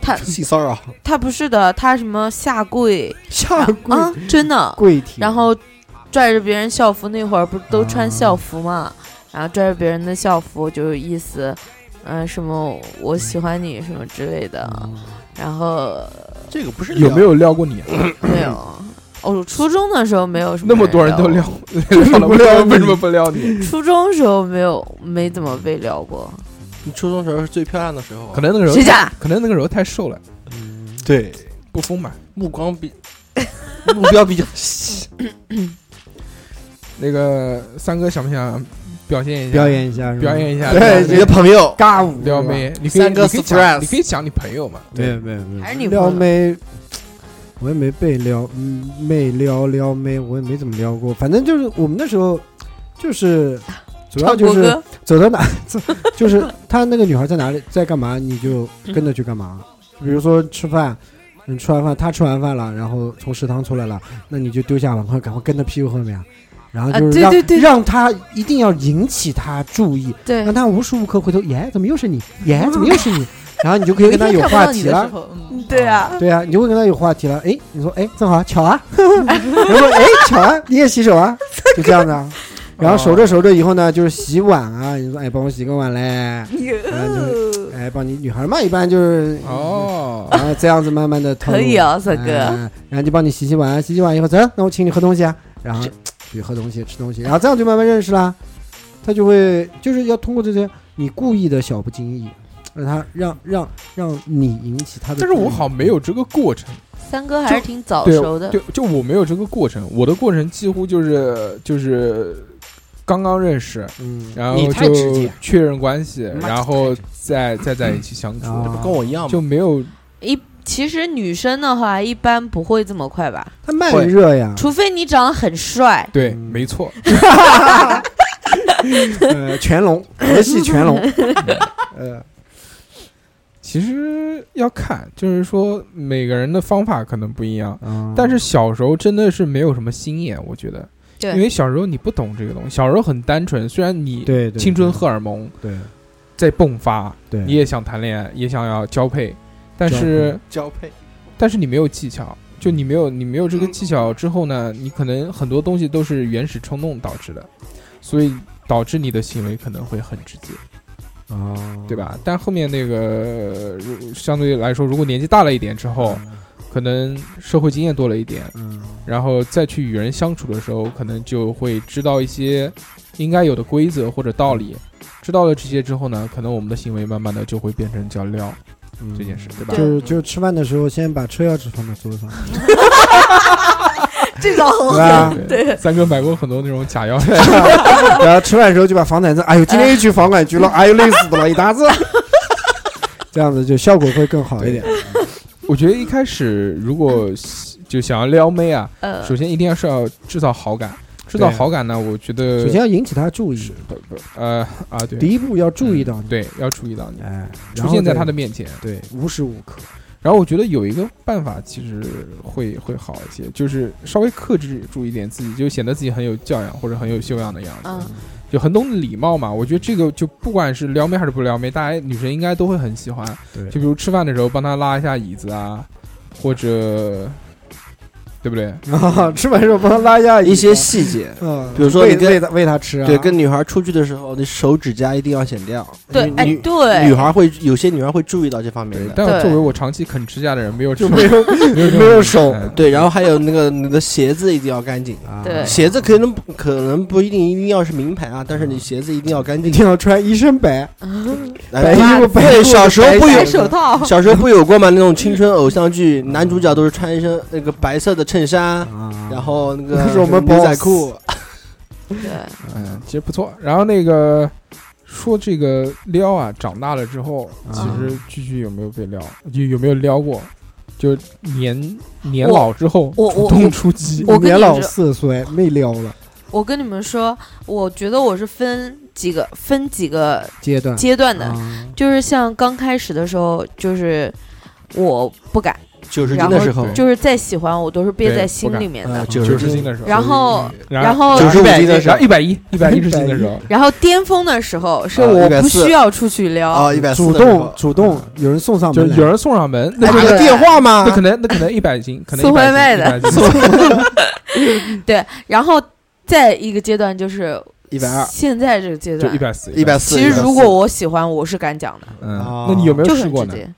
Speaker 7: 他
Speaker 6: 性骚扰，
Speaker 7: 他不是的，他什么下跪
Speaker 5: 下跪
Speaker 7: 啊，真的，
Speaker 5: 跪舔，
Speaker 7: 然后拽着别人校服，那会儿不是都穿校服嘛，然后拽着别人的校服就是意思，嗯、什么我喜欢你什么之类的，
Speaker 5: 嗯
Speaker 7: 然后
Speaker 6: 这个不是
Speaker 3: 有没有撩过你？啊
Speaker 7: 没有。我初中的时候没有什么，
Speaker 3: 那么多人都撩，， [laughs] 撩了，
Speaker 5: 不撩你
Speaker 3: 哎为什么不撩你？
Speaker 7: 初中时候没有没怎么被撩过，
Speaker 6: 你初中时候是最漂亮的时候啊，
Speaker 3: 可能那个时候
Speaker 7: 谁家？
Speaker 3: 可能那个时候太瘦了，
Speaker 6: 对
Speaker 3: 不丰满。
Speaker 6: [laughs] 目光比目标比较细，
Speaker 3: 那个三哥想不想表现一下？
Speaker 5: 表演一下是吧，
Speaker 3: 表演一下，
Speaker 6: 对你的朋友，
Speaker 5: 尬舞
Speaker 3: 撩
Speaker 5: 是吧
Speaker 3: 妹，你可以
Speaker 6: 三哥
Speaker 3: 你可以讲
Speaker 6: surprise
Speaker 3: 你可以讲你朋友嘛？
Speaker 5: 没有没有没有，
Speaker 7: 还是你朋友
Speaker 5: 撩妹，我也没被撩，嗯，妹撩撩妹，我也没怎么撩过。反正就是我们那时候，就是主要
Speaker 7: 唱
Speaker 5: 就
Speaker 7: 国
Speaker 5: 是
Speaker 7: 歌，
Speaker 5: 走到哪， [laughs] 就是他那个女孩在哪里，在干嘛，你就跟着去干嘛。比如说吃饭，你吃完饭，她吃完饭了，然后从食堂出来了，那你就丢下碗筷，赶快跟她屁股后面，然后
Speaker 7: 啊
Speaker 5: 就是
Speaker 7: 对
Speaker 5: 让、
Speaker 7: 对对
Speaker 5: 让她一定要引起她注意，
Speaker 7: 对
Speaker 5: 让他无时无刻回头，耶，怎么又是你？耶，怎么又是你？然后你就可以跟他有话题了。
Speaker 4: 嗯，
Speaker 7: 对 [laughs] 啊，
Speaker 5: 对啊，你就会跟他有话题了。哎，你说，哎，正好巧
Speaker 7: [laughs]
Speaker 5: 啊，然后哎巧啊，你也洗手啊，就这样的啊。然后守着守着以后呢，就是洗碗啊，你说哎，帮我洗个碗嘞，然后就哎，帮你女孩嘛，一般
Speaker 7: [laughs]
Speaker 5: 就是，
Speaker 3: 哦，
Speaker 5: 然后这样子慢慢的
Speaker 7: 可以啊，三哥，
Speaker 5: 嗯，然后就帮你洗洗碗，洗洗碗以后，走，那我请你喝东西啊，然后去喝东西、吃东西，然后这样就慢慢认识啦。他就会就是要通过这些你故意的小不经意，让他让让让你引起他的注
Speaker 3: 但
Speaker 5: 意。
Speaker 3: 是我好像没有这个过程，
Speaker 7: 三哥还是挺早
Speaker 3: 对
Speaker 7: 熟的，
Speaker 3: 就就我没有这个过程，我的过程几乎就是就是刚刚认识，
Speaker 5: 嗯，
Speaker 3: 然后
Speaker 6: 你太直
Speaker 3: 就
Speaker 6: 接
Speaker 3: 确认关系，
Speaker 6: 妈
Speaker 3: 然后再再在一起相处，
Speaker 5: 啊
Speaker 6: 跟我一样嘛，
Speaker 3: 就没有
Speaker 7: 一其实女生的话一般不会这么快吧，
Speaker 5: 他慢热呀，
Speaker 7: 除非你长得很帅，
Speaker 3: 对，
Speaker 5: 嗯
Speaker 3: 没错，
Speaker 5: 呃，全龙，
Speaker 3: [laughs]
Speaker 5: 儿戏全龙，呃，
Speaker 3: [laughs] 其实要看，就是说每个人的方法可能不一样。
Speaker 5: 嗯
Speaker 3: 但是小时候真的是没有什么心眼，我觉得，因
Speaker 7: 对，
Speaker 3: 为小时候你不懂这个东西，小时候很单纯，虽然你
Speaker 5: 对对
Speaker 3: 青春荷尔蒙
Speaker 5: 对
Speaker 3: 在迸发，
Speaker 5: 对，
Speaker 3: 你也想谈恋爱，也想要交配，但是
Speaker 6: 交配，
Speaker 3: 但是你没有技巧，就你没有你没有这个技巧之后呢，你可能很多东西都是原始冲动导致的，所以导致你的行为可能会很直接，
Speaker 5: 哦，
Speaker 3: 对？吧？但后面那个如相对来说，如果年纪大了一点之后，可能社会经验多了一点，
Speaker 5: 嗯，
Speaker 3: 然后再去与人相处的时候，可能就会知道一些应该有的规则或者道理。知道了这些之后呢，可能我们的行为慢慢的就会变成叫撩
Speaker 5: 嗯
Speaker 3: 这件事，对吧？
Speaker 5: 就是就是吃饭的时候先把车钥匙放到桌上，
Speaker 7: 这种
Speaker 5: 啊对吧？
Speaker 3: 对，三哥买过很多那种假药，
Speaker 5: 然后吃饭的时候就把房产证，哎呦，今天又去房管局了，哎呦，累死的了，一沓子。这样子就效果会更好一点。
Speaker 3: 我觉得一开始如果就想要撩妹啊，
Speaker 4: 嗯
Speaker 7: 呃，
Speaker 3: 首先一定要是要制造好感。制造
Speaker 5: 对啊
Speaker 3: 好感呢，我觉得
Speaker 5: 首先要引起他注意，
Speaker 3: 不不呃啊对，
Speaker 5: 第一步要注意到
Speaker 3: 嗯
Speaker 5: 你，
Speaker 3: 对，要注意到你
Speaker 5: 哎，然
Speaker 3: 出
Speaker 5: 后
Speaker 3: 现在
Speaker 5: 再
Speaker 3: 他的面前。
Speaker 5: 对无时无
Speaker 3: [laughs]
Speaker 5: 刻， [laughs]
Speaker 3: 然后我觉得有一个办法其实会会好一些，就是稍微克制住一点自己，就显得自己很有教养或者很有修养的样子，
Speaker 7: 嗯，
Speaker 3: 就很懂礼貌嘛。我觉得这个就不管是撩妹还是不撩妹，大家女生应该都会很喜欢。
Speaker 5: 对
Speaker 3: 就比如吃饭的时候帮她拉一下椅子啊，或者对不对？
Speaker 5: 啊，吃饭的时候帮他拉一下
Speaker 6: 一些，细节，
Speaker 5: 嗯，
Speaker 6: 比如说
Speaker 5: 喂
Speaker 6: 你跟
Speaker 5: 喂他喂他吃啊，
Speaker 6: 对，跟女孩出去的时候，你手指甲一定要剪掉。
Speaker 7: 对
Speaker 6: 女，
Speaker 7: 哎，
Speaker 6: 女
Speaker 7: 对，
Speaker 6: 女孩会有些女孩会注意到这方面
Speaker 3: 对，
Speaker 6: 的。
Speaker 3: 但
Speaker 7: 对
Speaker 3: 作为我长期啃指甲的人，没有
Speaker 5: 就
Speaker 3: 这
Speaker 5: 没
Speaker 3: 种
Speaker 5: 有
Speaker 3: 有这种
Speaker 5: 没有手
Speaker 3: 嗯
Speaker 6: 对，然后还有那个你的鞋子一定要干净，
Speaker 5: 啊
Speaker 7: 对
Speaker 6: 鞋子可能可能不一定一定要是名牌啊，但
Speaker 7: 嗯
Speaker 6: 是你鞋子一定要干
Speaker 5: 一
Speaker 6: 净。
Speaker 5: 定要穿一身白，
Speaker 6: 哎
Speaker 5: 白衣服白裤
Speaker 6: 对，
Speaker 5: 子
Speaker 6: 小时候不
Speaker 5: 白
Speaker 4: 戴
Speaker 5: 鞋
Speaker 6: 有
Speaker 4: 手套，，
Speaker 6: 小时候不有过吗？那种青春偶像剧，男主角都是穿一身那个白色的衬衫，
Speaker 5: 啊
Speaker 6: 然后那个
Speaker 5: 那是我们
Speaker 6: 牛仔
Speaker 5: boss
Speaker 6: 裤。
Speaker 7: 对，
Speaker 3: 嗯，其实不错。然后那个说这个撩啊，长大了之后，
Speaker 7: 啊
Speaker 3: 其实句句有没有被撩，有有没有撩过？就年年老之后
Speaker 7: 我
Speaker 3: 主
Speaker 7: 我
Speaker 3: 动出击，
Speaker 7: 我跟
Speaker 5: 年
Speaker 7: 你
Speaker 5: 老
Speaker 7: 说
Speaker 5: 色衰，没撩了
Speaker 7: 我跟你们说，我觉得我是分几个分几个
Speaker 5: 阶段，
Speaker 7: 阶段的，
Speaker 5: 啊
Speaker 7: 就是像刚开始的时候，就是我不敢，
Speaker 6: 九十
Speaker 7: 然
Speaker 6: 斤
Speaker 7: 后
Speaker 6: 的时候，
Speaker 7: 就是再喜欢我都是憋
Speaker 3: 对嗯
Speaker 7: 在
Speaker 3: 不
Speaker 7: 心
Speaker 3: 敢
Speaker 7: 里面
Speaker 6: 啊
Speaker 7: 的。
Speaker 3: 九十
Speaker 6: 九十
Speaker 3: 斤
Speaker 6: 斤，
Speaker 3: 的时候，
Speaker 7: 然后然
Speaker 3: 然
Speaker 7: 后
Speaker 6: 九十五斤的时
Speaker 3: 然
Speaker 6: 候
Speaker 3: 后一百一一百一十斤的时候，
Speaker 7: 然后巅峰的时候是
Speaker 6: 啊
Speaker 7: 我不
Speaker 6: 140
Speaker 7: 需要出去撩，
Speaker 6: 啊，一百
Speaker 5: 主动主动有人送上
Speaker 3: 就
Speaker 5: 门来，
Speaker 3: 有人送上门，那
Speaker 6: 打
Speaker 3: 就
Speaker 6: 个电话吗
Speaker 3: 那？可能那可能一百斤，可能
Speaker 7: 哎啊送外卖
Speaker 3: 100
Speaker 7: 的
Speaker 3: 斤，100斤
Speaker 7: 对，然后再一个阶段就是
Speaker 6: 一百二，
Speaker 7: 现在这个阶
Speaker 3: 就一百
Speaker 7: 段，
Speaker 3: 四，
Speaker 6: 一百四。
Speaker 7: 其实如果我喜欢，我是敢讲的，
Speaker 3: 嗯
Speaker 6: 哦，
Speaker 3: 那你有没有
Speaker 7: 就
Speaker 3: 试
Speaker 7: 很
Speaker 3: 过
Speaker 7: 直
Speaker 3: 呢？
Speaker 7: 接。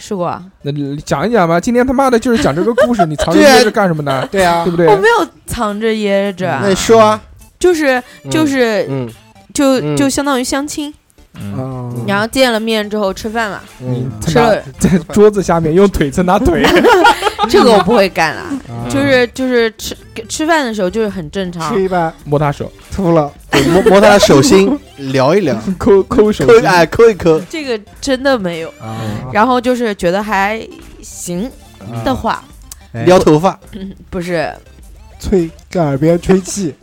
Speaker 7: 试过啊，
Speaker 3: 那你讲一讲吧，今天他妈的就是讲这个故事，你藏着
Speaker 6: 对啊
Speaker 3: 掖着干什么呢？
Speaker 6: 对啊
Speaker 3: 对，不对？
Speaker 7: 我没有藏着掖着啊
Speaker 6: 那，你说啊，
Speaker 7: 就是就是
Speaker 6: 嗯，
Speaker 7: 就
Speaker 6: 嗯
Speaker 7: 就相当于相亲，
Speaker 3: 嗯
Speaker 5: 啊，
Speaker 7: 然后见了面之后吃饭嘛，
Speaker 3: 你
Speaker 6: 嗯
Speaker 3: 蹭
Speaker 7: 吃
Speaker 3: 他
Speaker 7: 了
Speaker 3: 在桌子下面用腿蹭他腿，
Speaker 7: 这个我不会干了。
Speaker 5: 啊
Speaker 7: 就是就是吃吃饭的时候就是很正常
Speaker 5: 吃，一半
Speaker 3: 摸他手，
Speaker 5: 吐了，
Speaker 6: 对摸摸他的手心，聊一聊，
Speaker 3: 抠抠手
Speaker 6: 抠
Speaker 3: 心
Speaker 6: 哎抠一抠，
Speaker 7: 这个真的没有。
Speaker 5: 啊
Speaker 7: 然后就是觉得还行的话，
Speaker 5: 哎
Speaker 6: 撩头发，
Speaker 7: 不是
Speaker 5: 吹在耳边吹气，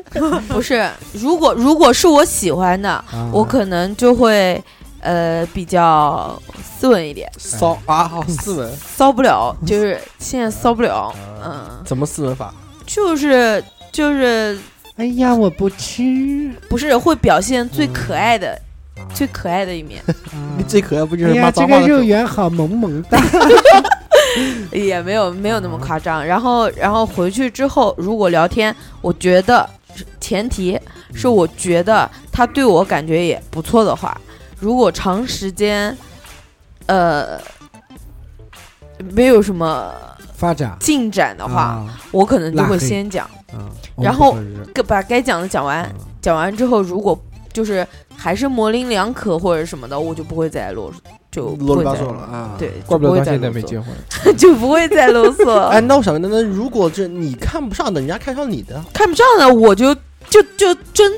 Speaker 7: 不是，如果如果是我喜欢的，
Speaker 5: [laughs] 啊
Speaker 7: 我可能就会呃比较斯文一点，
Speaker 6: 骚
Speaker 7: 哎
Speaker 6: 啊，好斯文，
Speaker 7: 骚不了，就是现在骚不
Speaker 5: 啊
Speaker 7: 了，嗯，
Speaker 6: 怎么斯文法？
Speaker 7: 就是就是
Speaker 5: 哎呀，我不吃，
Speaker 7: 不是会表现最可爱的、
Speaker 5: 嗯
Speaker 7: 最可爱的一面，
Speaker 5: 啊
Speaker 6: 你最可爱不就
Speaker 5: 哎
Speaker 6: 是骂
Speaker 5: 呀，这
Speaker 6: 脏话
Speaker 5: 个
Speaker 6: 的
Speaker 5: 肉
Speaker 6: 狗？
Speaker 5: 圆好萌萌哒，
Speaker 7: 也没有没有那么夸张。然后然后回去之后，如果聊天，我觉得前提是我觉得他对我感觉也不错的话，如果长时间，呃，没有什么
Speaker 5: 发展
Speaker 7: 进展的话，
Speaker 5: 啊
Speaker 7: 我可能就
Speaker 5: 拉
Speaker 7: 会
Speaker 5: 黑
Speaker 7: 先讲，
Speaker 5: 啊
Speaker 7: 然后哎
Speaker 5: 我们不合适啊
Speaker 7: 个把该讲的讲完，讲完之后，如果就是还是模棱两可或者什么的，我就不会再啰，就不
Speaker 6: 啰
Speaker 7: 会
Speaker 6: 里吧
Speaker 7: 再
Speaker 6: 嗦了啊！
Speaker 7: 对，
Speaker 3: 怪不
Speaker 7: 就哎不
Speaker 3: 得
Speaker 7: 会
Speaker 3: 到
Speaker 7: 再
Speaker 3: 现在
Speaker 7: 啰
Speaker 3: 没
Speaker 7: 嗦，
Speaker 3: 结婚。
Speaker 7: [laughs] 就不会再啰
Speaker 6: 哎，
Speaker 7: 嗦。
Speaker 6: 那我想问，那如果这你看不上的，人家看上你的，
Speaker 7: 看不上的我就就就真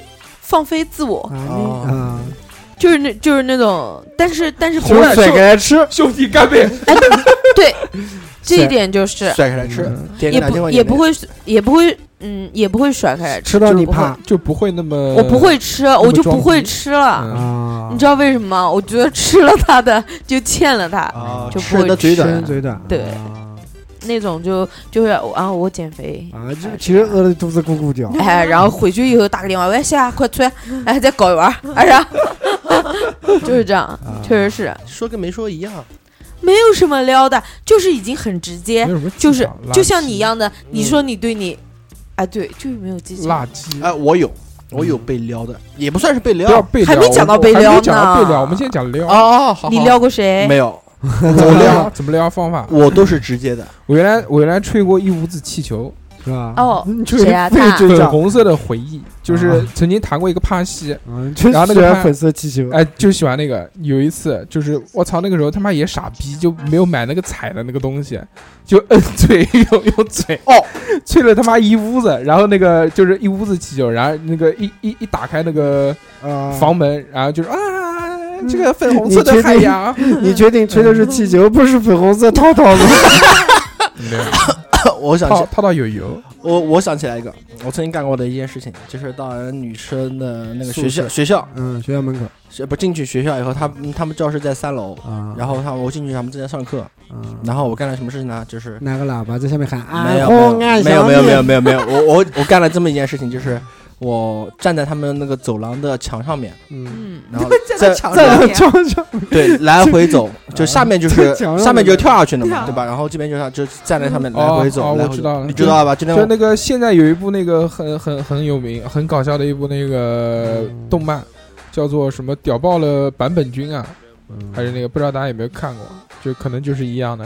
Speaker 7: 放飞自我，
Speaker 5: 啊
Speaker 6: 哦
Speaker 5: 那啊，
Speaker 7: 就是那就是那种，但是但是不
Speaker 5: 红
Speaker 7: 是
Speaker 5: 水给他吃，
Speaker 3: 兄弟干杯！
Speaker 7: 这一点就是
Speaker 6: 甩开来吃，
Speaker 3: 嗯
Speaker 6: 点
Speaker 7: 也
Speaker 6: 个两千
Speaker 7: 不
Speaker 6: 块钱
Speaker 7: 也不会也不会嗯也不会甩开来吃，
Speaker 5: 吃到你
Speaker 7: 就是不会
Speaker 5: 怕
Speaker 3: 就不会那么
Speaker 7: 我不会吃，啊
Speaker 3: 么
Speaker 7: 我就
Speaker 3: 嗯装
Speaker 7: 不会
Speaker 3: 逼
Speaker 7: 吃了。
Speaker 3: 嗯
Speaker 5: 啊
Speaker 7: 你知道为什么吗？我觉得吃了他的就欠了他，
Speaker 6: 啊，
Speaker 7: 就不
Speaker 6: 吃
Speaker 7: 会
Speaker 6: 的嘴
Speaker 7: 吃
Speaker 6: 短
Speaker 5: 真，嘴短，
Speaker 7: 对
Speaker 5: 啊
Speaker 7: 那种就就是啊，我减肥，
Speaker 5: 啊，这其实饿的肚子咕咕叫，
Speaker 7: 哎，然后回去以后打个电话，喂，夏夏，快催，哎，再搞一碗，哎，然后 [laughs] 就是这
Speaker 5: 嗯
Speaker 7: 样，
Speaker 5: 啊
Speaker 7: 确实是
Speaker 6: 说跟没说一样。
Speaker 7: 没有什么撩的，就是已经很直接
Speaker 3: 没，有什么技巧，
Speaker 7: 哎就是
Speaker 3: 垃圾
Speaker 7: 就像你一样的，你说你对你，哎，对，就是没有激情，
Speaker 3: 垃圾，
Speaker 6: 哎，我有，我有被撩的，也不算是被
Speaker 3: 不要
Speaker 6: 撩。
Speaker 3: 被
Speaker 7: 还没
Speaker 3: 撩
Speaker 7: 讲
Speaker 3: 我
Speaker 7: 到被
Speaker 3: 还没
Speaker 7: 撩
Speaker 3: 讲到
Speaker 7: 呢
Speaker 3: 被撩，我们先讲撩。
Speaker 6: 哦，好好，
Speaker 7: 你撩过谁？
Speaker 6: 没有？
Speaker 3: 怎
Speaker 6: 我
Speaker 3: 么
Speaker 6: 撩
Speaker 3: 撩？怎么撩方法？
Speaker 6: 我都是直接的。
Speaker 3: 我原来我原来吹过一屋子气球，
Speaker 5: 是吧？
Speaker 7: 哦
Speaker 5: [laughs] 你吹
Speaker 7: 谁啊
Speaker 5: 非
Speaker 7: 他
Speaker 5: 追
Speaker 3: 粉
Speaker 5: 涨，
Speaker 3: 红色的回忆，就是
Speaker 5: 啊
Speaker 3: 曾经谈过一个啊帕西，
Speaker 5: 嗯，吹
Speaker 3: 然后那个
Speaker 5: 喜欢啊
Speaker 3: 他
Speaker 5: 粉色气球，
Speaker 3: 哎，就喜欢那个。有一次，就是我操，那个时候他妈也傻逼，就没有买那个彩的那个东西，就摁嘴用用嘴
Speaker 6: 哦，
Speaker 3: 吹了他妈一屋子，然后那个就是一屋子气球，然后那个一一一打开那个
Speaker 5: 啊，
Speaker 6: 哎
Speaker 3: 房门，然后就是啊，这个粉红色
Speaker 5: 嗯你
Speaker 3: 的
Speaker 5: 确
Speaker 3: 海
Speaker 5: 定 [laughs]
Speaker 3: 洋，
Speaker 5: 你确定吹的是气球，不是粉红色套套吗？
Speaker 6: 我想
Speaker 3: 套
Speaker 6: 起
Speaker 3: 套到有油，
Speaker 6: 我我想起来一个，我曾经干过的一件事情，就是到人女生的那个学
Speaker 5: 宿
Speaker 6: 校
Speaker 5: 舍
Speaker 6: 学校
Speaker 5: [laughs] 嗯，学校门口
Speaker 6: 是不进去学校以后，他他们教室在三楼，
Speaker 5: 啊，
Speaker 6: 然后他我进去他们正在上课，
Speaker 5: 啊，
Speaker 6: 然后我干了什么事情呢？就是
Speaker 5: 拿个喇叭在下面喊啊，
Speaker 3: 哎
Speaker 6: 没有
Speaker 5: 红啊，
Speaker 6: 没有
Speaker 5: 小
Speaker 6: 没有没有没
Speaker 5: 脸
Speaker 6: 有没有没有，我我我干了这么一件事情，就是我站在他们那个走廊的墙
Speaker 3: [laughs]
Speaker 6: 上面，
Speaker 7: [laughs]
Speaker 5: 嗯，
Speaker 7: 嗯，
Speaker 6: 然后
Speaker 7: 在
Speaker 6: 在
Speaker 7: 墙
Speaker 5: 在
Speaker 7: 上
Speaker 5: 那
Speaker 7: 面
Speaker 5: 装上
Speaker 6: 对来回走，就下面就
Speaker 3: [laughs]
Speaker 5: 在
Speaker 6: 是
Speaker 5: 墙上
Speaker 6: 下面就跳下去了
Speaker 7: 对
Speaker 6: 嘛，
Speaker 7: 啊
Speaker 6: 对吧？然后这边就是就站在上面来
Speaker 3: 哦
Speaker 6: 回
Speaker 3: 哦
Speaker 6: 走，来
Speaker 3: 我
Speaker 6: 回
Speaker 3: 知
Speaker 6: 走，
Speaker 3: 道了，
Speaker 6: 你知道吧？就那
Speaker 3: 就
Speaker 6: 种
Speaker 3: 那个现在有一部那个很很很有名、很搞笑的一部那个
Speaker 6: 嗯
Speaker 3: 动漫，叫做什么“屌爆了坂本君”啊，
Speaker 6: 嗯
Speaker 3: 还是那个不知道大家有没有看过？就可能就是一样的，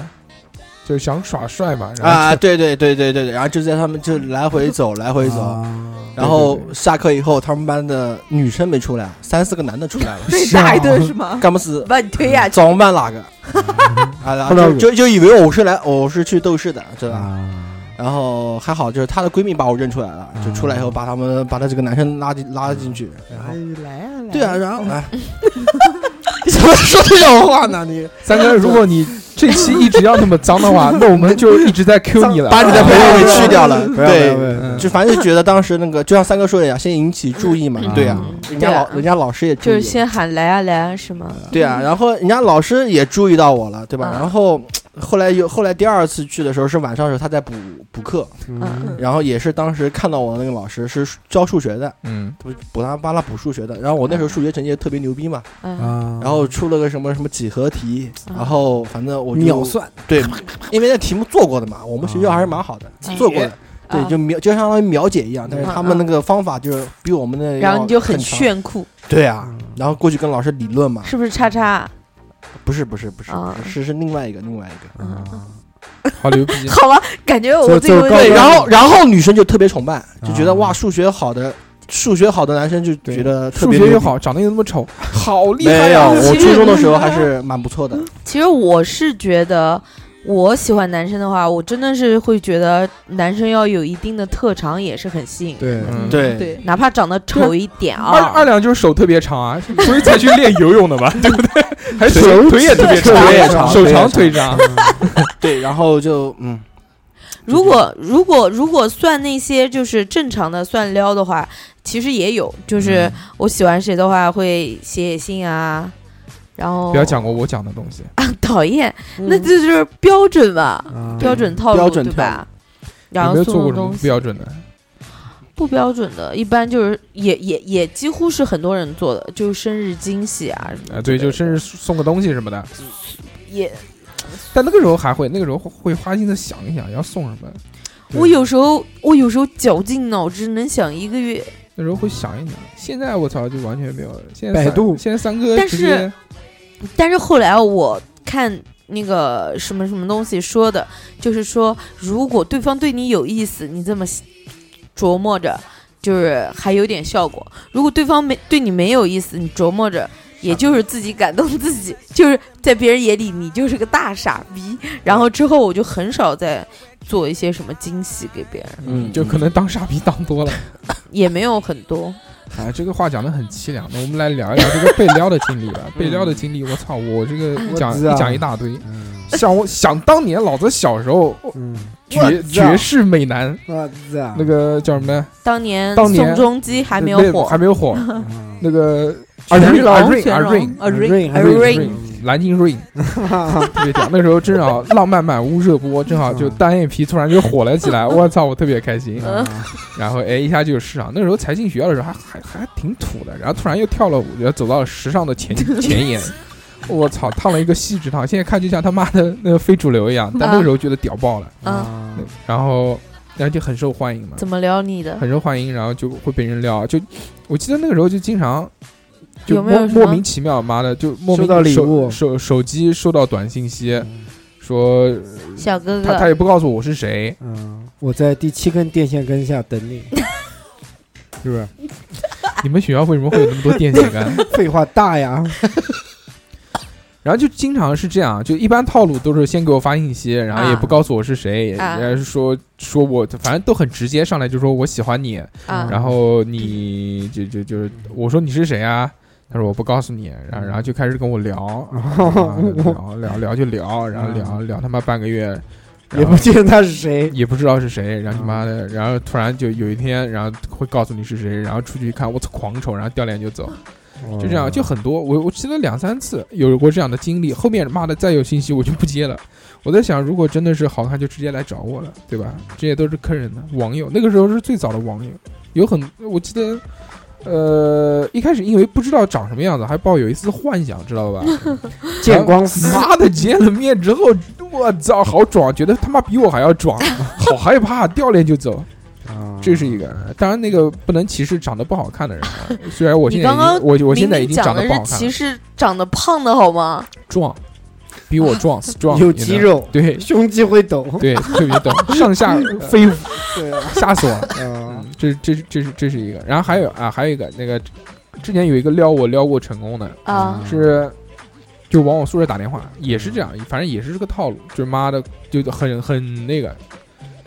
Speaker 3: 就是想耍帅嘛，然后
Speaker 6: 啊，对对对对对对，然后就在他们就来回走来回走。
Speaker 5: 啊
Speaker 6: 然后
Speaker 3: 对对对
Speaker 6: 下课以后，他们班的女生没出来，三四个男的出
Speaker 3: [laughs]
Speaker 6: 来了
Speaker 4: 被打一顿是
Speaker 6: [laughs]
Speaker 4: 吗？
Speaker 6: 干不死，
Speaker 7: 把你推下去，
Speaker 6: 早班哪个？哎 [laughs] 啊，然后
Speaker 5: 不知道
Speaker 6: 就就就以为我是来，我是去斗士的，知道吧？
Speaker 5: 啊，
Speaker 6: 然后还好，就是她的闺蜜把我认出来了，就出来以后把他们把她这个男生拉进拉进去，然后
Speaker 5: 来啊
Speaker 7: 嗯
Speaker 5: 来
Speaker 6: 对啊，然
Speaker 7: [laughs]
Speaker 6: 后哎， [laughs] 你怎么说这种话呢？你
Speaker 3: 三哥，如果你这期一直要那么脏的
Speaker 6: [laughs]
Speaker 3: 话，那我们就一直在 Q 你了。啊
Speaker 6: 把你的朋友给去掉了，
Speaker 5: 不要不要不
Speaker 6: 对。
Speaker 5: 要，
Speaker 6: 就反正就觉得当时那个，就像三哥说的一样，先引起注意嘛
Speaker 5: 嗯，
Speaker 6: 对啊
Speaker 5: 嗯，
Speaker 6: 人家老
Speaker 7: 对啊
Speaker 6: 人家老师也注
Speaker 7: 就
Speaker 6: 意
Speaker 7: 是
Speaker 6: 了，
Speaker 7: 先喊来啊来啊，是吗？
Speaker 6: 对啊，然后人家老师也注意到我了，对吧？
Speaker 7: 嗯
Speaker 6: 然后后来又后来第二次去的时候是晚上的时候，他在补补课，
Speaker 7: 嗯，
Speaker 6: 然后也是当时看到我那个老师是教数学的，
Speaker 3: 嗯，
Speaker 6: 不补他帮他补数学的。然后我那时候数学成绩特别牛逼嘛，
Speaker 7: 嗯
Speaker 5: 啊，
Speaker 6: 然后出了个什么什么几何题，
Speaker 7: 嗯
Speaker 6: 然后反正我就
Speaker 5: 秒算
Speaker 6: 对，因为那题目做过的嘛，我们学校还是蛮好的，做过的。对，就秒就相当于秒解一样，但是他们那个方法就是比我们那
Speaker 7: 然后你就很
Speaker 6: 长。
Speaker 7: 炫酷，
Speaker 6: 对啊，
Speaker 5: 嗯
Speaker 6: 然后过去跟老师理论嘛，
Speaker 7: 是不是？叉叉，
Speaker 6: 不是不是不是
Speaker 7: 啊！
Speaker 6: 不是是是另外一个另外一个。
Speaker 5: 嗯
Speaker 3: 好牛逼
Speaker 7: 好吧，感觉我
Speaker 5: 走
Speaker 7: 这个
Speaker 5: 走高
Speaker 6: 对，
Speaker 5: 端
Speaker 6: 然后然后女生就特别崇拜，就觉
Speaker 5: 啊
Speaker 6: 得哇，数学好的数学好的男生就
Speaker 3: 对
Speaker 6: 觉得 [laughs] 特
Speaker 3: 数
Speaker 6: 别
Speaker 3: 学
Speaker 6: 牛
Speaker 3: 又
Speaker 6: 逼。
Speaker 3: 好，长得又那么丑，好厉
Speaker 6: 没
Speaker 3: 害 [laughs]
Speaker 6: 有，
Speaker 3: 啊！
Speaker 6: 我
Speaker 7: 其实
Speaker 6: 初
Speaker 7: 嗯
Speaker 6: 中的时候还是蛮不错的。
Speaker 7: 其实我是觉得，我喜欢男生的话，我真的是会觉得男生要有一定的特长也是很吸引人，
Speaker 5: 对，
Speaker 3: 嗯，
Speaker 6: 对
Speaker 4: 对，
Speaker 7: 哪怕长得丑一点
Speaker 3: 二二
Speaker 7: 啊，
Speaker 3: 两就是手特别长
Speaker 7: [laughs]
Speaker 3: 啊，所以才去练游泳的嘛，对不对？还是腿
Speaker 5: 手
Speaker 3: 腿也特别
Speaker 5: 手也
Speaker 3: 长，
Speaker 5: 长
Speaker 3: 手
Speaker 6: 腿也
Speaker 3: 长嗯
Speaker 6: 长
Speaker 3: 腿长，
Speaker 6: 对，然后就嗯，
Speaker 7: 如果如果如果算那些就是正常的算撩的话，其实也有，
Speaker 3: 嗯
Speaker 7: 就是我喜欢谁的话会写写信啊，然后
Speaker 3: 不要讲过嗯我讲的东西。
Speaker 7: 讨厌，那这就是标准吧，
Speaker 5: 啊
Speaker 7: 标准套路
Speaker 6: 标准
Speaker 7: 对
Speaker 6: 套路
Speaker 7: 吧？然
Speaker 3: 有
Speaker 7: 后
Speaker 3: 没有
Speaker 7: 送
Speaker 3: 做过
Speaker 7: 的
Speaker 3: 什么
Speaker 7: 东
Speaker 3: 不
Speaker 7: 西
Speaker 3: 标准的？
Speaker 7: 不标准的，一般就是也也也几乎是很多人做的，就是生日惊喜啊什么
Speaker 3: 啊，
Speaker 7: 的。
Speaker 3: 对，就甚至送个东西什么的。
Speaker 7: 也，
Speaker 3: 但那个时候还会，那个时候会花心思想一想要送什么。对
Speaker 7: 我有时候我有时候绞尽脑汁能想一个月，
Speaker 3: 那时候会想一想，现在我操就完全没有了。现在
Speaker 5: 百
Speaker 3: 三
Speaker 5: 度
Speaker 3: 现在三哥
Speaker 7: 但
Speaker 3: 直接
Speaker 7: 是但是后来我看那个什么什么东西说的，就是说如果对方对你有意思，你这么琢磨着，就是还有点效果；如果对方没对你没有意思，你琢磨着。也就是自己感动自己，就是在别人眼里你就是个大傻逼。然后之后我就很少再做一些什么惊喜给别人，
Speaker 6: 嗯
Speaker 3: 就可能当傻逼当多了。
Speaker 7: 也没有很多。
Speaker 3: [laughs] 哎，这个话讲的很凄凉。那我们来聊一聊这个被撩的经 [laughs] 历吧。被撩的经历，我操，我这
Speaker 7: 哎
Speaker 3: 个一讲
Speaker 5: 我
Speaker 3: 一
Speaker 5: 知道
Speaker 3: 讲一大堆。
Speaker 5: 嗯
Speaker 3: 想我想当年老子小时候，
Speaker 5: 嗯，啊
Speaker 3: 绝绝世美男，
Speaker 5: 我操，
Speaker 3: 那个叫什么呢？
Speaker 7: 当年
Speaker 3: 当年
Speaker 7: 宋仲基还没有
Speaker 3: 那
Speaker 7: 火，
Speaker 3: 还没有
Speaker 7: [laughs]
Speaker 3: 火。
Speaker 5: 嗯
Speaker 3: 那个
Speaker 5: 全
Speaker 3: 瑞
Speaker 5: 龙
Speaker 3: 阿啊瑞
Speaker 4: 全
Speaker 3: 阿瑞
Speaker 5: 啊
Speaker 4: 龙，，瑞， [laughs]
Speaker 5: Rain，
Speaker 7: A
Speaker 5: 还是
Speaker 7: ring
Speaker 5: Rain
Speaker 3: 蓝鲸
Speaker 7: [laughs]
Speaker 3: rain 特别屌。那时候正好浪漫满屋热播，正好就单眼皮突然就火了起
Speaker 7: [laughs]
Speaker 3: 来，我操，我特别开心。
Speaker 7: 嗯
Speaker 3: 然后哎，一下就有市场。那时候才进学校的时候还还还挺土的，然后突然又跳了舞，然后走到了时尚的
Speaker 7: [laughs]
Speaker 3: 前前沿。我操，烫了一个锡纸烫，现在看就像他妈的那个非主流一样，但那个时候觉得屌爆了。
Speaker 7: 嗯，
Speaker 5: 啊
Speaker 3: 然后，然后就很受欢迎嘛，
Speaker 7: 怎么撩你的？
Speaker 3: 很受欢迎，然后就会被人撩。就我记得那个时候就经常。就
Speaker 7: 有没
Speaker 3: 莫
Speaker 7: 有什么
Speaker 3: 莫名其妙，妈的，就莫名
Speaker 5: 收到礼
Speaker 3: 手
Speaker 5: 物
Speaker 3: 手手机收到短信息，说
Speaker 7: 小哥
Speaker 3: 他他
Speaker 7: 哥，
Speaker 3: 也不告诉我是谁，
Speaker 5: 嗯，我在第七根电线杆下等
Speaker 3: [laughs]
Speaker 5: 你，是不是？
Speaker 3: 你们学校为什么会有那么多电线杆？
Speaker 7: [laughs]
Speaker 5: 废话
Speaker 3: [laughs]
Speaker 5: 大呀，
Speaker 3: 然后就经常是这样，就一般套路都是先给我发信息，然后也不告诉我是谁，也
Speaker 7: 啊
Speaker 3: 也是说说我，反正都很直接，上来就说我喜欢你，
Speaker 7: 啊
Speaker 3: 然后你就就就是我说你是谁啊？他说我不告诉你，然
Speaker 5: 嗯
Speaker 3: 后然后就开始跟我聊，
Speaker 5: [laughs]
Speaker 3: 啊聊聊聊就聊，然后聊聊他妈半个月，
Speaker 5: 嗯也
Speaker 3: 然后
Speaker 5: 不嗯见他是谁，
Speaker 3: 也不知道是谁，然后你妈的，然后突然就有一天，然后会告诉你是谁，然后出去一看，我操，狂瞅，然后掉脸就走，哦就这样，就很多。我我记得两三次有过这样的经历，后面妈的再有信息我就不接了。我在想，如果真的是好看，就直接来找我了，对吧？这些都是坑人的网友，那个时候是最早的网友，有很我记得。呃，一开始因为不知道长什么样子，还抱有一丝幻想，知道吧？ [laughs]
Speaker 5: 见光死。
Speaker 3: 妈的，见了面之后，我操，好壮，觉得他妈比我还要壮， [laughs] 好害怕，掉脸就走，
Speaker 5: 啊
Speaker 3: 这是一个。当然，那个不能歧视长得不好看的人啊，虽然我现在已
Speaker 7: 你刚刚
Speaker 3: 经我我现在已
Speaker 7: 明
Speaker 3: 经
Speaker 7: 明
Speaker 3: 长
Speaker 7: 讲
Speaker 3: 得
Speaker 7: 的
Speaker 3: 不好
Speaker 7: 是
Speaker 3: 看
Speaker 7: 歧
Speaker 3: 了，
Speaker 7: 视长得胖的好吗？
Speaker 3: 壮，比我壮
Speaker 7: [laughs]
Speaker 3: ，strong，
Speaker 5: 有
Speaker 3: you know
Speaker 5: 肌，肉，
Speaker 3: 对
Speaker 5: 胸肌会抖，
Speaker 3: 对，特别
Speaker 7: [laughs]
Speaker 3: 懂，上下飞舞，
Speaker 5: [laughs] 对啊，
Speaker 3: [laughs] 吓死我了。
Speaker 5: 嗯
Speaker 3: 嗯，这这这是这是一个，然后还有啊，还有一个那个，之前有一个撩我撩过成功的，
Speaker 7: 啊，
Speaker 3: 是就往我宿舍打电话，也是这样，反正也是这个套路，就是妈的就很很那个，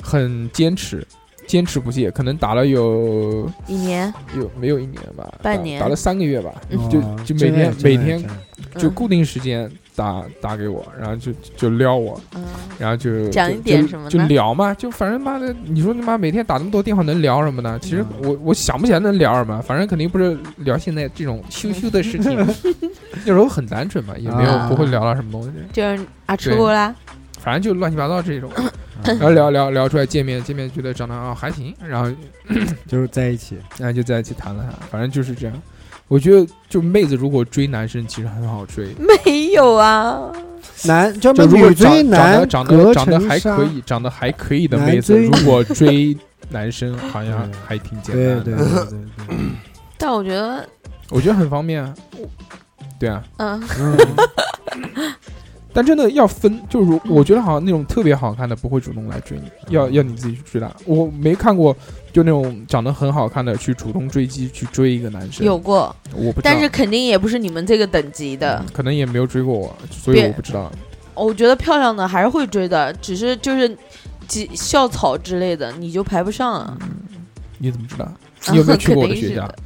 Speaker 3: 很坚持，坚持不懈，可能打了有
Speaker 7: 一年
Speaker 3: 有没有一年吧，
Speaker 7: 半
Speaker 3: 打
Speaker 7: 年
Speaker 3: 打了三个月吧，
Speaker 7: 嗯
Speaker 3: 就
Speaker 5: 哦
Speaker 3: 就每
Speaker 5: 真爱
Speaker 3: 天
Speaker 5: 真
Speaker 3: 每
Speaker 5: 爱
Speaker 3: 天
Speaker 5: 真爱
Speaker 3: 就
Speaker 7: 嗯
Speaker 3: 固定时间打打给我，然后就就撩我，
Speaker 7: 嗯
Speaker 3: 然后就
Speaker 7: 讲
Speaker 3: 就
Speaker 7: 一点
Speaker 3: 就
Speaker 7: 什么呢
Speaker 3: 就聊嘛，就反正妈的，你说你妈每天打那么多电话能聊什么呢？其实
Speaker 7: 嗯
Speaker 3: 我我想不起来能聊什么，反正肯定不是聊现在这种羞羞的事
Speaker 7: [laughs]
Speaker 3: 情。那时候很单纯嘛，也没有
Speaker 5: 啊
Speaker 3: 不会聊到什么东西，
Speaker 7: 就是啊，吃
Speaker 3: 对
Speaker 7: 过
Speaker 3: [laughs]
Speaker 7: 啦，
Speaker 3: 反正就乱七八糟
Speaker 7: [laughs]
Speaker 3: 这种。然后聊聊聊出来见面，见面觉得长得啊还行，然后
Speaker 5: 就是在一起，
Speaker 3: 然后就在一起谈了谈，反正就是这样。我觉得就妹子如果追男生其实很好追，
Speaker 7: 没有啊，
Speaker 5: 男专
Speaker 3: 就
Speaker 5: 门
Speaker 3: 如果
Speaker 5: 女
Speaker 3: 长
Speaker 5: 追
Speaker 3: 得
Speaker 5: 男，
Speaker 3: 长得
Speaker 5: 隔
Speaker 3: 长得
Speaker 5: 层
Speaker 3: 还
Speaker 5: 纱
Speaker 3: 可，以，长得还可以的
Speaker 5: 男
Speaker 3: 妹子，
Speaker 5: 追
Speaker 3: 如果
Speaker 5: [laughs]
Speaker 3: 追男生好像
Speaker 5: 对
Speaker 3: 还挺简
Speaker 5: [laughs] 对
Speaker 3: 单
Speaker 5: 对
Speaker 3: 的，
Speaker 5: 对对对，
Speaker 7: 但我觉得，
Speaker 3: 我觉得很方便啊。对啊，
Speaker 7: 嗯，
Speaker 5: 嗯
Speaker 3: 但真的要分，就是如我觉得好像那种特别好看的不会主动来追你，
Speaker 5: 嗯
Speaker 3: 要要你自己去追他。我没看过就那种长得很好看的去主动追击去追一个男生，
Speaker 7: 有过，
Speaker 3: 我不知道，嗯
Speaker 7: 但是肯定也不是你们这个等级的
Speaker 3: 嗯，可能也没有追过我，所以
Speaker 7: 别
Speaker 3: 我不知道。
Speaker 7: 我觉得漂亮的还是会追的，只是就是几校草之类的，你就排不上啊。
Speaker 3: 嗯你怎么
Speaker 7: [laughs]
Speaker 3: 知道？你有没有去过我的学校
Speaker 7: 肯定是？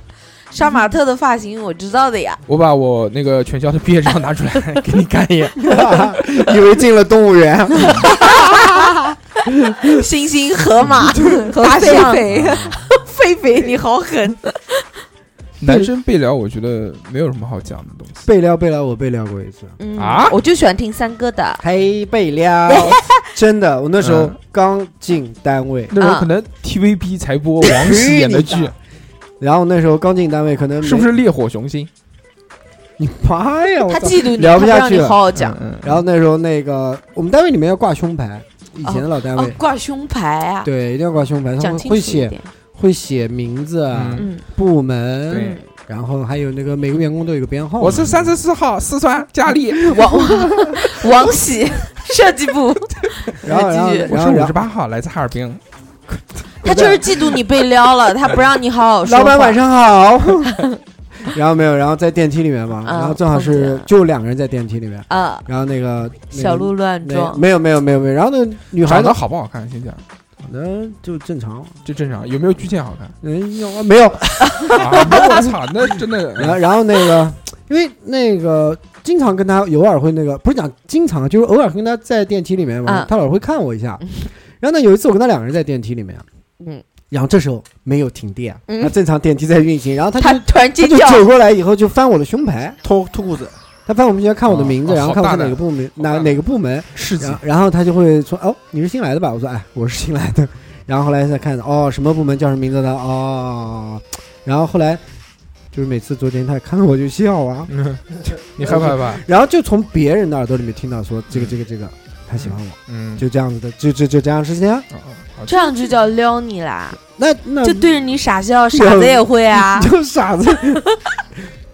Speaker 7: 杀马特的发型我知道的呀，
Speaker 3: 我把我那个全校的毕业照拿出来 [laughs] 给你看一眼。
Speaker 5: [laughs] 以为进了动物园，
Speaker 7: 猩猩、河
Speaker 3: [laughs]
Speaker 7: 马和
Speaker 4: 大
Speaker 7: 狒
Speaker 4: 象 [laughs]
Speaker 7: 狒，狒狒你好狠！
Speaker 3: [laughs] 男生被聊，我觉得没有什么好讲的东西。
Speaker 5: [laughs] 被撩被撩，我被撩过一次。
Speaker 7: 嗯
Speaker 3: 啊
Speaker 7: 我就喜欢听三哥的，
Speaker 5: 嘿，被
Speaker 3: [laughs]
Speaker 5: 撩，真的，我那时候
Speaker 3: 嗯
Speaker 5: 刚进单位，
Speaker 3: 那时候可能 TVB 才播王石演的剧，
Speaker 5: 然后那时候刚进单位，可能没
Speaker 3: 是不是？烈火雄心？
Speaker 5: 你妈呀！我
Speaker 7: 他
Speaker 5: 操
Speaker 7: 嫉妒你，
Speaker 5: 聊
Speaker 7: 他
Speaker 5: 不下
Speaker 7: 让
Speaker 5: 去
Speaker 7: 你
Speaker 5: 了
Speaker 7: 好好讲。
Speaker 3: 嗯，
Speaker 5: 然后那时候那个我们单位里面要挂胸牌，以前的老单
Speaker 3: 嗯
Speaker 7: 哦
Speaker 5: 位，，
Speaker 7: 挂胸牌啊，
Speaker 5: 对，一定要挂胸牌，他
Speaker 7: 讲
Speaker 5: 们
Speaker 7: 清楚
Speaker 5: 会
Speaker 7: 一
Speaker 5: 写
Speaker 7: 点。
Speaker 5: 会写名字、啊、
Speaker 3: 嗯
Speaker 7: 嗯，
Speaker 5: 部门，
Speaker 3: 对
Speaker 7: 嗯
Speaker 5: 然后还有那个每个员工都有个编号嘛。
Speaker 3: 我是三十四号，四川佳丽，
Speaker 7: 王王喜设计部，
Speaker 5: 然后然后
Speaker 7: 继续
Speaker 3: 哎我
Speaker 5: 然
Speaker 3: 是
Speaker 5: 后
Speaker 3: 五
Speaker 5: 然
Speaker 3: 十
Speaker 5: 后
Speaker 3: 八号，来自哈尔滨。
Speaker 7: 他就是嫉妒你被撩了，他不让你好好说
Speaker 5: 老
Speaker 7: 话。
Speaker 5: 板晚上好。
Speaker 3: [laughs]
Speaker 5: 然后没有，然后在电梯里面嘛，
Speaker 7: 啊
Speaker 5: 然后正好
Speaker 7: 碰见
Speaker 5: 是
Speaker 7: 了
Speaker 5: 就两个人在电梯里面，
Speaker 7: 啊，
Speaker 5: 然后那个那个
Speaker 7: 小鹿乱
Speaker 5: 那
Speaker 7: 撞，
Speaker 5: 没有没有没有没有，然后那个女孩
Speaker 3: 长
Speaker 5: 子
Speaker 3: 得好不好看？先讲，
Speaker 5: 长得就正常，
Speaker 3: 这正常。有没有巨蟹好 [laughs] 看？
Speaker 5: 嗯，要没有，
Speaker 3: 啊，我操，那真的
Speaker 5: [laughs] 然后然后那个，因为那个经常跟他偶尔会那个，不是讲经常，就是偶尔跟他在电梯里面嘛，
Speaker 7: 啊
Speaker 5: 他老会看我一下
Speaker 7: 嗯。
Speaker 5: 然后呢，有一次我跟他两个人在电梯里面，
Speaker 7: 嗯，
Speaker 5: 然后这时候没有停电，
Speaker 7: 嗯
Speaker 5: 那正常电梯在运行，然后他
Speaker 7: 他
Speaker 5: 就
Speaker 7: 突然
Speaker 5: 他
Speaker 7: 尖
Speaker 5: 就
Speaker 7: 叫，
Speaker 5: 走过来以后就翻我的胸牌，
Speaker 6: 脱脱裤子，
Speaker 5: 他翻我们胸牌看我的名字，
Speaker 3: 哦
Speaker 5: 然后看我
Speaker 3: 好
Speaker 5: 是
Speaker 3: 大
Speaker 5: 哪个部门
Speaker 3: 好
Speaker 5: 哪
Speaker 3: 大
Speaker 5: 哪个部门，
Speaker 3: 世纪
Speaker 5: 然后然后他就会说哦，你是新来的吧？我说哎， [laughs] 我是新来的。然后后来再看哦，什么部门叫什么名字的哦，然后后来就是每次昨天他看我就笑啊，
Speaker 3: 嗯，你害怕吧？
Speaker 5: 然后就从别人的耳朵里面听到说这个这个这个，他喜欢我，
Speaker 3: 嗯，
Speaker 5: 就这样子的，就就就这样的事情啊。
Speaker 3: 哦哦
Speaker 7: 这样就叫撩你啦，
Speaker 5: 那那。
Speaker 7: 就对着你傻笑，傻子也会啊
Speaker 5: [laughs] 就傻
Speaker 7: [laughs]
Speaker 5: 子，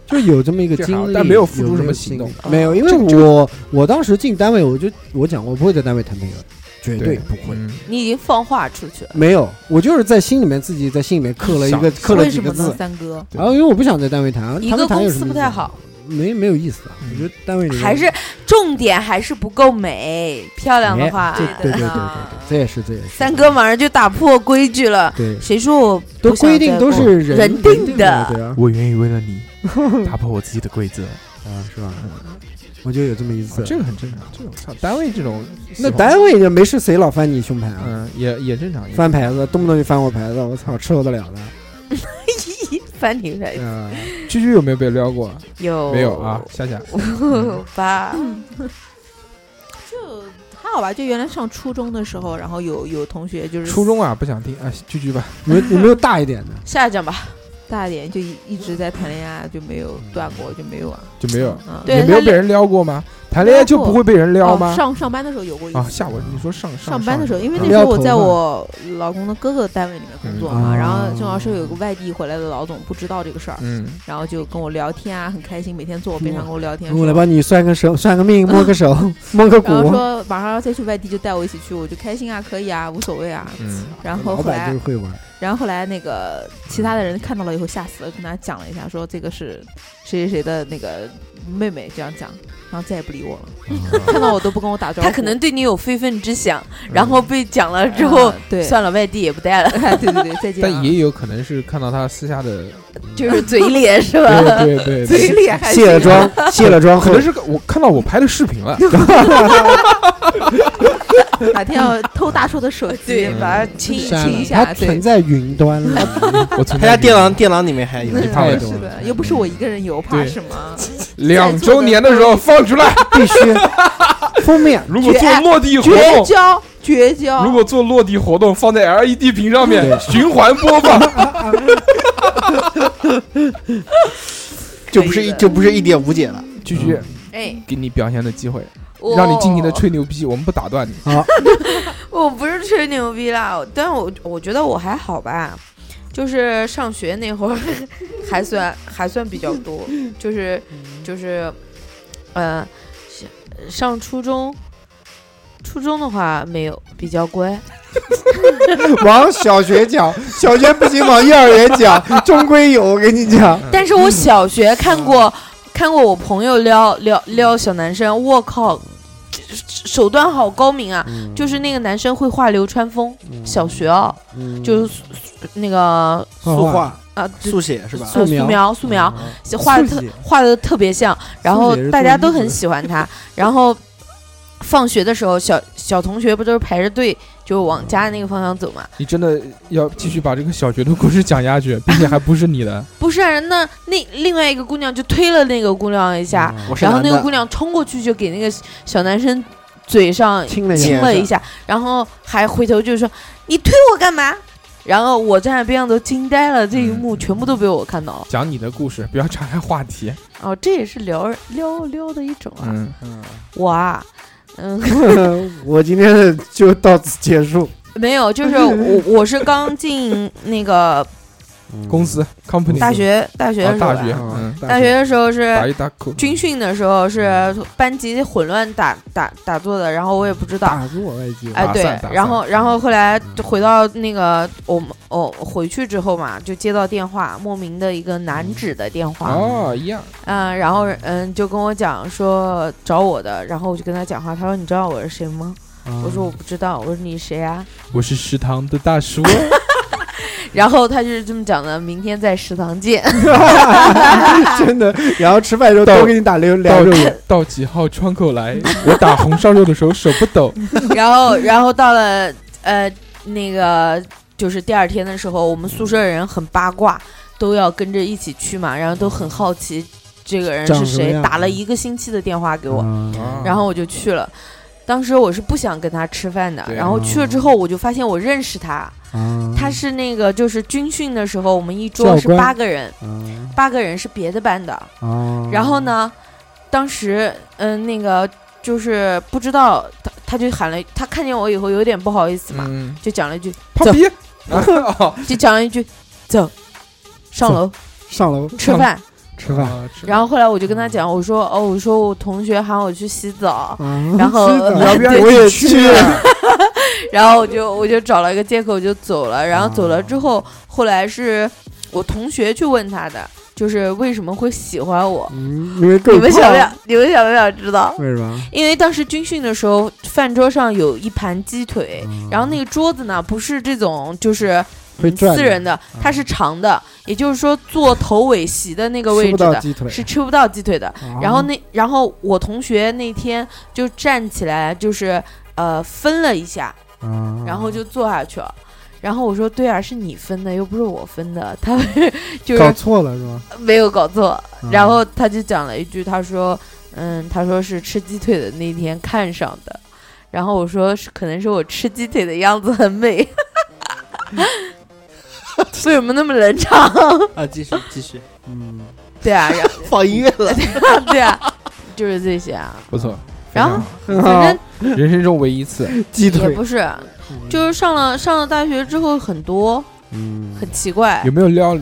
Speaker 5: 就有这么一个
Speaker 3: 这
Speaker 5: 经
Speaker 3: 好
Speaker 5: 历，
Speaker 3: 但没有付出
Speaker 5: 这
Speaker 3: 什么
Speaker 5: 个
Speaker 3: 行
Speaker 5: 经历
Speaker 7: 动
Speaker 5: 没有，因为
Speaker 3: 这个
Speaker 5: 我我当时进单位，我就我讲我不会在单位谈朋友，绝
Speaker 3: 对
Speaker 5: 不会。
Speaker 3: 嗯
Speaker 7: 你已经放话出去了，
Speaker 5: 没有，我就是在心里面自己在心里面刻了一个
Speaker 3: 想
Speaker 5: 刻了
Speaker 4: 为
Speaker 5: 几
Speaker 4: 什
Speaker 5: 个
Speaker 4: 么呢
Speaker 5: 字，，
Speaker 4: 三哥？
Speaker 5: 然后因为我不想在单位谈，
Speaker 7: 一
Speaker 5: 他
Speaker 7: 个
Speaker 5: 们谈
Speaker 7: 公
Speaker 5: 有什
Speaker 7: 司
Speaker 5: 么
Speaker 7: 不
Speaker 5: 意思
Speaker 7: 太
Speaker 5: 啊
Speaker 7: 好，嗯
Speaker 5: 没没有意思啊。我觉得单位里面
Speaker 7: 还是重点还是不够美，漂亮的话
Speaker 5: 哎，这对对对对
Speaker 7: 啊
Speaker 5: 对，这也是这也是
Speaker 7: 三哥马上就打破规矩了。
Speaker 5: 对。
Speaker 7: 谁说我不
Speaker 5: 都
Speaker 7: 想
Speaker 5: 规定
Speaker 7: 再
Speaker 5: 都
Speaker 7: 过
Speaker 5: 是
Speaker 7: 人
Speaker 5: 人
Speaker 7: 定
Speaker 5: 定
Speaker 7: 的
Speaker 5: 对啊，
Speaker 8: 我愿意为了
Speaker 3: [laughs]
Speaker 8: 你打破我自己的规则。
Speaker 5: 啊是吧？我就有这么一次
Speaker 3: 哦，这个很正常，这个我操，单位这种喜
Speaker 5: 那
Speaker 3: 欢
Speaker 5: 单位就没事谁老翻你胸牌啊，
Speaker 3: 嗯也也正常，也
Speaker 5: 翻牌子，动不动就翻我牌子，我操，吃受得了的。
Speaker 7: 翻你来
Speaker 5: 啊，
Speaker 3: 居居有没有被撩过？
Speaker 7: 有
Speaker 3: 没有啊，夏 [laughs] 夏，
Speaker 7: 吧？
Speaker 4: 就还好吧，就原来上初中的时候，然后有有同学就是
Speaker 3: 初中啊不想听啊，居居吧，
Speaker 5: 你们有没有大一
Speaker 7: [laughs]
Speaker 5: 点的？
Speaker 7: 下一讲吧。
Speaker 4: 大一点就一一直在谈恋爱，就没有断过，就没有啊。
Speaker 3: 就没有，
Speaker 4: 嗯，
Speaker 7: 对
Speaker 3: 也没有
Speaker 7: 他
Speaker 3: 被人撩过吗？谈恋爱就不会被人撩
Speaker 4: 哦
Speaker 3: 吗？
Speaker 4: 上上班的时候有过一次
Speaker 3: 啊，吓我！你说上
Speaker 4: 上班的时候，因为那
Speaker 5: 嗯
Speaker 4: 时候我
Speaker 5: 撩头
Speaker 4: 在
Speaker 5: 发
Speaker 4: 我老公的哥哥单位里面工作嘛，
Speaker 5: 嗯
Speaker 4: 然后正好是有个外地回来的老总不知道这个事儿，
Speaker 3: 嗯，
Speaker 4: 然后就跟我聊天啊，很开心，每天坐我边上跟我聊天，
Speaker 5: 我来
Speaker 4: 说
Speaker 5: 帮你算个手，算个命，摸个
Speaker 7: [laughs]
Speaker 5: 手，摸个骨
Speaker 4: 然。后说马上要再去外地就带我一起去，我就开心啊，可以啊，无所谓啊。
Speaker 3: 嗯
Speaker 4: 然后
Speaker 5: 老
Speaker 4: 后
Speaker 5: 板
Speaker 4: 来
Speaker 5: 就是，会玩，
Speaker 4: 然后后来那个其他的人看到了以后吓死了，跟他讲了一下，说这个是谁谁谁的那个妹妹，这样讲，然后再也不理我了，
Speaker 5: 哦
Speaker 4: [laughs] 看到我都不跟我打招呼。
Speaker 7: 他可能对你有非分之想，
Speaker 3: 嗯
Speaker 7: 然后被讲了之
Speaker 4: 啊
Speaker 7: 后，
Speaker 4: 对，
Speaker 7: 算了，外地也不带了，
Speaker 4: 哎 [laughs] 对对对，再见啊。
Speaker 3: 但也有可能是看到他私下的，
Speaker 7: 就是嘴脸是吧？ [laughs]
Speaker 3: 对对对
Speaker 4: 嘴
Speaker 3: 对，
Speaker 4: 脸还
Speaker 5: 卸了
Speaker 4: 行
Speaker 5: 妆，卸了妆
Speaker 3: 可
Speaker 5: 后
Speaker 3: 能，是我看到我拍的视频 [laughs] 了，
Speaker 4: 哪天要偷大叔的手机
Speaker 7: 对，
Speaker 3: 嗯，
Speaker 7: 把它亲一
Speaker 5: 删
Speaker 7: 亲一
Speaker 5: 了，
Speaker 7: 下，
Speaker 5: 它
Speaker 7: 对
Speaker 5: 存，在云端了。
Speaker 7: [laughs]
Speaker 3: 我存
Speaker 6: 他家电脑电脑里面还有，
Speaker 3: 你怕
Speaker 5: 太
Speaker 3: 我
Speaker 5: 多
Speaker 4: 是
Speaker 5: 了
Speaker 4: 的，又不是我一个人有，怕
Speaker 3: 对
Speaker 4: 什么？
Speaker 3: 两周年的时候放出
Speaker 6: [laughs]
Speaker 3: 来。
Speaker 5: 必须封面
Speaker 3: 如果做落地活
Speaker 4: 绝
Speaker 3: 动，
Speaker 4: 交，绝交！
Speaker 3: 如果做落地活动放在 LED 屏上面
Speaker 5: 对
Speaker 3: 循环播 [laughs] 放，
Speaker 6: 就不是一就不是一点五解了。
Speaker 3: 居居
Speaker 7: 哎，
Speaker 3: 给你表现的机会，
Speaker 7: 我
Speaker 3: 让你尽情的。吹牛逼，我们不打断你。
Speaker 7: 我不是吹牛逼啦，但我我觉得我还好吧，就是上学那会儿 [laughs] 还算还算比较多，就是
Speaker 3: 嗯
Speaker 7: 就是，呃，上初中。初中的话没有，比较乖。
Speaker 5: 往小学讲，小学不行往幼儿园讲，终归有。我跟你讲，
Speaker 7: 但是我
Speaker 5: 啊
Speaker 7: 小学看过，看过我朋友撩撩撩小男生，我靠，手段好高明啊！
Speaker 5: 嗯
Speaker 7: 就是那个男生会画流川枫，
Speaker 5: 嗯
Speaker 7: 小学哦，
Speaker 5: 嗯
Speaker 7: 就是素素那个
Speaker 6: 速画、
Speaker 7: 啊，
Speaker 6: 速写是吧？
Speaker 7: 素
Speaker 5: 素描
Speaker 7: 描素描
Speaker 5: 嗯
Speaker 7: 画的
Speaker 5: 速
Speaker 7: 特
Speaker 5: 写
Speaker 7: 画的特别像，然后
Speaker 5: 速写是
Speaker 7: 大
Speaker 5: 做
Speaker 7: 家
Speaker 5: 衣
Speaker 7: 都
Speaker 5: 服
Speaker 7: 很
Speaker 5: 的
Speaker 7: 喜
Speaker 5: [laughs]
Speaker 7: 欢他。然后放学的时候，小小同学不都是排着队就往家那个方向走嘛？
Speaker 3: 你真的要继续把这个小学的故事讲下去，并且还不是你的， [laughs]
Speaker 7: 不是、啊，那那另外一个姑娘就推了那个姑娘一下，
Speaker 6: 我是
Speaker 7: 然后那
Speaker 6: 男
Speaker 7: 个
Speaker 6: 的
Speaker 7: 姑娘冲过去就给那个小男生嘴上
Speaker 5: 亲了一
Speaker 7: 亲
Speaker 5: 下，
Speaker 7: 了一下，然后还回头就说：“你推我干嘛？”然后我站在边上都惊呆了，这一幕全部都被我看到了。
Speaker 3: 讲你的故事，不要岔开话题。
Speaker 7: 哦，这也是撩撩撩的一种啊！
Speaker 3: 嗯，
Speaker 7: 我啊，嗯，
Speaker 5: [laughs]
Speaker 7: [laughs]
Speaker 5: 我今天就到此结束。
Speaker 7: 没有，就是我我是刚进那个
Speaker 3: 公司 company
Speaker 7: 大学大学
Speaker 3: 啊
Speaker 7: 呃的时候
Speaker 3: 大学
Speaker 7: 吧，
Speaker 3: 嗯
Speaker 7: 大学的时候是
Speaker 3: 打一打口
Speaker 7: 军训的时候是班级混乱打打打坐的，然后我也不知道。
Speaker 5: 打住我外界，
Speaker 7: 哎，
Speaker 3: 打
Speaker 7: 对
Speaker 3: 散打，
Speaker 7: 然
Speaker 3: 散
Speaker 7: 后，然后后来就回到那个我们，哦，回去之后嘛，就接到电话，莫名的一个男子的电话，
Speaker 3: 嗯哦一样，
Speaker 7: 嗯，然后嗯就跟我讲说找我的，然后我就跟他讲话，他说你知道我是谁吗？我
Speaker 3: 嗯
Speaker 7: 说我不知道，我说你谁啊？ [laughs]
Speaker 3: 我是食堂的大叔，
Speaker 7: 然后他就是这么讲的，明天在食堂见。
Speaker 5: [laughs] 真的。然后吃饭的时候
Speaker 3: 到
Speaker 5: 都给你打两
Speaker 3: 到
Speaker 5: 两肉眼，
Speaker 3: 到几号窗口来？ [laughs] 我打红烧肉的时候手不抖，
Speaker 7: [laughs] 然后，然后到了呃那个就是第二天的时候，我们宿舍的人很八卦，都要跟着一起去嘛，然后都很好奇这个人是
Speaker 5: 长什么
Speaker 7: 谁，
Speaker 5: 样
Speaker 7: 打了一个星期的电话给我，
Speaker 5: 嗯
Speaker 3: 啊
Speaker 7: 然后我就去了。当时我是不想跟他吃饭的，
Speaker 5: 啊
Speaker 3: 对
Speaker 7: 然后去了之后，我就发现我认识他，他是那个就是军训的时候，我们一
Speaker 5: 嗯
Speaker 7: 桌
Speaker 5: 教
Speaker 7: 是
Speaker 5: 官
Speaker 7: 八个人，
Speaker 5: 嗯
Speaker 7: 八个人是别的班的，
Speaker 5: 哦
Speaker 7: 然后？呢，当时嗯、那个就是不知道他他就喊了，他看见我以后有点不好意思嘛，
Speaker 3: 嗯，
Speaker 7: 就讲了一句，
Speaker 3: 胖逼， [laughs] 啊
Speaker 7: 就讲了一句，走，上楼
Speaker 5: 上楼
Speaker 7: 吃饭。
Speaker 5: 吃饭，
Speaker 3: 啊吃
Speaker 7: 然后后来我就跟他讲，我说哦，我说我同学喊我去洗澡，
Speaker 5: 嗯 [laughs]
Speaker 7: 然后
Speaker 5: 是的
Speaker 7: 然后对
Speaker 5: 我也去，
Speaker 7: 然后我就我就找了一个借口就走了。然后走了之后，后来是我同学去问他的，就是为什么会喜欢我。
Speaker 5: 嗯，因为够
Speaker 7: 你们想
Speaker 5: 胖
Speaker 7: 不想？你们想不想知道？
Speaker 5: 为什么？
Speaker 7: 因为当时军训的时候，饭桌上有一盘鸡腿，然后那个桌子呢不是这种就是。
Speaker 5: 嗯会
Speaker 7: 嗯，
Speaker 5: 转的
Speaker 7: 四人的，它是长的，也就是说坐头尾席的那个位
Speaker 5: 吃
Speaker 7: 置
Speaker 5: 不到
Speaker 7: 的
Speaker 5: 鸡腿，
Speaker 7: 是吃不到鸡腿的。
Speaker 5: 啊
Speaker 7: 然后那，然后我同学那天就站起来，就是呃分了一下，
Speaker 5: 啊
Speaker 7: 然后就坐下去了。然后我说：“对啊，是你分的，又不是我分的。”他 [laughs] 就
Speaker 5: 搞
Speaker 7: 是
Speaker 5: 错了是吗？
Speaker 7: 没有搞错，
Speaker 5: 嗯
Speaker 7: 然后他就讲了一句，他说，嗯，他说是吃鸡腿的那天看上的，然后我说是可能是我吃鸡腿的样子很
Speaker 5: [laughs]
Speaker 7: 美，为什么那么冷场？
Speaker 6: 啊，继续继续，嗯，
Speaker 7: 对啊，然后
Speaker 6: 放音乐了，
Speaker 7: 对啊，就是这些
Speaker 5: [laughs]
Speaker 7: 啊，
Speaker 3: 不错，
Speaker 7: 然后
Speaker 5: 很好
Speaker 7: 反
Speaker 3: 人生中唯一一次，
Speaker 5: 哦鸡
Speaker 7: 正也
Speaker 5: 腿
Speaker 7: 不是，就是上了上了大学之后很多
Speaker 5: 嗯
Speaker 7: 很奇怪
Speaker 3: 有，没有撩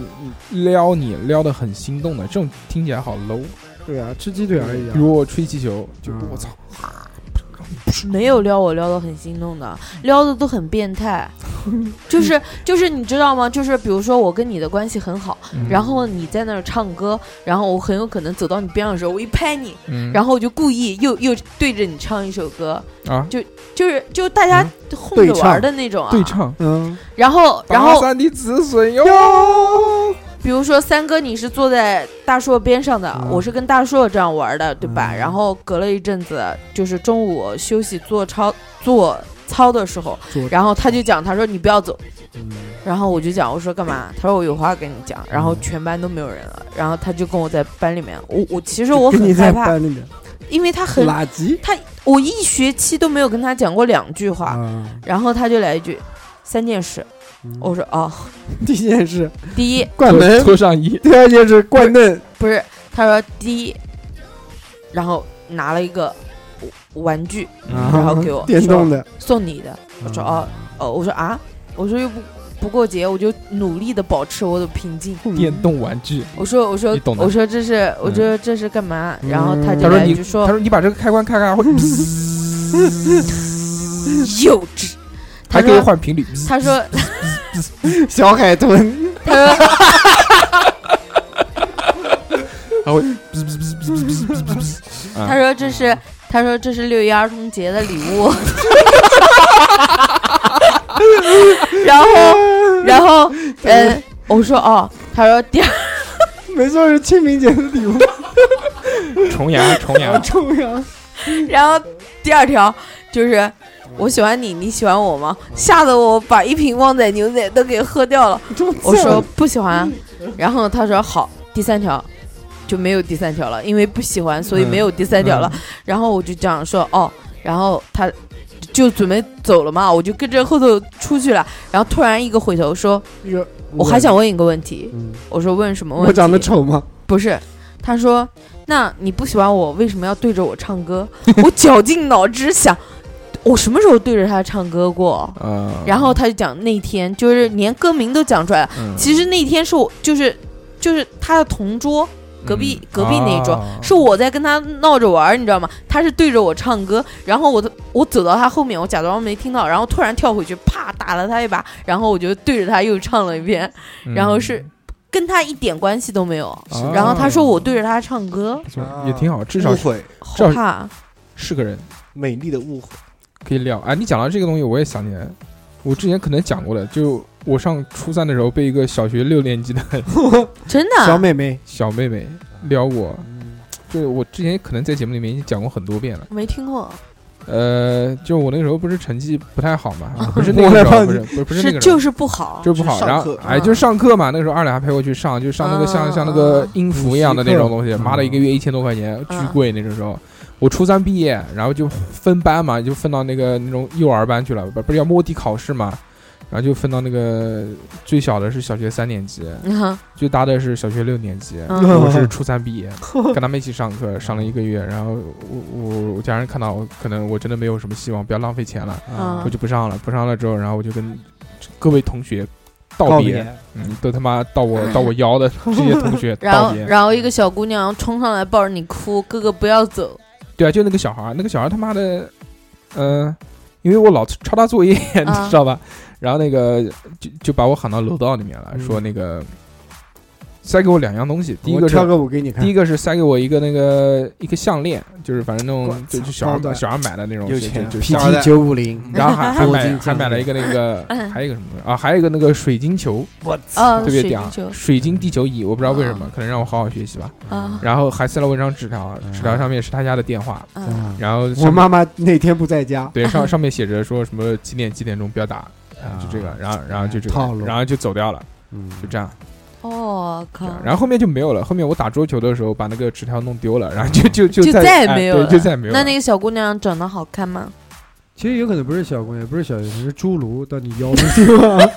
Speaker 3: 撩你撩的很心动的？这种听起来好 low。
Speaker 5: 对啊，吃鸡腿而已啊
Speaker 3: 比。如我吹气球，就
Speaker 5: 嗯
Speaker 3: 我操，
Speaker 7: 没有撩我撩的很心动的，撩的都很
Speaker 5: [laughs]
Speaker 7: 变态，就是就是你知道吗？就是比如说我跟你的关系很好。然后你在那儿唱歌，然后我很有可能走到你边上的时候，我一拍你，
Speaker 3: 嗯，
Speaker 7: 然后我就故意又又对着你唱一首歌，
Speaker 3: 后啊，
Speaker 7: 就是就大家混着玩儿的那种啊。
Speaker 3: 对唱，
Speaker 5: 嗯，
Speaker 7: 然后然
Speaker 3: 跋
Speaker 7: 后
Speaker 3: 山的子孙哟，
Speaker 7: 比如说三哥你是坐在大硕边上的，
Speaker 5: 嗯
Speaker 7: 我是跟大硕这样玩儿的，对吧？
Speaker 5: 嗯
Speaker 7: 然后隔了一阵子，就是中午休息做操做操的时候，
Speaker 5: 做
Speaker 7: 然后他就讲，他说你不要走，
Speaker 5: 嗯
Speaker 7: 然后我就讲，我说干嘛？他说我有话跟你讲。然后全班都没有人了，然后他就跟我在班里面，我我其实我
Speaker 5: 跟嗯你
Speaker 7: 很
Speaker 5: 在
Speaker 7: 害怕，
Speaker 5: 班里面
Speaker 7: 因为他很，
Speaker 5: 垃圾
Speaker 7: 我一学期都没有跟他讲过两句话，
Speaker 5: 啊！
Speaker 7: 然后他就来一句三件事，
Speaker 5: 嗯
Speaker 7: 我说哦，
Speaker 5: 第一件事
Speaker 7: 第一
Speaker 5: 关门，
Speaker 3: 脱上衣，
Speaker 5: 第二件事灌嫩，
Speaker 7: 不是，他说第一，然后拿了一个玩具
Speaker 5: 啊
Speaker 3: 嗯
Speaker 7: 然后给我
Speaker 5: 电动的，
Speaker 7: 送你的，我说哦哦，我说啊，我说又不不过节，我就努力的保持我的平静。
Speaker 3: 电动玩具。
Speaker 7: 我说我说
Speaker 3: 你懂的
Speaker 7: 我说这是我说这是干嘛？
Speaker 5: 嗯
Speaker 7: 然后他就
Speaker 3: 他说
Speaker 7: 来一
Speaker 3: 你
Speaker 7: 句
Speaker 3: 他
Speaker 7: 说
Speaker 3: 说你把这个开关开开会， [laughs]
Speaker 7: 幼稚，
Speaker 3: 嗯还
Speaker 7: 他
Speaker 3: 可以
Speaker 7: 说
Speaker 3: 换频率。
Speaker 7: 他说
Speaker 5: 小海豚，
Speaker 7: 他说
Speaker 3: 他
Speaker 7: 他说这是他说这是六一儿童节的礼物。然后，然后，嗯，我说哦，他说第二，
Speaker 5: 没错是清明节的礼
Speaker 7: [laughs]
Speaker 5: 物，
Speaker 3: 重 [laughs] 阳，重
Speaker 5: 好
Speaker 3: 阳，
Speaker 5: 重要。
Speaker 7: 然后第二条就是我喜欢你，你喜欢我吗？吓得我把一瓶旺仔牛奶都给喝掉了。我说不喜欢啊，然后他说好，第三条就没有第三条了，因为不喜欢，
Speaker 5: 嗯
Speaker 7: 所以没有第三条了。然后我就这样说哦，然后他就准备走了嘛，我就跟着后头出去了。然后突然一个回头说，我还想问一个问题。
Speaker 5: 嗯，
Speaker 7: 我说问什么问题？
Speaker 5: 我长得丑吗？
Speaker 7: 不是，他说，那你不喜欢我，为什么要对着我唱歌？
Speaker 5: 嗯
Speaker 7: 我绞尽脑汁想，我什么时候对着他唱歌过？
Speaker 3: 啊，
Speaker 7: 然后他就讲那天，就是连歌名都讲出来了。
Speaker 3: 嗯
Speaker 7: 其实那天是我，就是就是他的同桌，隔壁、
Speaker 3: 嗯
Speaker 7: 隔壁那一桌。
Speaker 3: 啊
Speaker 7: 是我在跟他闹着玩儿，你知道吗？他是对着我唱歌，然后我的我走到他后面，我假装没听到，然后突然跳回去，啪打了他一把，然后我就对着他又唱了一遍，然后是跟他一点关系都没有。
Speaker 3: 嗯
Speaker 7: 然后他说我对着他唱歌，
Speaker 3: 不错也挺好，至少
Speaker 6: 误
Speaker 3: 是
Speaker 6: 会，
Speaker 3: 这
Speaker 7: 好
Speaker 3: 样
Speaker 7: 怕。
Speaker 3: 是个人
Speaker 6: 美丽的误会。
Speaker 3: 可以聊。哎，你讲到这个东西，我也想起来，我之前可能讲过了，就我上初三的时候被一个小学六年级的
Speaker 7: 真的
Speaker 5: 小
Speaker 7: 啊，
Speaker 5: 妹妹，
Speaker 3: 小妹妹撩我，就是我之前可能在节目里面已经讲过很多遍了。
Speaker 7: 我没听过，
Speaker 3: 呃，就我那个时候不是成绩不太好嘛，啊不是那
Speaker 5: 我
Speaker 3: 个时
Speaker 5: 来
Speaker 3: 候，
Speaker 5: 帮
Speaker 3: 不是不是不是那个时候
Speaker 7: 就。是不好，
Speaker 3: 就是不好，
Speaker 6: 上
Speaker 3: 然后
Speaker 6: 课
Speaker 3: 哎，就是上课嘛，那个时候二两还陪我去上，就上那个像
Speaker 7: 嗯
Speaker 3: 像那个
Speaker 7: 嗯
Speaker 3: 音符一样的那种东西，
Speaker 5: 嗯
Speaker 3: 妈的，一个月一千多块钱，巨贵那种时候。我初三毕业，然后就分班嘛，就分到那个那种幼儿班去了，不不是要摸底考试嘛，然后就分到那个最小的是小学三年级，
Speaker 7: 嗯
Speaker 3: 最大的是小学六年级。
Speaker 7: 嗯
Speaker 3: 我是初三毕
Speaker 7: [laughs]
Speaker 3: 业，跟他们一起上课，上了一个月，然后我我我家人看到我，可能我真的没有什么希望，不要浪费钱了，
Speaker 7: 嗯
Speaker 5: 啊
Speaker 3: 我啊就不上了。不上了之后，然后我就跟各位同学道
Speaker 5: 告
Speaker 3: 别，
Speaker 5: 别，
Speaker 3: 嗯，都他妈到我到我
Speaker 7: [laughs]
Speaker 3: 腰的这些同学
Speaker 7: 然
Speaker 3: 道
Speaker 7: 后
Speaker 3: 别。
Speaker 7: 然后一个小姑娘冲上来抱着你哭，哥哥不要走，
Speaker 3: 对啊，就那个小孩儿，那个小孩儿他妈的，嗯、因为我老抄他作业， [laughs]
Speaker 7: 啊
Speaker 3: 你知道吧？然后那个就就把我喊到楼道里面
Speaker 7: 嗯
Speaker 3: 了，说那个塞给我两样东西，第一
Speaker 5: 我
Speaker 3: 个是
Speaker 5: 跳个舞给你
Speaker 3: [laughs]
Speaker 5: 看
Speaker 3: 第一。个是塞给我一个那个一个项链，就是反正那种就就小孩
Speaker 5: 高
Speaker 3: 买
Speaker 5: 端
Speaker 3: 小孩买的
Speaker 5: 哦
Speaker 3: 那种，
Speaker 6: 有
Speaker 3: 就
Speaker 6: 钱
Speaker 3: 就就小孩
Speaker 5: PT 九五零， [laughs]
Speaker 3: 然后还还
Speaker 5: 铂
Speaker 3: 买
Speaker 5: 金
Speaker 3: 还
Speaker 5: 项
Speaker 3: 买了一
Speaker 5: 链
Speaker 3: 个那个
Speaker 7: [laughs] 嗯
Speaker 3: 还有一个什么啊，还有一个那个水晶球，
Speaker 7: 啊，
Speaker 3: 特别
Speaker 7: 水
Speaker 3: 屌
Speaker 7: 晶，球
Speaker 3: 水晶地球仪，我不知道为什
Speaker 5: 嗯
Speaker 3: 么，可能让我好好学习吧。
Speaker 7: 啊
Speaker 3: 然后还塞了我一张纸条，纸条上面是他家的电话，
Speaker 7: 啊
Speaker 5: 啊
Speaker 3: 然后
Speaker 5: 嗯我
Speaker 3: 上面
Speaker 5: 妈妈那天不在家，
Speaker 3: 对
Speaker 7: [laughs]
Speaker 3: 上上面写着说什么几点几点钟不要打，
Speaker 5: 啊
Speaker 3: 就这个，然后然后就这
Speaker 5: 套
Speaker 3: 个，
Speaker 5: 路
Speaker 3: 然后就走掉了，
Speaker 5: 嗯，
Speaker 3: 就这样。
Speaker 7: 哦靠，
Speaker 3: 然后后面就没有了。后面我打桌球的时候把那个纸条弄丢了，然后就就就
Speaker 7: 就再也
Speaker 3: 哎
Speaker 7: 没有
Speaker 3: 对
Speaker 7: 了
Speaker 3: 就再也没有了。
Speaker 7: 那那个小姑娘长得好看吗？
Speaker 5: 其实有可能不是小姑娘，不是小学生，是侏儒到你 [laughs] 腰上去了。
Speaker 7: [laughs]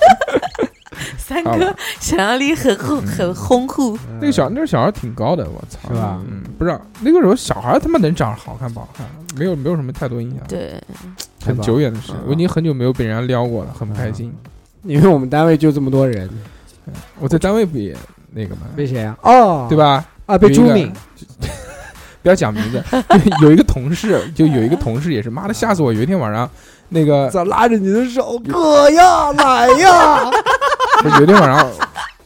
Speaker 7: 三
Speaker 3: 好
Speaker 7: 哥
Speaker 3: 吧
Speaker 7: 想象力很厚，很丰厚。
Speaker 3: 那个小那个小孩挺高的，我操，
Speaker 5: 嗯是吧
Speaker 3: 嗯，不知道那个时候小孩他妈能长得好看不好看，没有没有什么太多影响，
Speaker 7: 对，
Speaker 3: 很久远的事
Speaker 7: 嗯，
Speaker 3: 我已经很久没有被人家撩过了，很不
Speaker 5: 嗯
Speaker 3: 开心。
Speaker 5: 因为我们单位就这么多人，
Speaker 3: 我在单位不也那个嘛，
Speaker 5: 嗯被谁啊？哦，
Speaker 3: 对？吧？
Speaker 5: 啊，被
Speaker 3: 有一
Speaker 5: 朱
Speaker 3: 个
Speaker 5: 敏，
Speaker 3: 不要讲名
Speaker 5: [laughs]
Speaker 3: 字，就有一个同事，就有一个同事也是，妈的吓死我！有一天晚上，那个
Speaker 5: [laughs] 咋拉着你的手，哥呀，来呀！
Speaker 3: 不是有一天晚上，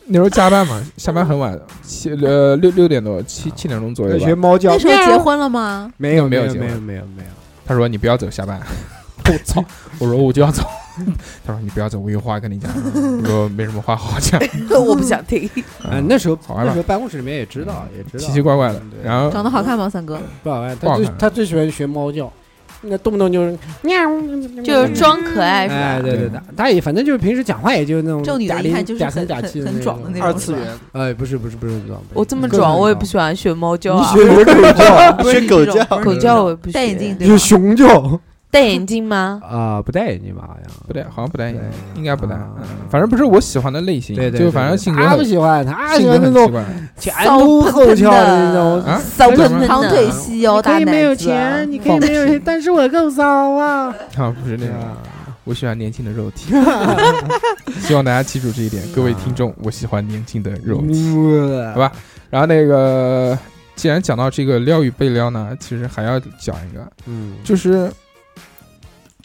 Speaker 3: 那时候加班嘛，下班很晚，七呃六六点多七七点钟左
Speaker 5: 在
Speaker 3: 右
Speaker 5: 学
Speaker 3: 吧。
Speaker 5: 猫叫
Speaker 4: 那，时候结婚了吗？
Speaker 5: 没有
Speaker 3: 没有
Speaker 5: 有
Speaker 3: 结
Speaker 5: 没
Speaker 3: 婚
Speaker 5: 有没有没有，
Speaker 3: 他说你不要走，下班。 [laughs] 我操！我说我就要走。 [laughs] 他说你不要走，我有话跟你讲。 [laughs] 我说没什么话好讲，
Speaker 7: 我不想听。
Speaker 5: 啊，那时候
Speaker 3: 嗯好玩吧
Speaker 5: 那时候办公室里面也知道也知道，
Speaker 3: 奇奇怪怪的
Speaker 5: 嗯。对
Speaker 3: 然后
Speaker 4: 长得好看吗，三哥？
Speaker 5: 不好玩，
Speaker 3: 不
Speaker 5: 他
Speaker 3: 好
Speaker 5: 最
Speaker 3: 看
Speaker 5: 他最喜欢学猫叫，那动不动就是喵，
Speaker 7: 就是装可爱是
Speaker 5: 哎，
Speaker 7: 吧？
Speaker 5: 对对对，
Speaker 3: 嗯
Speaker 5: 他也反正就是平时讲话也就那种
Speaker 4: 这种女的
Speaker 5: 嗲
Speaker 4: 一
Speaker 5: 里
Speaker 4: 看就是
Speaker 5: 嗲
Speaker 4: 很
Speaker 5: 声嗲气
Speaker 4: 很很
Speaker 5: 种
Speaker 4: 壮的那种
Speaker 6: 二次元，
Speaker 5: 哎，不是不是不是很壮，
Speaker 7: 我这么
Speaker 5: 更
Speaker 7: 壮，我也
Speaker 5: 壮
Speaker 7: 不喜欢学猫叫啊，
Speaker 5: 你学什么狗叫？
Speaker 4: 不
Speaker 6: [laughs]
Speaker 4: 是
Speaker 6: 学狗
Speaker 4: 你这种
Speaker 6: 叫
Speaker 4: 不是
Speaker 7: 狗
Speaker 4: 你
Speaker 7: 叫我也不学。
Speaker 4: 戴眼镜，对
Speaker 5: 你
Speaker 4: 吧
Speaker 5: 是？熊叫
Speaker 7: 戴眼镜吗？
Speaker 5: 啊？不戴眼镜吧？好像
Speaker 3: 不对，好像不太
Speaker 5: 对
Speaker 3: 应该不太
Speaker 5: 啊，
Speaker 3: 嗯反正不是我喜欢的类型，
Speaker 5: 对对，啊
Speaker 3: 就反正性格
Speaker 5: 他不啊
Speaker 3: 很
Speaker 5: 喜欢，他喜
Speaker 3: 性格
Speaker 5: 欢那
Speaker 3: 很奇
Speaker 5: 种
Speaker 3: 怪
Speaker 5: 前凸后翘的那种。
Speaker 3: 啊，
Speaker 7: 骚喷喷的，
Speaker 4: 长腿细腰大
Speaker 5: 可以
Speaker 4: 奶子，
Speaker 5: 没有钱，你可以没有 [laughs] 钱，但是我更骚啊！
Speaker 3: 啊不是那
Speaker 5: 对
Speaker 3: 种，
Speaker 5: 吧？
Speaker 3: 我喜欢年轻的肉体， [laughs] 希望大家记住这一点，各位听众，我喜欢年轻的肉体。
Speaker 5: 啊嗯
Speaker 3: 好吧然后那个，既然讲到这个撩与被撩呢，其实还要讲一个，
Speaker 5: 嗯，
Speaker 3: 就是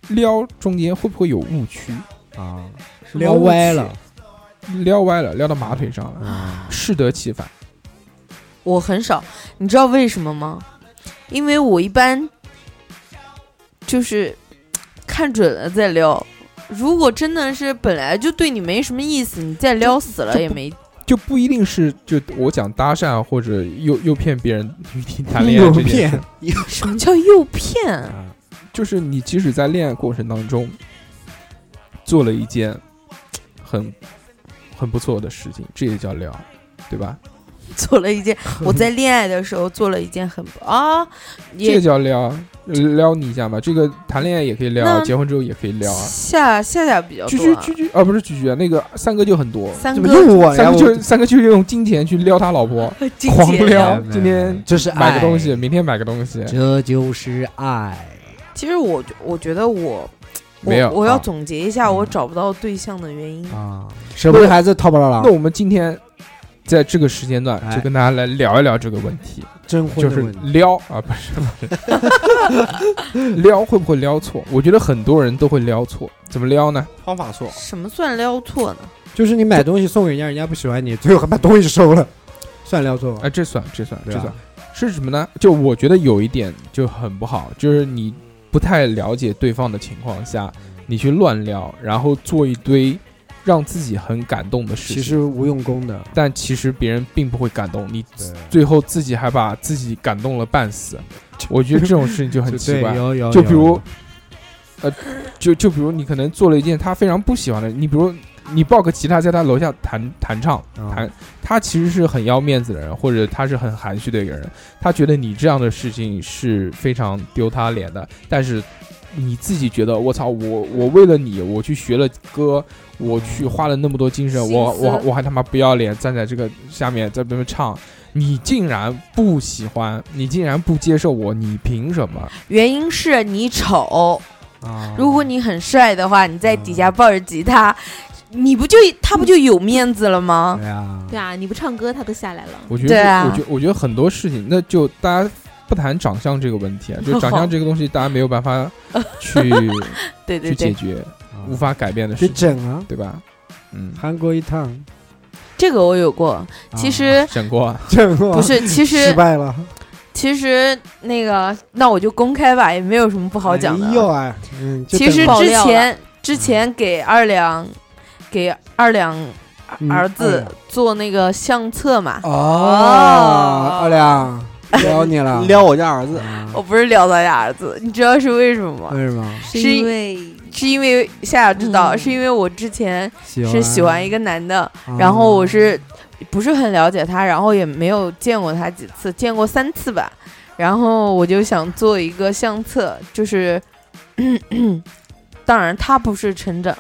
Speaker 3: 撩中间会不会有误区？
Speaker 5: 啊，
Speaker 3: 什么
Speaker 5: 撩歪了
Speaker 3: 撩歪了，撩到马腿上了，
Speaker 5: 啊！
Speaker 3: 适得其反。
Speaker 7: 我很少，你知道为什么吗？因为我一般就是看准了再撩。如果真的是本来就对你没什么意思，你再撩死
Speaker 3: 这
Speaker 7: 了
Speaker 3: 不
Speaker 7: 也没
Speaker 3: 就不一定是就我讲搭讪啊或者诱诱骗别人与你谈
Speaker 5: [laughs]
Speaker 3: 恋爱这件事
Speaker 5: 诱
Speaker 7: 什么叫诱骗，
Speaker 3: 啊，就是你即使在恋爱过程当中做了一件很很不错的事情，这也叫撩，对吧？
Speaker 7: 做了一件我在恋爱的时候做了一件很啊，
Speaker 3: 这
Speaker 7: 也
Speaker 3: 个叫撩啊，撩你一下嘛。这个谈恋爱也可以撩啊，
Speaker 7: 那
Speaker 3: 结婚之后也可以撩啊。
Speaker 7: 下下下比较
Speaker 3: 居
Speaker 7: 多
Speaker 3: 居
Speaker 7: 啊，
Speaker 3: 居居啊，不是居居啊，那个三哥就很多，
Speaker 7: 三
Speaker 5: 怎么
Speaker 7: 哥
Speaker 5: 又我呀？
Speaker 3: 三哥就
Speaker 5: 我
Speaker 3: 三哥就用金钱去撩他老婆，
Speaker 7: 金
Speaker 3: 狂
Speaker 7: 姐
Speaker 3: 撩
Speaker 11: 没有，没有
Speaker 3: 今天
Speaker 11: 这
Speaker 7: 哎
Speaker 11: 是
Speaker 3: 买个
Speaker 11: 爱
Speaker 3: 东西，明天买个东西，
Speaker 11: 这就是爱。
Speaker 7: 其实我觉我觉得我我
Speaker 3: 没有
Speaker 7: 我要
Speaker 3: 啊
Speaker 7: 总结一下
Speaker 5: 嗯
Speaker 7: 我找不到对象的原因。
Speaker 11: 啊，
Speaker 5: 舍不得孩子套不了
Speaker 3: 那
Speaker 5: 狼，
Speaker 3: 我们今天在这个时间段
Speaker 11: 哎
Speaker 3: 就跟大家来聊一聊这个问题，
Speaker 5: 征婚
Speaker 3: 就
Speaker 5: 的
Speaker 3: 是
Speaker 5: 问题。
Speaker 3: 撩啊，不是不
Speaker 7: [laughs]
Speaker 3: 是，撩会不会撩错？我觉得很多人都会撩错，怎么撩呢？
Speaker 6: 方法错，
Speaker 7: 什么算撩错呢？
Speaker 5: 就是你买东西送给人家，人家不喜欢你，最后还把东西收了，算撩错吧？
Speaker 3: 哎，这算这算这
Speaker 5: 对吧
Speaker 3: 算是什么呢？就我觉得有一点就很不好，就是你不太了解对方的情况下，你去乱撩，然后做一堆让自己很感动的事
Speaker 5: 其
Speaker 3: 情，
Speaker 5: 实无用功的，
Speaker 3: 但其实别人并不会感动你，
Speaker 11: 对
Speaker 3: 最后自己还把自己感动了半死。我觉得这种事
Speaker 5: [laughs]
Speaker 3: 情就很奇
Speaker 11: 对
Speaker 3: 怪，
Speaker 11: 有有，
Speaker 3: 就
Speaker 11: 有
Speaker 3: 比如，呃，就就比如你可能做了一件他非常不喜欢的，你比如你抱个吉他在他楼下弹弹唱
Speaker 11: 嗯
Speaker 3: 弹，他其实是很要面子的人，或者他是很含蓄的一个人，他觉得你这样的事情是非常丢他脸的，但是。你自己觉得我操我我为了你我去学了歌，我去花了那么多精神，我
Speaker 7: 心思
Speaker 3: 我我还他妈不要脸站在这个下面在那边唱，你竟然不喜欢，你竟然不接受我，你凭什么？
Speaker 7: 原因是你丑。
Speaker 11: 啊
Speaker 5: 嗯
Speaker 7: 如果你很帅的话，你在底下抱着吉他，你不就他不就有面子了
Speaker 5: 嗯
Speaker 7: 吗？
Speaker 11: 对啊，
Speaker 4: 对啊，你不唱歌，他都下来了。
Speaker 3: 我觉得
Speaker 7: 对
Speaker 3: 是，
Speaker 7: 啊
Speaker 3: 我觉我觉得很多事情，那就大家不谈长相这个问题啊，就长
Speaker 7: [laughs]
Speaker 3: 相这个东西，大家没有办法去
Speaker 7: 对对
Speaker 3: 去解
Speaker 7: 对，
Speaker 3: 决，
Speaker 11: 啊
Speaker 3: 无法改变的
Speaker 5: 去
Speaker 3: 事情，
Speaker 5: 整啊！
Speaker 3: 对吧？嗯，
Speaker 5: 韩国一趟，
Speaker 7: 这个我有过。其实
Speaker 3: [laughs] 整过啊，
Speaker 5: 整过
Speaker 7: 不
Speaker 5: [laughs]
Speaker 7: 是，其
Speaker 5: 啊失
Speaker 7: 实
Speaker 5: 败了，
Speaker 7: 其实那个，那我就公开吧，也没有什么不好讲的。
Speaker 5: 哎呦啊，嗯，就
Speaker 7: 其实
Speaker 5: 等吧
Speaker 4: 爆
Speaker 7: 之
Speaker 4: 料了
Speaker 7: 前之前给二两给二两
Speaker 5: 嗯
Speaker 7: 儿子做那个相册嘛，
Speaker 5: 哦，二亮撩你了，
Speaker 7: [laughs]
Speaker 6: 撩我家儿子，
Speaker 5: 啊
Speaker 7: 我不是聊到家儿子，你知道是为什么吗？
Speaker 5: 为什么？
Speaker 4: 是
Speaker 7: 是
Speaker 4: 因为
Speaker 7: 是因为夏夏知道，
Speaker 4: 嗯
Speaker 7: 是因为我之前
Speaker 5: 喜啊
Speaker 7: 是喜欢一个男的，
Speaker 5: 嗯
Speaker 7: 然后我是不是很了解他，然后也没有见过他几次，见过三次吧。然后我就想做一个相册，
Speaker 5: [clears throat]
Speaker 7: 就是，当然他不是成长，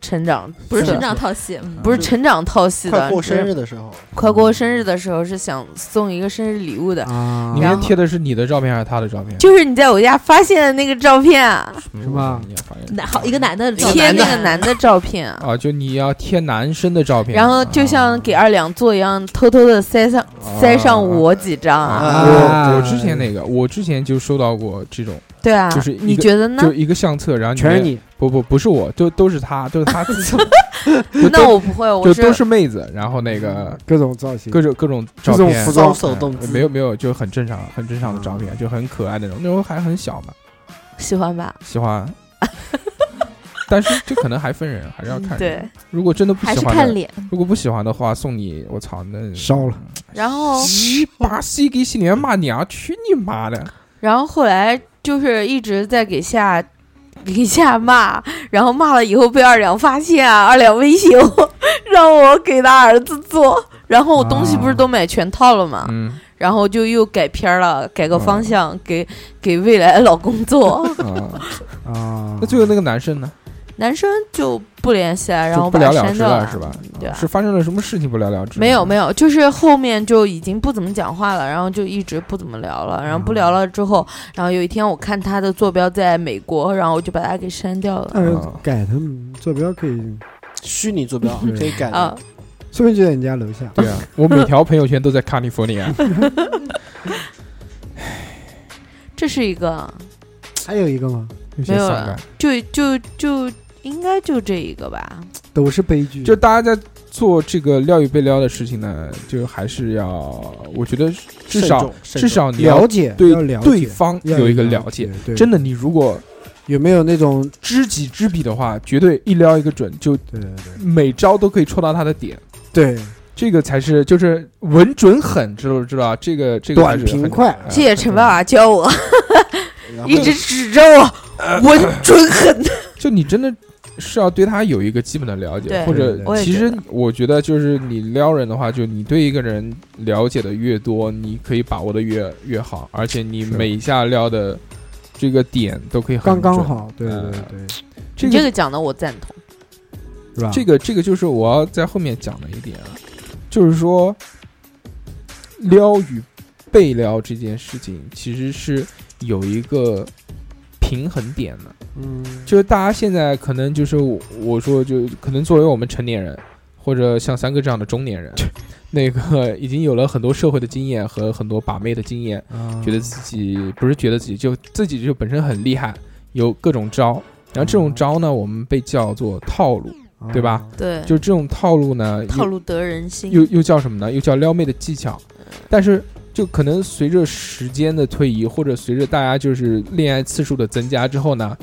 Speaker 7: 成长
Speaker 4: 不是
Speaker 7: 的
Speaker 4: 成长套系，嗯
Speaker 7: 不是成长套系的，
Speaker 6: 快过
Speaker 7: 只是
Speaker 6: 生日的时候，
Speaker 7: 快过生日的时候是想送一个生日礼物的，
Speaker 5: 啊
Speaker 3: 里
Speaker 7: 然
Speaker 3: 面
Speaker 7: 后
Speaker 3: 贴的嗯是你的照片还是他的照片？
Speaker 7: 就是你在我家发现的那个照片啊，
Speaker 3: 什
Speaker 5: 什么
Speaker 3: 你要发现
Speaker 4: 男好一个男的照
Speaker 7: 贴
Speaker 4: 片
Speaker 7: 那个男的照
Speaker 3: [laughs]
Speaker 7: 片啊。
Speaker 3: 啊，就你要贴男生的照片，
Speaker 7: 然后就像给二两做一样，偷偷的塞上
Speaker 3: 啊
Speaker 7: 塞上我几张
Speaker 3: 啊
Speaker 7: 啊，
Speaker 5: 啊
Speaker 3: 我我之前那个，我之前就收到过这种，
Speaker 7: 对啊
Speaker 3: 就是，一
Speaker 7: 你
Speaker 3: 个
Speaker 7: 觉得呢
Speaker 3: 就？一个相册，然后里
Speaker 5: 全是
Speaker 3: 面，
Speaker 5: 你，
Speaker 3: 不不不是我，都都是他，都是他
Speaker 7: [laughs]
Speaker 3: 自己，
Speaker 7: 那我不会，我
Speaker 3: 就都是妹子，然后那个
Speaker 5: 各种造型，
Speaker 3: 各种各种
Speaker 5: 各
Speaker 3: 照
Speaker 5: 种
Speaker 3: 片
Speaker 5: 嗯服，啊
Speaker 6: 搔首弄姿，
Speaker 3: 没有没有，就很正常很正常的照片，就很可爱那种。那时候还很小嘛，
Speaker 7: 喜欢吧？
Speaker 3: 喜欢，但是这可能还分人，还是要看人。
Speaker 7: 对，，
Speaker 3: 如果真的不
Speaker 4: 还
Speaker 3: 喜
Speaker 4: 是
Speaker 3: 欢
Speaker 4: 看
Speaker 3: 的，
Speaker 4: 脸，
Speaker 3: 如果不喜欢的话，送你我操那
Speaker 5: 烧了，
Speaker 7: 然后
Speaker 3: 七八 C 给洗脸骂娘，去你妈的！
Speaker 7: 然后后来就是一直在给夏给夏骂，然后骂了以后被二两发现啊，二两威胁我， [laughs] 让我给他儿子做。然后我东西
Speaker 3: 啊
Speaker 7: 不是都买全套了嘛，
Speaker 3: 嗯
Speaker 7: 然后就又改片儿了，改个方向，给给未来老公
Speaker 3: [laughs]
Speaker 7: 做。
Speaker 3: 啊，
Speaker 5: 啊
Speaker 3: 那最后那个男生呢？
Speaker 7: 男生就不联系了，然
Speaker 3: 就
Speaker 7: 后
Speaker 3: 不
Speaker 7: 把
Speaker 3: 了
Speaker 7: 他
Speaker 3: 了
Speaker 7: 删
Speaker 3: 之
Speaker 7: 掉
Speaker 3: 了是吧？
Speaker 7: 对啊
Speaker 3: 是发生了什么事情不了了之？
Speaker 7: 没有没有，就是后面就已经不怎么讲话了，然后就一直不怎么聊了，然后不聊了之后，然后有一天我看他的坐标在美国，然后我就把他给删掉了。
Speaker 5: 但是
Speaker 3: 啊
Speaker 5: 改他们坐标可以，
Speaker 6: 虚拟坐标可以
Speaker 3: 嗯
Speaker 6: 改
Speaker 7: 啊
Speaker 6: 的，，
Speaker 5: 说不定就在你家楼下。
Speaker 3: 对啊，我每条朋友圈都在
Speaker 7: [laughs]
Speaker 3: California。
Speaker 7: 这是一个，
Speaker 5: 还有一个吗？
Speaker 3: 些
Speaker 7: 没有
Speaker 3: 伤
Speaker 7: 啊了
Speaker 3: 感
Speaker 7: 就就就应该就这一个
Speaker 3: 啊
Speaker 7: 吧。
Speaker 5: 都是悲剧，
Speaker 3: 就大家在做这个撩与被撩的事情呢，就还是要，我觉得至
Speaker 6: 慎
Speaker 3: 少
Speaker 6: 重慎
Speaker 3: 至
Speaker 6: 重
Speaker 3: 少你要
Speaker 5: 了解，
Speaker 3: 对
Speaker 5: 要了解
Speaker 3: 对方
Speaker 5: 要
Speaker 3: 有一个
Speaker 5: 了
Speaker 3: 了解。，
Speaker 5: 对
Speaker 3: 真的，你如果
Speaker 5: 有没有那种
Speaker 3: 知己知彼的话，绝对一撩一个准，就
Speaker 5: 对对对
Speaker 3: 每招都可以戳到他的点。
Speaker 5: 对
Speaker 3: 这个才是就是稳准狠，知道知道吧？这个这个
Speaker 5: 短
Speaker 3: 才是
Speaker 5: 平
Speaker 3: 很
Speaker 5: 快
Speaker 3: 哎
Speaker 7: 这也啊陈爸爸教我，
Speaker 3: 嗯
Speaker 6: 然后
Speaker 7: 一直指着我， [coughs] 稳准狠。
Speaker 3: 就你真的是要对他有一个基本的了解，
Speaker 7: 对
Speaker 3: 或
Speaker 5: 对对
Speaker 3: 者
Speaker 7: 我也
Speaker 3: 其
Speaker 7: 觉
Speaker 3: 实
Speaker 7: 得
Speaker 3: 我觉得就是你撩人的话，就你对一个人了解的越多，你可以把握的越越好，而且你
Speaker 5: 是
Speaker 3: 每下撩的这个点都可以很
Speaker 5: 刚刚
Speaker 3: 准。
Speaker 5: 好，对对
Speaker 3: 呃
Speaker 5: 对对，
Speaker 3: 这
Speaker 7: 你这
Speaker 3: 个
Speaker 7: 个讲的我赞同，
Speaker 5: 是吧？
Speaker 3: 嗯这个这个就是我要在后面讲的一点啊，就是说撩与被撩这件事情其实是有一个平衡点的。
Speaker 5: 嗯，
Speaker 3: 就是大家现在可能就是我我说就可能作为我们成年人，或者像三哥这样的中年人，那个 [laughs] 已经有了很多社会的经验和很多把妹的经验，
Speaker 5: 啊
Speaker 3: 觉
Speaker 5: 嗯
Speaker 3: 得自己不是觉得自己就自己就本身很厉害，有各种招。然后这种招呢，我们被叫做套路，
Speaker 5: 啊
Speaker 3: 对吧？
Speaker 7: 对，
Speaker 3: 就这种套路呢，
Speaker 7: 套路得人心。
Speaker 3: 又又又叫什么呢？又叫撩妹的技巧。但是就可能随着时间的推移，或者随着大家就是恋爱次数的增加之后呢，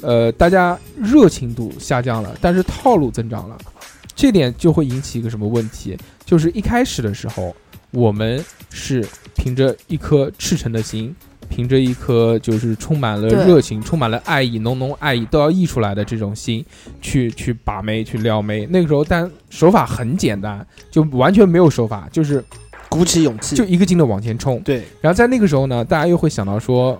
Speaker 3: 呃，大家热情度下降了，但是套路增长了，这点就会引起一个什么问题？就是一开始的时候，我们是凭着一颗赤诚的心。凭着一颗就是充满了
Speaker 7: 对
Speaker 3: 热情、充满了爱意、浓浓爱意都要溢出来的这种心，去去把妹、去撩妹。那个时候，但手法很简单，就完全没有手法，就是
Speaker 6: 鼓起勇气，
Speaker 3: 就一个劲的往前冲。
Speaker 6: 对
Speaker 3: 然后在那个时候呢，大家又会想到说，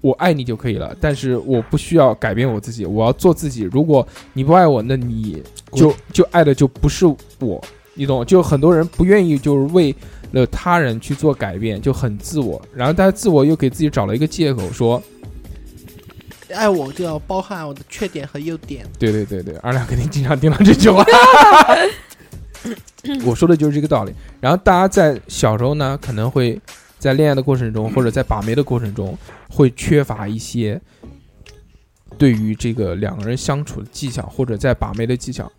Speaker 3: 我爱你就可以了，但是我不需要改变我自己，我要做自己。如果你不爱我，那你就就爱的就不是我，你懂？就很多人不愿意就是为了他人去做改变，就很自我。然后大家自我又给自己找了一个借口，说，
Speaker 6: 爱我就要包含我的缺点和优点。
Speaker 3: 对对对对，二两肯定经常听到这句话。 [laughs] 我说的就是这个道理。然后大家在小时候呢，可能会在恋爱的过程中，或者在把妹的过程中，会缺乏一些对于这个两个人相处的技巧，或者在把妹的技巧。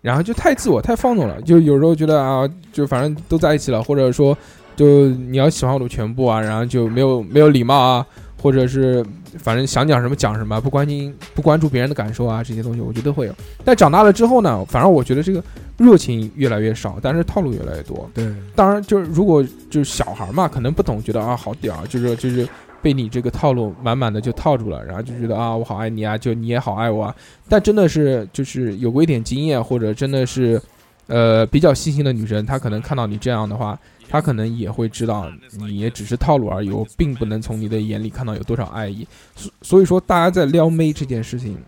Speaker 3: 然后就太自我、太放纵了，就有时候觉得啊，就反正都在一起了，或者说，就你要喜欢我的全部啊，然后就没有没有礼貌啊，或者是反正想讲什么讲什么，不关心不关注别人的感受啊，这些东西我觉得会有。但长大了之后呢，反而我觉得这个热情越来越少，但是套路越来越多。
Speaker 5: 对，
Speaker 3: 当然，就是如果就是小孩嘛，可能不懂，觉得啊好屌啊，就是就是被你这个套路满满的就套住了，然后就觉得啊我好爱你啊，就你也好爱我啊。但真的是就是有过一点经验，或者真的是呃比较细心的女生，她可能看到你这样的话，她可能也会知道你也只是套路而已，我并不能从你的眼里看到有多少爱意。所所以说，大家在撩妹这件事情，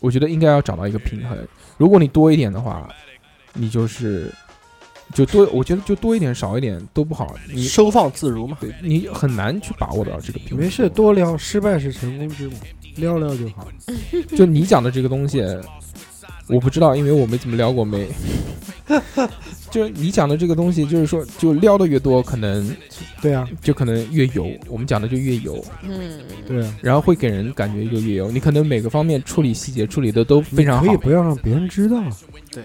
Speaker 3: 我觉得应该要找到一个平衡。如果你多一点的话，你就是就多，我觉得就多一点少一点都不好，你
Speaker 6: 收放自如嘛，
Speaker 3: 对你很难去把握到这个平衡。
Speaker 5: 没事，多撩，失败是成功之母，撩撩就好。
Speaker 3: 就你讲的这个东西，我不知道，因为我没怎么撩过妹。 [laughs] 就是你讲的这个东西，就是说，就撩的越多，可能
Speaker 5: 对啊，
Speaker 3: 就可能越油。我们讲的就越油，
Speaker 7: 嗯，
Speaker 5: 对啊，
Speaker 3: 然后会给人感觉就越油。你可能每个方面处理细节处理的都非常
Speaker 5: 你
Speaker 3: 好
Speaker 5: 可以，不要让别人知道。啊
Speaker 6: 对，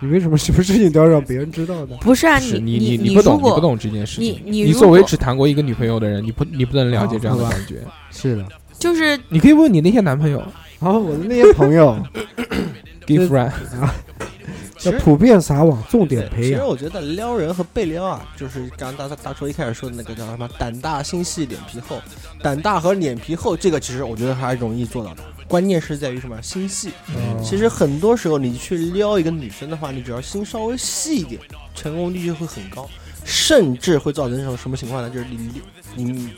Speaker 5: 你为什么什么事情都要让别人知道呢？
Speaker 7: 不是啊，
Speaker 3: 是
Speaker 7: 你
Speaker 3: 你
Speaker 7: 你
Speaker 3: 不懂，
Speaker 7: 如
Speaker 3: 你不
Speaker 7: 果
Speaker 3: 懂这件事
Speaker 7: 你
Speaker 3: 情。
Speaker 7: 你
Speaker 3: 你
Speaker 7: 如
Speaker 3: 作为
Speaker 7: 果
Speaker 3: 只谈过一个女朋友的人，你不你不能了解这样的
Speaker 5: 啊
Speaker 3: 感觉。
Speaker 5: 是的，
Speaker 7: 就是
Speaker 3: 你可以问你那些男朋友
Speaker 5: 然后我的那些
Speaker 3: [laughs]
Speaker 5: 朋友
Speaker 3: ，gay
Speaker 5: 这
Speaker 3: friend，
Speaker 6: 其实
Speaker 5: 要普遍撒网，重点
Speaker 6: 其
Speaker 5: 培
Speaker 6: 实
Speaker 5: 养。
Speaker 6: 我觉得撩人和被撩啊，就是刚刚大大叔一开始说的那个叫什么“胆大心细脸皮厚”，胆大和脸皮厚这个其实我觉得还容易做到的，关键是在于什么心细。
Speaker 5: 啊
Speaker 6: 其实很多时候你去撩一个女生的话，你只要心稍微细一点，成功率就会很高，甚至会造成一种什么情况呢？就是你你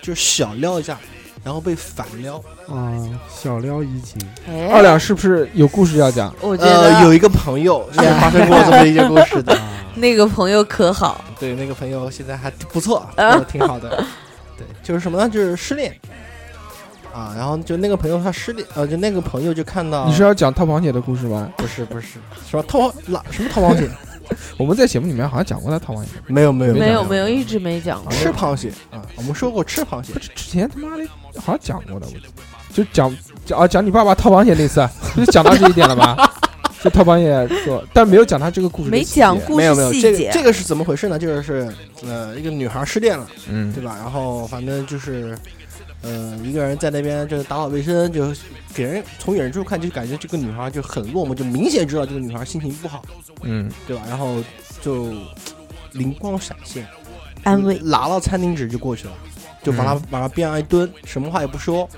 Speaker 6: 就小撩一下，然后被反撩。
Speaker 5: 啊，小撩怡情，
Speaker 7: 哎，
Speaker 3: 二两是不是有故事要讲？
Speaker 7: 我觉
Speaker 6: 呃，有
Speaker 7: 得
Speaker 6: 一个朋友
Speaker 7: [laughs]
Speaker 6: 是发生过这么一件故事的。
Speaker 7: 那个朋友可好，
Speaker 6: 对，那个朋友现在还不错，
Speaker 7: 啊
Speaker 6: 过得挺好的。对，就是什么呢？就是失恋啊，然后就那个朋友他失恋，呃，就那个朋友就看到
Speaker 5: 啊
Speaker 3: 你是要讲套螃蟹的故事吗？
Speaker 6: 不是不是什么套哪什么套螃蟹？
Speaker 3: 我们在节目里面好像讲过他套螃蟹。
Speaker 6: [laughs] 没有没有
Speaker 7: 没有
Speaker 3: 没有
Speaker 7: 没有，一直没讲过。
Speaker 6: 啊吃螃蟹啊，我们说过吃螃蟹
Speaker 3: 不，是之前他妈的好像讲过的，我就讲讲啊讲你爸爸套螃蟹那 [laughs] 次，不是啊讲到这一点了吗？ [laughs] 就套螃蟹说，但没有讲他这个故事的
Speaker 7: 没
Speaker 3: 细节，
Speaker 7: 讲故
Speaker 6: 没有没
Speaker 7: 事
Speaker 6: 有，
Speaker 7: 细
Speaker 6: 这个
Speaker 7: 节，
Speaker 6: 这个是怎么回事呢？就是呃，一个女孩失恋了，
Speaker 3: 嗯
Speaker 6: 对吧？然后反正就是嗯、一个人在那边就是打扫卫生，就给人从远处看就感觉这个女孩就很落寞，就明显知道这个女孩心情不好，
Speaker 3: 嗯，
Speaker 6: 对吧？然后就灵光闪现，
Speaker 7: 安慰，
Speaker 6: 拿了餐巾纸就过去了，就往他
Speaker 3: 嗯
Speaker 6: 往他边上一蹲，什么话也不说，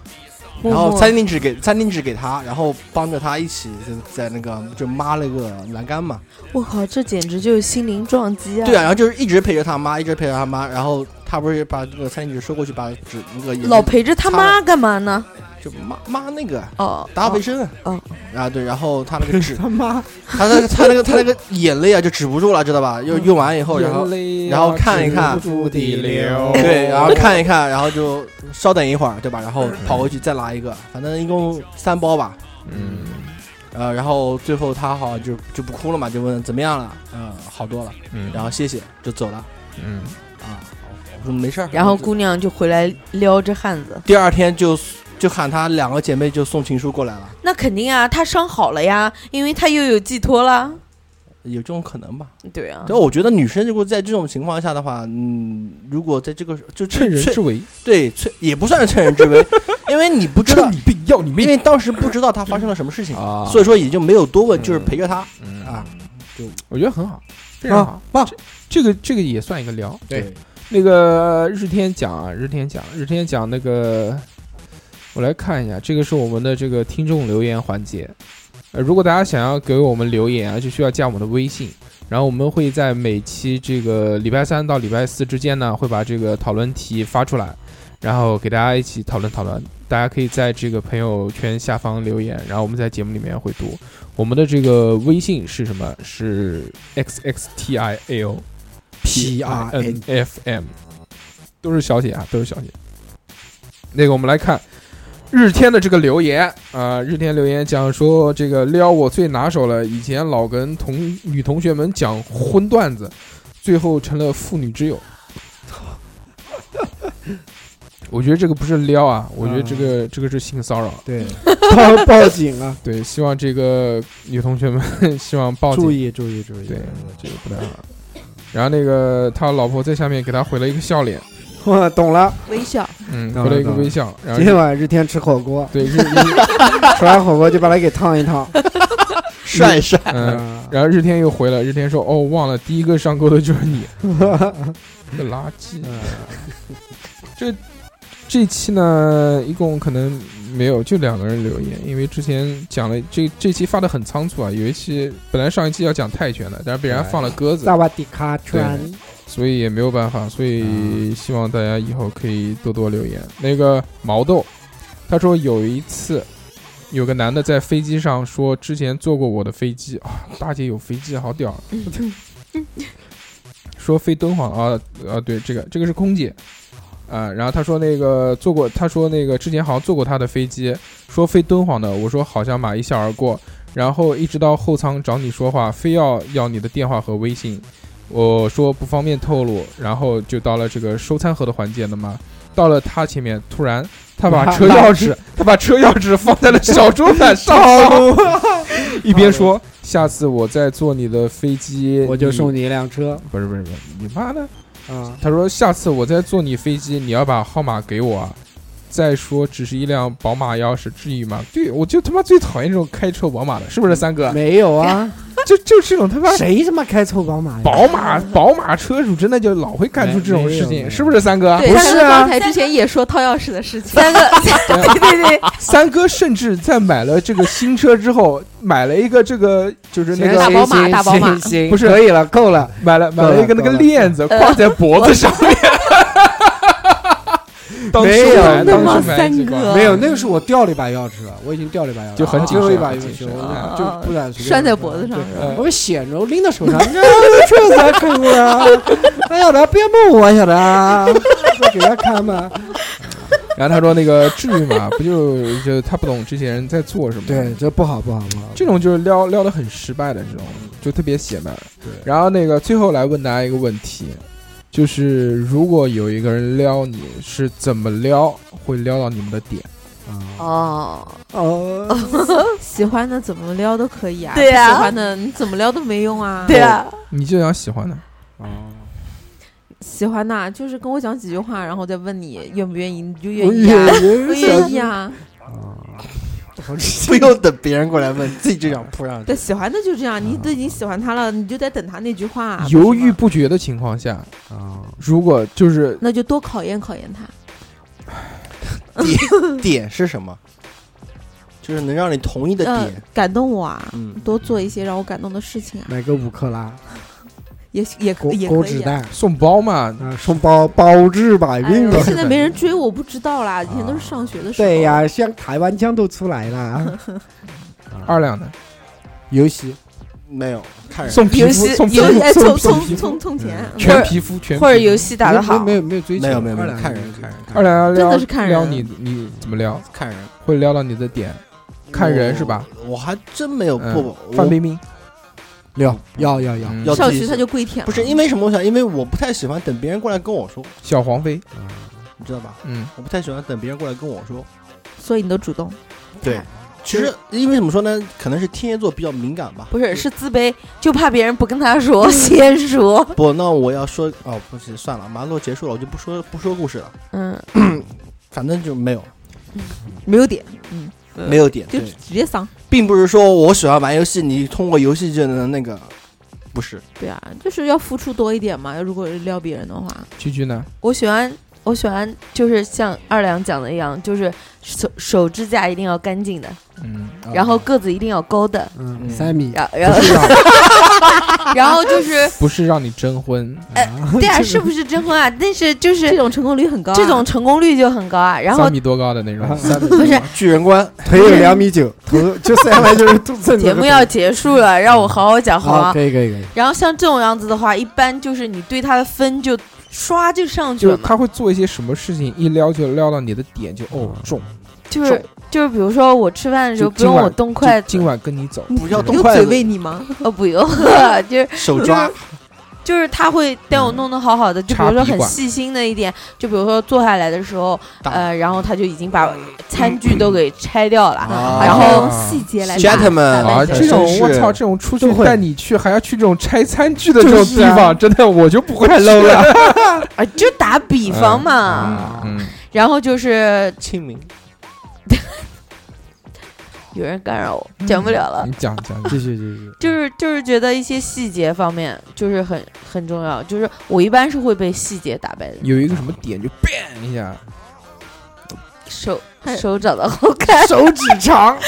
Speaker 6: 嗯
Speaker 7: 默
Speaker 6: 然后
Speaker 7: 默
Speaker 6: 餐巾纸给餐巾纸给他，然后帮着他一起在在那个就抹那个栏杆嘛，
Speaker 7: 我靠，这简直就是心灵撞击啊！
Speaker 6: 对啊，然后就是一直陪着他妈，一直陪着他妈，然后他不是把这个餐巾纸收过去，把纸那个眼
Speaker 7: 老
Speaker 6: 睛
Speaker 7: 陪着他妈干嘛呢？
Speaker 6: 就抹抹那个
Speaker 7: 哦，
Speaker 6: 打扫卫生，
Speaker 7: 哦
Speaker 6: 啊对，然后他那个纸，
Speaker 5: [laughs] 他妈
Speaker 6: 他那个他那个他那个眼泪啊就止不住了，知道吧？用
Speaker 5: 嗯
Speaker 6: 用完以后，哦然后
Speaker 3: 啊
Speaker 6: 然后看一看对，然后看一看，然后就稍等一会儿，对吧？然后跑回去再拿一个，反正一共三包吧。
Speaker 3: 嗯，
Speaker 6: 呃，然后最后他好像就就不哭了嘛，就问怎么样了，嗯、好多了，
Speaker 3: 嗯
Speaker 6: 然后谢谢就走了
Speaker 3: 嗯，
Speaker 6: 啊。我说没事儿。
Speaker 7: 然后
Speaker 6: 就
Speaker 7: 姑娘就回来撩着汉子，
Speaker 6: 第二天就就喊她两个姐妹就送情书过来了，
Speaker 7: 那肯定啊，他伤好了呀，因为他又有寄托啦。
Speaker 6: 有这种可能吧？
Speaker 7: 对啊，
Speaker 6: 但我觉得女生如果在这种情况下的话，嗯，如果在这个就
Speaker 3: 趁人之危，
Speaker 6: 对趁也不算是趁人之危， [laughs] 因为你不知道
Speaker 3: 趁你病要你
Speaker 6: 因
Speaker 3: 命
Speaker 6: 为当时不知道他发生了什么事情，
Speaker 3: 啊
Speaker 6: 所以说也就没有多问，就是陪着他。
Speaker 3: 嗯
Speaker 6: 啊，就
Speaker 3: 我觉得很好，非常
Speaker 5: 啊
Speaker 3: 好。
Speaker 5: 棒，
Speaker 3: 这个这个也算一个聊。
Speaker 6: 对，
Speaker 3: 那个日天讲啊，日天讲，日天讲那个，我来看一下，这个是我们的这个听众留言环节。呃，如果大家想要给我们留言啊，就需要加我们的微信，然后我们会在每期这个礼拜三到礼拜四之间呢，会把这个讨论题发出来，然后给大家一起讨论讨论。大家可以在这个朋友圈下方留言，然后我们在节目里面会读。我们的这个微信是什么？是 x x t i l
Speaker 5: P R N
Speaker 3: F M，都是小写啊，都是小写。那个，我们来看日天的这个留言啊、日天留言讲说这个撩我最拿手了，以前老跟同女同学们讲荤段子，最后成了妇女之友。 [laughs] 我觉得这个不是撩啊，我觉得这个、这个是性骚扰。 [laughs]
Speaker 5: 对，报报警啊了，
Speaker 3: 对，希望这个女同学们 [laughs] 希望报
Speaker 5: 注
Speaker 3: 警。
Speaker 5: 意注意注意，
Speaker 3: 对，这个不太好。然后那个他老婆在下面给他回了一个笑脸，
Speaker 5: [laughs] 我懂了。
Speaker 4: 微笑，
Speaker 3: 嗯，
Speaker 5: 当
Speaker 3: 回了
Speaker 5: 然
Speaker 3: 一个
Speaker 5: 当然
Speaker 3: 微笑。然后
Speaker 5: 今天晚上日天吃火锅，
Speaker 3: 对，日
Speaker 5: 吃完火锅就把它给烫一烫。
Speaker 6: 帅帅，
Speaker 3: [laughs] 嗯，然后日天又回了，日天说：“哦，忘了，第一个上钩的就是你，这个垃圾。”这这期呢，一共可能没有就两个人留言，因为之前讲了这这期发的很仓促啊，有一期本来上一期要讲泰拳的，但是被人家放了鸽子
Speaker 5: 萨，瓦迪卡川，
Speaker 3: 所以也没有办法，所以希望大家以后可以多多留言。那个毛豆，他说有一次。有个男的在飞机上说，之前坐过我的飞机啊，大姐有飞机好屌啊，说飞敦煌啊啊，对，这个这个是空姐啊。然后他说那个坐过，他说那个之前好像坐过他的飞机，说飞敦煌的，我说好像马一笑而过。然后一直到后舱找你说话，非要要你的电话和微信，我说不方便透露。然后就到了这个收餐盒的环节了嘛。到了他前面，突然他把车
Speaker 5: [laughs]
Speaker 3: 钥匙，他把车钥匙放在了小桌板上方，一边说：“下次我再坐你的飞机，
Speaker 5: 我就
Speaker 3: 你
Speaker 5: 送你一辆车
Speaker 3: 不是不是不是，你妈的！
Speaker 5: 啊！
Speaker 3: 他说下次我再坐你飞机，你要把号码给我啊。再说只是一辆宝马钥匙，至于吗？对我就他妈最讨厌这种开臭宝马的，是不是三哥？
Speaker 5: 没有啊，
Speaker 3: 就就这种他
Speaker 4: 哎
Speaker 3: 妈
Speaker 5: 谁他妈开臭宝马呀？
Speaker 3: 宝马宝马车主真的就老会干出这种事
Speaker 5: 没没有
Speaker 3: 情，
Speaker 5: 没
Speaker 3: 是不是三哥？
Speaker 4: 对，
Speaker 5: 不
Speaker 4: 三
Speaker 5: 是
Speaker 4: 哥
Speaker 5: 啊
Speaker 4: 刚才之前也说掏钥匙的事情，
Speaker 7: [laughs] 三个，对对对，
Speaker 3: 三哥甚至在买了这个新车之后，买了一个这个就是那
Speaker 4: 大
Speaker 3: 个
Speaker 4: 宝
Speaker 5: 行
Speaker 4: 马
Speaker 5: 行
Speaker 4: 大宝马
Speaker 5: 行行
Speaker 3: 不是
Speaker 5: 可以了，够了。
Speaker 3: 买了买了一个那个
Speaker 5: 够了
Speaker 3: 链子
Speaker 4: 呃
Speaker 3: 挂在脖子上面。 [laughs] 当
Speaker 5: 没
Speaker 3: 时
Speaker 5: 有
Speaker 3: 买，
Speaker 5: 那么
Speaker 3: 当时买
Speaker 4: 三
Speaker 3: 几个
Speaker 4: 哥
Speaker 5: 没有，那个是我掉了一把钥匙了，我已经掉了一把钥匙了，
Speaker 3: 嗯就很谨
Speaker 5: 最
Speaker 3: 慎
Speaker 5: 后一把
Speaker 3: 很
Speaker 5: 钥
Speaker 3: 谨
Speaker 5: 匙
Speaker 3: 慎
Speaker 5: 我
Speaker 3: 啊
Speaker 5: 就不敢随便
Speaker 4: 拴在
Speaker 5: 弄
Speaker 4: 脖子上
Speaker 5: 对啊
Speaker 3: 吧
Speaker 4: 是
Speaker 5: 我显着，我拎到手上，这这才可
Speaker 3: [laughs]
Speaker 5: 恶啊！哎呀，不要摸我，晓得 [laughs] 啊？我给他看嘛。
Speaker 3: 然后他说那个至于吗？ [laughs] 不就就他不懂这些人在做什么？
Speaker 5: 对，，这不好，不好，不好。
Speaker 3: 这种就是撩撩的很失败的这种，就特别血脉。
Speaker 5: 对
Speaker 3: 然后那个最后来问大家一个问题，就是如果有一个人撩你，是怎么撩会撩到你们的点？
Speaker 5: 啊
Speaker 7: 哦，
Speaker 5: 哦，
Speaker 4: 喜欢的怎么撩都可以啊，
Speaker 7: 对啊
Speaker 4: 不喜欢的你怎么撩都没用啊，
Speaker 7: 对啊，
Speaker 3: 你就想喜欢的，
Speaker 5: 哦
Speaker 4: 喜欢呐，就是跟我讲几句话，然后再问你愿不愿意，你就愿
Speaker 5: 我
Speaker 4: 意呀、
Speaker 5: 哎也
Speaker 4: 不愿意啊。
Speaker 6: [laughs] 不用等别人过来问，自己就想扑上去。
Speaker 4: 对，喜欢的就这样，你都已经喜欢他了，你就得等他那句话。不是
Speaker 3: 犹豫
Speaker 4: 吗，
Speaker 3: 不决的情况下，
Speaker 5: 啊，
Speaker 3: 如果就是
Speaker 4: 那就多考验考验他。
Speaker 3: 嗯
Speaker 6: 点是什么？就是能让你同意的
Speaker 4: 嗯、
Speaker 6: 点。
Speaker 4: 感动我啊，
Speaker 6: 嗯，
Speaker 4: 多做一些让我感动的事情啊，
Speaker 5: [laughs] 买个五克拉
Speaker 4: 也也
Speaker 5: 狗
Speaker 4: 也
Speaker 5: 狗
Speaker 4: 可
Speaker 5: 脂
Speaker 4: 以、啊。
Speaker 5: 蛋
Speaker 3: 送包嘛，
Speaker 5: 啊，送包包治百
Speaker 4: 哎
Speaker 5: 病
Speaker 4: 呦
Speaker 5: 啊。
Speaker 4: 现在没人追我，不知道啦。以前都是上学的时候。
Speaker 5: 对呀、像台湾腔都出来了。
Speaker 3: 二两的
Speaker 5: 游戏
Speaker 6: 没有看人，
Speaker 3: 送皮
Speaker 7: 游
Speaker 3: 肤，
Speaker 7: 戏
Speaker 3: 送皮
Speaker 7: 游
Speaker 3: 肤
Speaker 7: 戏哎
Speaker 3: 送
Speaker 7: 从
Speaker 3: 皮
Speaker 7: 从
Speaker 3: 肤
Speaker 4: 充充充钱，嗯
Speaker 3: 全皮肤全皮肤
Speaker 7: 或者游戏打得好
Speaker 5: 没，有没有追求，
Speaker 6: 没有没有没
Speaker 5: 二
Speaker 6: 有
Speaker 5: 两
Speaker 6: 看人看人
Speaker 3: 二两要撩
Speaker 4: 真的是看人
Speaker 3: 撩你你怎么撩？
Speaker 6: 看人，
Speaker 3: 会撩到你的点，看人是吧？
Speaker 6: 我还真没有
Speaker 3: 嗯
Speaker 6: 呃不不，
Speaker 3: 范
Speaker 6: 我
Speaker 3: 冰冰
Speaker 6: 嗯
Speaker 5: 要要要要，
Speaker 3: 嗯
Speaker 6: 要
Speaker 4: 上
Speaker 6: 自己
Speaker 4: 学他就跪舔
Speaker 6: 不是因为什么我啊想，因为我不太喜欢等别人过来跟我说，
Speaker 3: 小黄飞，
Speaker 6: 你知道吧？
Speaker 3: 嗯，
Speaker 6: 我不太喜欢等别人过来跟我说。
Speaker 4: 所以你都主动。
Speaker 6: 对，其实因为怎么说呢，可能是天蝎座比较敏感吧。
Speaker 7: 不是是自卑，就怕别人不跟他说，先说。
Speaker 6: 不，那我要说哦，不是算了，马上都结束了，我就不说不说故事了，
Speaker 7: 嗯，
Speaker 6: 反正就没有
Speaker 4: 没有点，
Speaker 6: 没有点，
Speaker 4: 就
Speaker 6: 对，
Speaker 4: 直接丧。
Speaker 6: 呃并不是说我喜欢玩游戏，你通过游戏就能那个，不是，
Speaker 4: 对啊，就是要付出多一点嘛。如果撩别人的话，
Speaker 3: 居居呢？
Speaker 7: 我喜欢，我喜欢，就是像二两讲的一样，就是手手指甲一定要干净的，
Speaker 3: 嗯，
Speaker 7: 然后个子一定要高的，
Speaker 5: 嗯，
Speaker 6: 嗯
Speaker 5: 三米，[laughs]
Speaker 7: 然然后然后
Speaker 3: [laughs]
Speaker 7: 就是，
Speaker 3: 不是让你征婚，
Speaker 7: 对啊，是不是征婚啊？但是就是
Speaker 4: 这种成功率很高啊。
Speaker 7: 这种成功率就很高啊。然后
Speaker 3: 三米多高的那种，
Speaker 5: 三米
Speaker 7: 不是
Speaker 6: 巨人观，
Speaker 5: 腿有两米九，头就三来就是啊正正
Speaker 7: 节目要结束了，让我好好讲好啊
Speaker 5: 好，
Speaker 7: 吗？
Speaker 5: 可以可以可以，
Speaker 7: 然后像这种样子的话，一般就是你对他的分就刷就上去
Speaker 3: 就是
Speaker 7: 了嘛，
Speaker 3: 他会做一些什么事情，一撩就撩到你的点，就哦中，
Speaker 7: 就是就是比如说我吃饭的时候
Speaker 3: 就
Speaker 7: 不用
Speaker 3: 今晚
Speaker 7: 我动
Speaker 3: 就
Speaker 7: 筷子，
Speaker 3: 今晚跟你
Speaker 7: 嗯
Speaker 3: 走，
Speaker 6: 不要动
Speaker 4: 有
Speaker 6: 筷
Speaker 4: 嘴
Speaker 6: 子，
Speaker 4: 喂你吗？
Speaker 7: 呃不用， [laughs] 就是
Speaker 6: 手
Speaker 7: 就
Speaker 6: [laughs] 抓
Speaker 7: 是，就是他会带我弄得好好的，就比如说
Speaker 3: 嗯插笔
Speaker 7: 很
Speaker 3: 管
Speaker 7: 细心的一点，就比如说坐下来的时候，
Speaker 6: 打
Speaker 7: 呃，然后他就已经把餐具都给拆掉了，
Speaker 3: 嗯
Speaker 6: 啊
Speaker 7: 然
Speaker 3: 哦
Speaker 7: 后
Speaker 4: 细节来打
Speaker 6: gentlemen，
Speaker 4: 打
Speaker 3: 啊，
Speaker 4: 扮
Speaker 6: 对
Speaker 4: 的
Speaker 3: 这种
Speaker 6: 绅士
Speaker 3: 我操，这种出去
Speaker 5: 都会
Speaker 3: 带你去还要去这种拆餐具的这种
Speaker 5: 就是
Speaker 3: 地
Speaker 5: 啊
Speaker 3: 方，真的我就不会 low 了。
Speaker 7: 啊，就打比方嘛，
Speaker 3: 嗯，嗯
Speaker 7: 然后就是
Speaker 6: 清明，
Speaker 7: 有人干扰我，讲不了了
Speaker 3: 你。嗯讲讲，
Speaker 5: 继续继续，
Speaker 7: 就是就是觉得一些细节方面就是很很重要，就是我一般是会被细节打败的，
Speaker 3: 有一个什么点就 bang 一下，
Speaker 7: 手
Speaker 4: 还
Speaker 7: 手长得好看，
Speaker 5: 手指长，
Speaker 3: [laughs]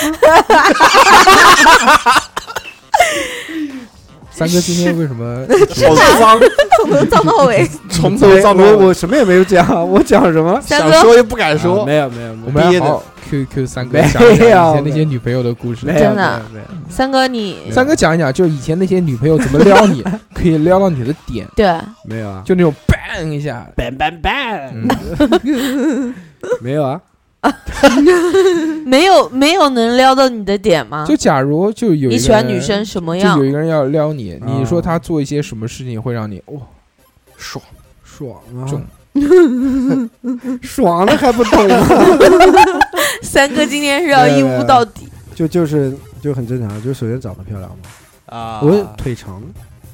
Speaker 3: 三哥今天为什
Speaker 5: [laughs]
Speaker 3: 么
Speaker 6: 好脏，
Speaker 7: [laughs] 从头脏到尾。
Speaker 6: [laughs] 从头
Speaker 5: 对
Speaker 6: 脏到
Speaker 5: 我
Speaker 6: 尾，
Speaker 5: 我什么也没有讲，我讲什么？
Speaker 7: 三
Speaker 6: 想
Speaker 7: 哥，
Speaker 6: 说又不敢
Speaker 5: 啊
Speaker 6: 说，
Speaker 5: 没有没有没
Speaker 3: 我
Speaker 5: 有
Speaker 3: 们
Speaker 6: 憋
Speaker 3: 要
Speaker 6: 的
Speaker 3: 好好 QQ 三哥
Speaker 5: 没有
Speaker 3: 讲一讲以前那
Speaker 5: 没
Speaker 3: 些女朋友的故事
Speaker 5: 没。有
Speaker 7: 真的
Speaker 5: 没有没有
Speaker 7: 三哥你
Speaker 3: 三哥讲一讲，就以前那些女朋友怎么撩你，可以撩到你的点，
Speaker 7: 对
Speaker 5: 没有啊，
Speaker 3: 就那种 bang 一下，
Speaker 5: bang bang bang，
Speaker 3: 嗯，
Speaker 5: 没有啊，
Speaker 7: 没有没有能撩到你的点吗
Speaker 5: 啊
Speaker 3: 就？假如就有一
Speaker 7: 你
Speaker 3: 个
Speaker 7: 喜欢女
Speaker 3: 人
Speaker 7: 生什么
Speaker 3: 就
Speaker 7: 样
Speaker 3: 有？一个人要撩你，你说
Speaker 5: 啊
Speaker 3: 他做一些什么事情会让你哇
Speaker 6: 爽，
Speaker 5: 爽啊
Speaker 3: 中，
Speaker 5: [laughs] 爽的还不懂啊吗？
Speaker 7: 三哥今天是要一屋到底，
Speaker 5: [laughs] 就就是就很正常，就首先长得漂亮嘛，
Speaker 6: 啊
Speaker 5: 我腿长，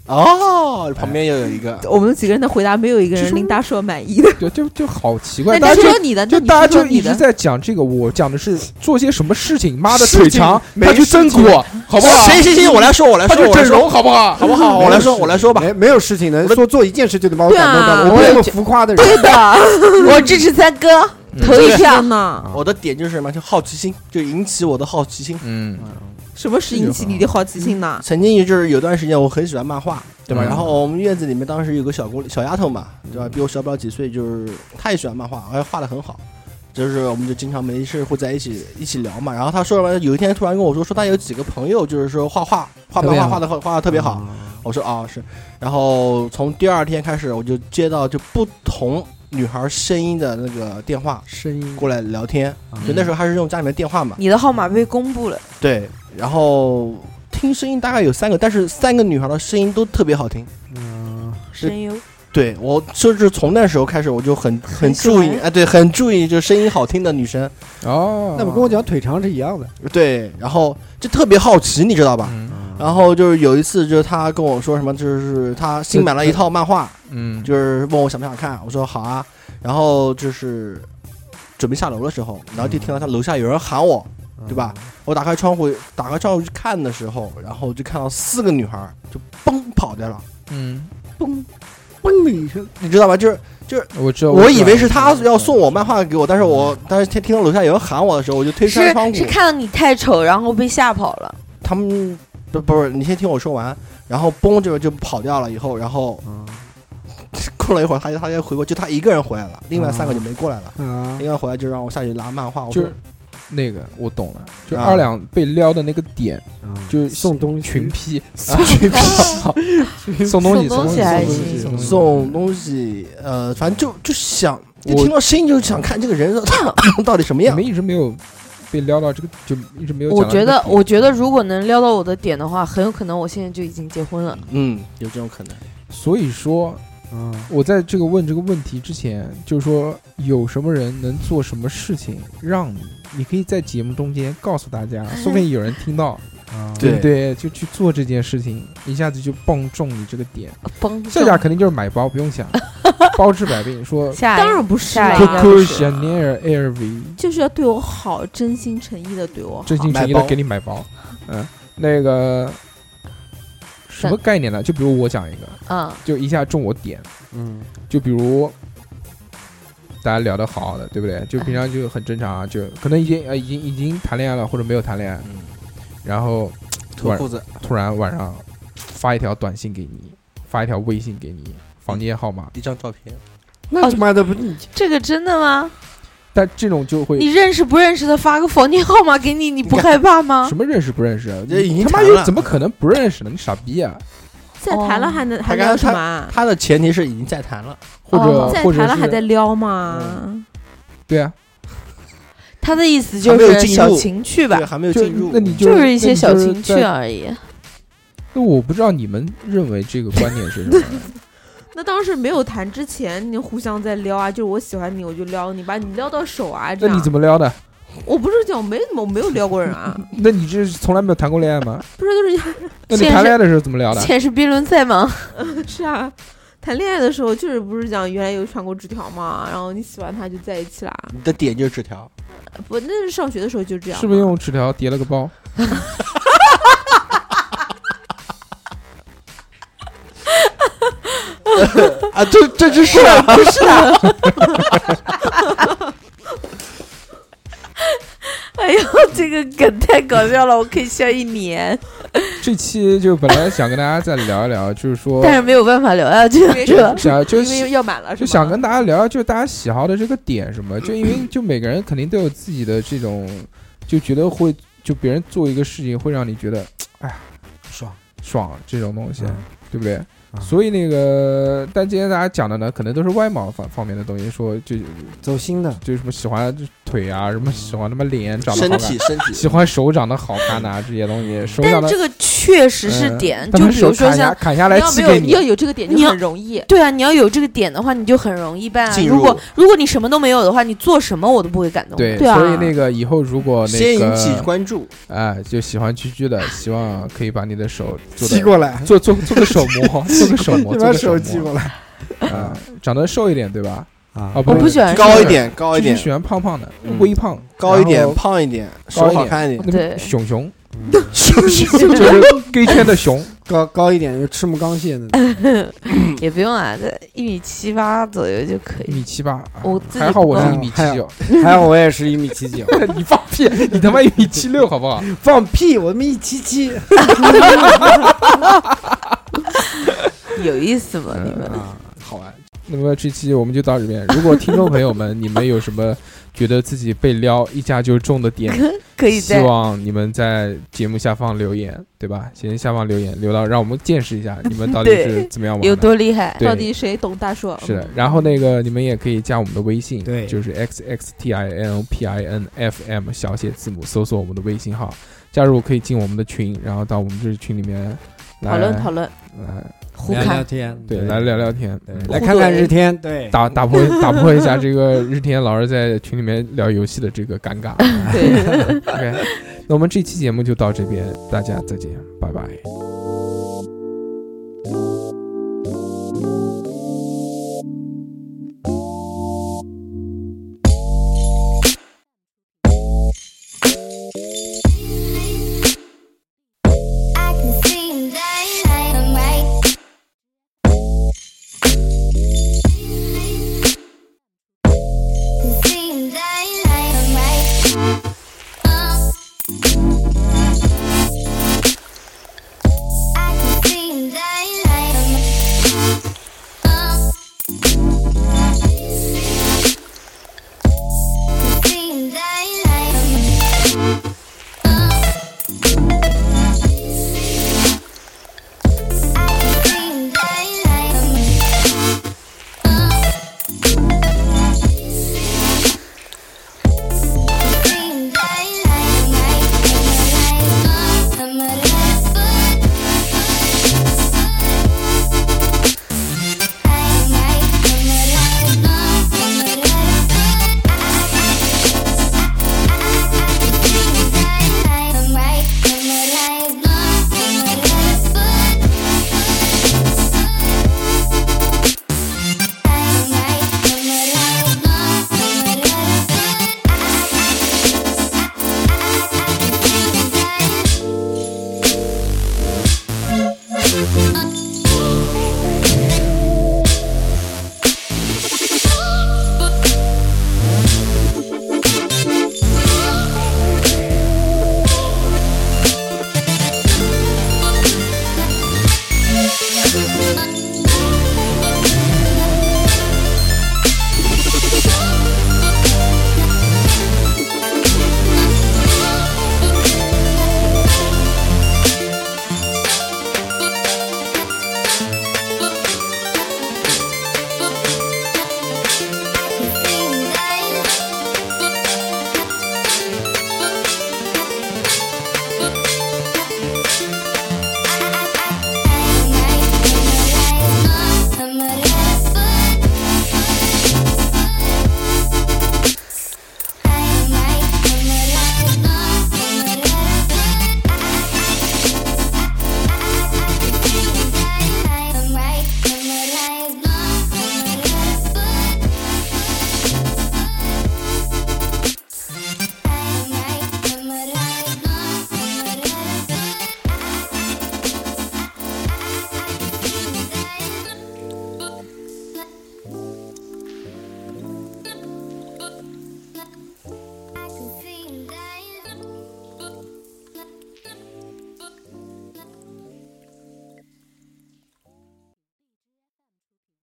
Speaker 6: 哦，旁边又有一个，
Speaker 4: 我们几个人的回答没有一个
Speaker 3: 这
Speaker 4: 人
Speaker 3: 是
Speaker 4: 琳达说满意的。
Speaker 3: 对，就就好奇
Speaker 4: 那
Speaker 3: 怪，大
Speaker 4: 你
Speaker 3: 家
Speaker 4: 说
Speaker 3: 就。
Speaker 4: 你的，
Speaker 3: 就
Speaker 4: 啊那你
Speaker 3: 大家
Speaker 4: 说
Speaker 3: 就
Speaker 4: 你
Speaker 3: 一直
Speaker 4: 的，
Speaker 3: 在讲这个，我讲的是做些什么事情，妈的
Speaker 5: 事
Speaker 3: 腿
Speaker 5: 情
Speaker 3: 长，
Speaker 5: 没
Speaker 3: 他去蒸
Speaker 5: 事情
Speaker 3: 锅，好不好？
Speaker 6: 谁谁谁，我来说，我来
Speaker 3: 他
Speaker 6: 说，
Speaker 3: 去
Speaker 6: 我来
Speaker 3: 整
Speaker 6: 说，
Speaker 3: 容，好不好？
Speaker 6: 好不好？我来说，我来说吧，
Speaker 5: 没没有事情能说做一件事就能把我
Speaker 4: 对啊
Speaker 5: 感动到的，我不
Speaker 7: 我
Speaker 5: 是
Speaker 7: 也
Speaker 5: 那么
Speaker 7: 觉
Speaker 5: 浮夸的人。
Speaker 7: 对的，我支持三哥，投一票。
Speaker 4: 天哪！
Speaker 6: 我的点就是什么？就好奇心，就引起我的好奇心。
Speaker 3: 嗯，
Speaker 4: 什么是引起你的好奇心呢？
Speaker 6: 曾经就是有段时间我很喜欢漫画，对吧？
Speaker 3: 嗯
Speaker 6: 然后我们院子里面当时有个小姑小丫头嘛，对吧？比我小不了几岁，就是她也喜欢漫画，而且画的很好。就是我们就经常没事会在一起一起聊嘛。然后她说完，有一天突然跟我说，说她有几个朋友就是说画画画漫画画的画的特别好。我说啊是。然后从第二天开始，我就接到就不同女孩声音的那个电话
Speaker 5: 声音
Speaker 6: 过来聊天，
Speaker 3: 嗯
Speaker 6: 就那时候还是用家里面电话嘛。
Speaker 7: 你的号码被公布了，
Speaker 6: 对，然后听声音大概有三个，但是三个女孩的声音都特别好听。
Speaker 5: 嗯，
Speaker 7: 声优
Speaker 6: 对我就是从那时候开始，我就很很
Speaker 4: 喜
Speaker 6: 注
Speaker 4: 欢
Speaker 6: 意，哎，对，很注意就声音好听的女生。
Speaker 3: 哦，
Speaker 5: 那么跟我讲腿长是一样的，
Speaker 6: 对，然后就特别好奇，你知道吧？
Speaker 3: 嗯，
Speaker 6: 然后就是有一次，就是他跟我说什么，就是他新买了一套漫画，
Speaker 3: 嗯，
Speaker 6: 就是问我想不想看，我说好啊。然后就是准备下楼的时候，然后就听到他楼下有人喊我，
Speaker 5: 啊
Speaker 6: 对吧？我打开窗户，打开窗户去看的时候，然后就看到四个女孩儿就嘣跑掉了，
Speaker 3: 嗯，
Speaker 6: 嘣嘣的一声，你知道吧？就是
Speaker 3: 我知道，
Speaker 6: 我
Speaker 3: 知
Speaker 6: 以
Speaker 3: 道
Speaker 6: 为是他要送我漫画给我，但是我但是听听到楼下有人喊我的时候，我就推开
Speaker 7: 是
Speaker 6: 窗户
Speaker 7: 是。看到你太丑，然后被吓跑了。
Speaker 6: 他们不不是，你先听我说完，然后嘣就就跑掉了，以后然后 [laughs]
Speaker 5: 啊
Speaker 6: 过了一会儿，他他就回过，就他一个人回来了，另外三个就没过来了。
Speaker 5: 啊
Speaker 6: 另外回来就让我下去拿漫画，我
Speaker 3: 就
Speaker 6: 说
Speaker 3: 是那个我懂了，就
Speaker 6: 啊
Speaker 3: 二两被撩的那个点，
Speaker 5: 啊
Speaker 3: 就是
Speaker 5: 送东西
Speaker 3: 群批，
Speaker 6: [laughs]
Speaker 3: 群批，送东西，
Speaker 7: 送东西还行
Speaker 3: 送东西
Speaker 6: 送东西，嗯呃，反正就就想，就
Speaker 3: 我
Speaker 6: 听到声音就想看这个人 [coughs] 到底什么
Speaker 3: 你
Speaker 6: 样
Speaker 3: 们。一直没有被撩到这个，就一直没有讲
Speaker 7: 我
Speaker 3: 到这
Speaker 7: 觉
Speaker 3: 个点。
Speaker 7: 得，我觉得如果能撩到我的点的话，很有可能我现在就已经结婚了。
Speaker 6: 嗯，有这种可能。
Speaker 3: 所以说，
Speaker 5: 啊，
Speaker 3: 我在这个问这个问题之前，就是说有什么人能做什么事情让你，你可以在节目中间告诉大家，说不定有人听到，对不对？就去做这件事情，一下子就蹦中你这个点。 [laughs]
Speaker 7: 崩
Speaker 3: 下家肯定就是买包，不用想， [laughs] 包治百病。说
Speaker 7: 下
Speaker 4: 嗯当然不是
Speaker 7: 下
Speaker 4: 啦
Speaker 7: 一
Speaker 3: c
Speaker 7: 个
Speaker 3: o
Speaker 7: 应
Speaker 3: c
Speaker 7: 该
Speaker 3: o l
Speaker 7: 不是
Speaker 3: Chanel LV，
Speaker 4: 就是要对我好，真心诚意的对我好。
Speaker 3: 真心诚意的给你买包。嗯，那个什么概念呢？就比如我讲一个，
Speaker 7: 嗯，
Speaker 3: 就一下中我点，
Speaker 5: 嗯
Speaker 3: 就比如大家聊得好好的，对不对？就平常就很正常啊，就可能已经呃已经已经谈恋爱了，或者没有谈恋爱，
Speaker 6: 嗯
Speaker 3: 然后
Speaker 6: 脱裤子，
Speaker 3: 突然晚上发一条短信给你，发一条微信给你房间号码，
Speaker 6: 一张照片，
Speaker 5: 那他妈的不，
Speaker 7: 这个真的吗？
Speaker 3: 但这种就会
Speaker 7: 你认识不认识的发个房间号码给你，你不害怕吗
Speaker 3: 什？么认识不认识啊？
Speaker 6: 这已经
Speaker 3: 他妈
Speaker 6: 谈
Speaker 3: 又
Speaker 6: 了
Speaker 3: 怎么可能不认识呢？你傻逼啊！
Speaker 4: 在谈了还能还
Speaker 6: 刚
Speaker 4: 聊
Speaker 6: 刚
Speaker 4: 什么啊？
Speaker 6: 他的前提是已经在谈了，
Speaker 3: 或者、
Speaker 7: 哦
Speaker 4: 在
Speaker 3: 或者
Speaker 4: 谈了还
Speaker 3: 是
Speaker 4: 在撩吗？
Speaker 3: 对啊，
Speaker 7: 他的意思就
Speaker 6: 还没有
Speaker 7: 是
Speaker 6: 进入
Speaker 7: 小情趣吧
Speaker 6: 对，，还没有
Speaker 3: 就
Speaker 6: 进入。
Speaker 3: 那你就
Speaker 7: 就是一些小情趣。
Speaker 3: 那你就
Speaker 7: 啊
Speaker 3: 是在
Speaker 7: 而已。
Speaker 3: 那我不知道你们认为这个观点是什
Speaker 7: [laughs]
Speaker 3: 么？
Speaker 4: 那当时没有谈之前，你互相在撩啊，就是我喜欢你，我就撩你，把你撩到手啊，这
Speaker 3: 那
Speaker 4: 样。
Speaker 3: 你怎么撩的？
Speaker 4: 我不是讲我没怎么我没有撩过人啊，
Speaker 3: 那你这是从来没有谈过恋爱
Speaker 7: [laughs]
Speaker 3: 吗？
Speaker 4: 不是就是
Speaker 3: 那你
Speaker 7: 现实
Speaker 3: 谈恋爱的时候怎么聊的？哦
Speaker 7: 现实辩论赛吗？
Speaker 4: 是啊，谈恋爱的时候确实不是讲原来有传过纸条嘛，然后你喜欢他就在一起啦。
Speaker 6: 你的点就是纸条，
Speaker 4: 不，那是上学的时候就这样嘛。
Speaker 3: 是不是用纸条叠了个包？
Speaker 6: 啊，这这就是啊，
Speaker 7: 哎呦，
Speaker 4: [laughs]
Speaker 7: [laughs] 这个梗太搞笑了，我可以笑一年，
Speaker 3: 这期就本来想跟大家再聊一聊，就是说
Speaker 7: 但是没有办法聊下去了。这个
Speaker 3: 想就
Speaker 4: 因为要满了，
Speaker 3: 就想跟大家聊，就大家喜好的这个点什么，就因为就每个人肯定都有自己的这种，就觉得会就别人做一个事情会让你觉得，哎呀，爽爽这种东
Speaker 7: 嗯
Speaker 3: 西，对不对？所以那个，但今天大家讲的呢，可能都是外貌方方面的东西，说就
Speaker 5: 走心的，
Speaker 3: 就什么喜欢腿啊，什么喜欢他妈脸长得
Speaker 6: 身
Speaker 3: 好看
Speaker 6: [laughs] 体，身体
Speaker 3: 喜欢手长得好看呐、这些东西，手嗯
Speaker 7: 但
Speaker 3: 长
Speaker 7: 是
Speaker 3: 得
Speaker 7: 这个确实是点，
Speaker 3: 他
Speaker 7: 就
Speaker 3: 们
Speaker 7: 比如
Speaker 3: 手
Speaker 7: 说
Speaker 3: 砍下
Speaker 7: 像。
Speaker 3: 砍下
Speaker 4: 你
Speaker 3: 来
Speaker 4: 要
Speaker 3: 寄
Speaker 4: 没
Speaker 3: 给
Speaker 4: 有要
Speaker 3: 你，
Speaker 4: 有这个点
Speaker 7: 你
Speaker 4: 就
Speaker 7: 要
Speaker 4: 很容易。
Speaker 7: 对啊，你要有这个点的话，你就很容易办啊。
Speaker 6: 进入
Speaker 7: 如果如果你什么都没有的话，你做什么我都不会感动。
Speaker 3: 对，
Speaker 4: 对啊
Speaker 3: 所以那个以后如果
Speaker 6: 先
Speaker 3: 那
Speaker 6: 引起
Speaker 3: 个
Speaker 6: 关注，
Speaker 3: 哎，就喜欢居居的，希望可以把你的手做
Speaker 5: [laughs] 寄
Speaker 3: 的
Speaker 5: 过来，
Speaker 3: 做做做个手模，做个手模，
Speaker 5: 你
Speaker 3: 做
Speaker 5: 把
Speaker 3: 个手
Speaker 5: 手寄 [laughs] 过
Speaker 3: 模
Speaker 5: 来
Speaker 3: 啊，长得瘦一点对吧？
Speaker 5: 啊
Speaker 3: 啊，
Speaker 7: 我不
Speaker 3: 是
Speaker 7: 喜欢
Speaker 3: 高
Speaker 6: 高一
Speaker 3: 一
Speaker 6: 点，高一
Speaker 3: 居居
Speaker 6: 点，
Speaker 3: 喜欢胖胖的，
Speaker 6: 嗯
Speaker 3: 微胖，
Speaker 6: 高一点
Speaker 3: 然，后
Speaker 6: 胖一点，
Speaker 3: 高
Speaker 6: 手
Speaker 3: 一
Speaker 6: 好
Speaker 3: 点
Speaker 6: 看一点。
Speaker 3: 那
Speaker 7: 对
Speaker 3: 个熊 [laughs] 熊，
Speaker 6: 手
Speaker 3: 就是 gay 圈的熊，
Speaker 5: 高高一点，就赤木刚宪 [laughs] 的那种，
Speaker 3: 嗯
Speaker 7: 也不用啊，在一米七八左右就可
Speaker 3: 一
Speaker 7: 以。
Speaker 3: 米七八，啊
Speaker 7: 我自己
Speaker 3: 还好我是一米
Speaker 5: 还
Speaker 3: 七
Speaker 5: 好
Speaker 3: 九，
Speaker 5: 还好我也是一米七九，
Speaker 3: [laughs] 你放屁，你他妈一米七六好不好？
Speaker 5: 放屁，我们一七七，
Speaker 7: 有意思吗？你们
Speaker 3: 啊，好玩。那么这期我们就到这边。如果听众朋友们，你们有什么觉得自己被撩一下就中的
Speaker 7: [laughs]
Speaker 3: 点，
Speaker 7: 可以
Speaker 3: 希
Speaker 7: 在
Speaker 3: 望你们在节目下方留言，对吧？先下方留言，留到让我们见识一下你们到底
Speaker 7: 对
Speaker 3: 是怎么样玩的。
Speaker 7: 有多厉害？
Speaker 3: 对
Speaker 4: 到底谁懂大硕？嗯
Speaker 3: 是的，然后那个你们也可以加我们的微信，
Speaker 5: 对
Speaker 3: 就是
Speaker 7: 嗯
Speaker 3: x x t i n p i n f m 小写字母，搜索我们的微信号，加入可以进我们的群，然后到我们这群里面来
Speaker 7: 讨论讨论，
Speaker 3: 来
Speaker 7: 胡侃
Speaker 5: 天，
Speaker 3: 对来聊，聊天，
Speaker 5: 对
Speaker 3: 嗯
Speaker 5: 来看看日天，对，
Speaker 3: 打打破打破一下这个日天老是在群里面聊游戏的这个尴尬。 [laughs]
Speaker 4: 对，
Speaker 3: OK，那我们这期节目就到这边，大家再见，拜拜。
Speaker 12: I can see in daylight. I'm right. Can see in daylight. I'm right. Oh. I can see in daylight. I'm right. Oh. Can see in daylight. I'm right. Oh. I can see in daylight. see in daylight. I'm a left foot. I'm right. I'm a left foot. Uh.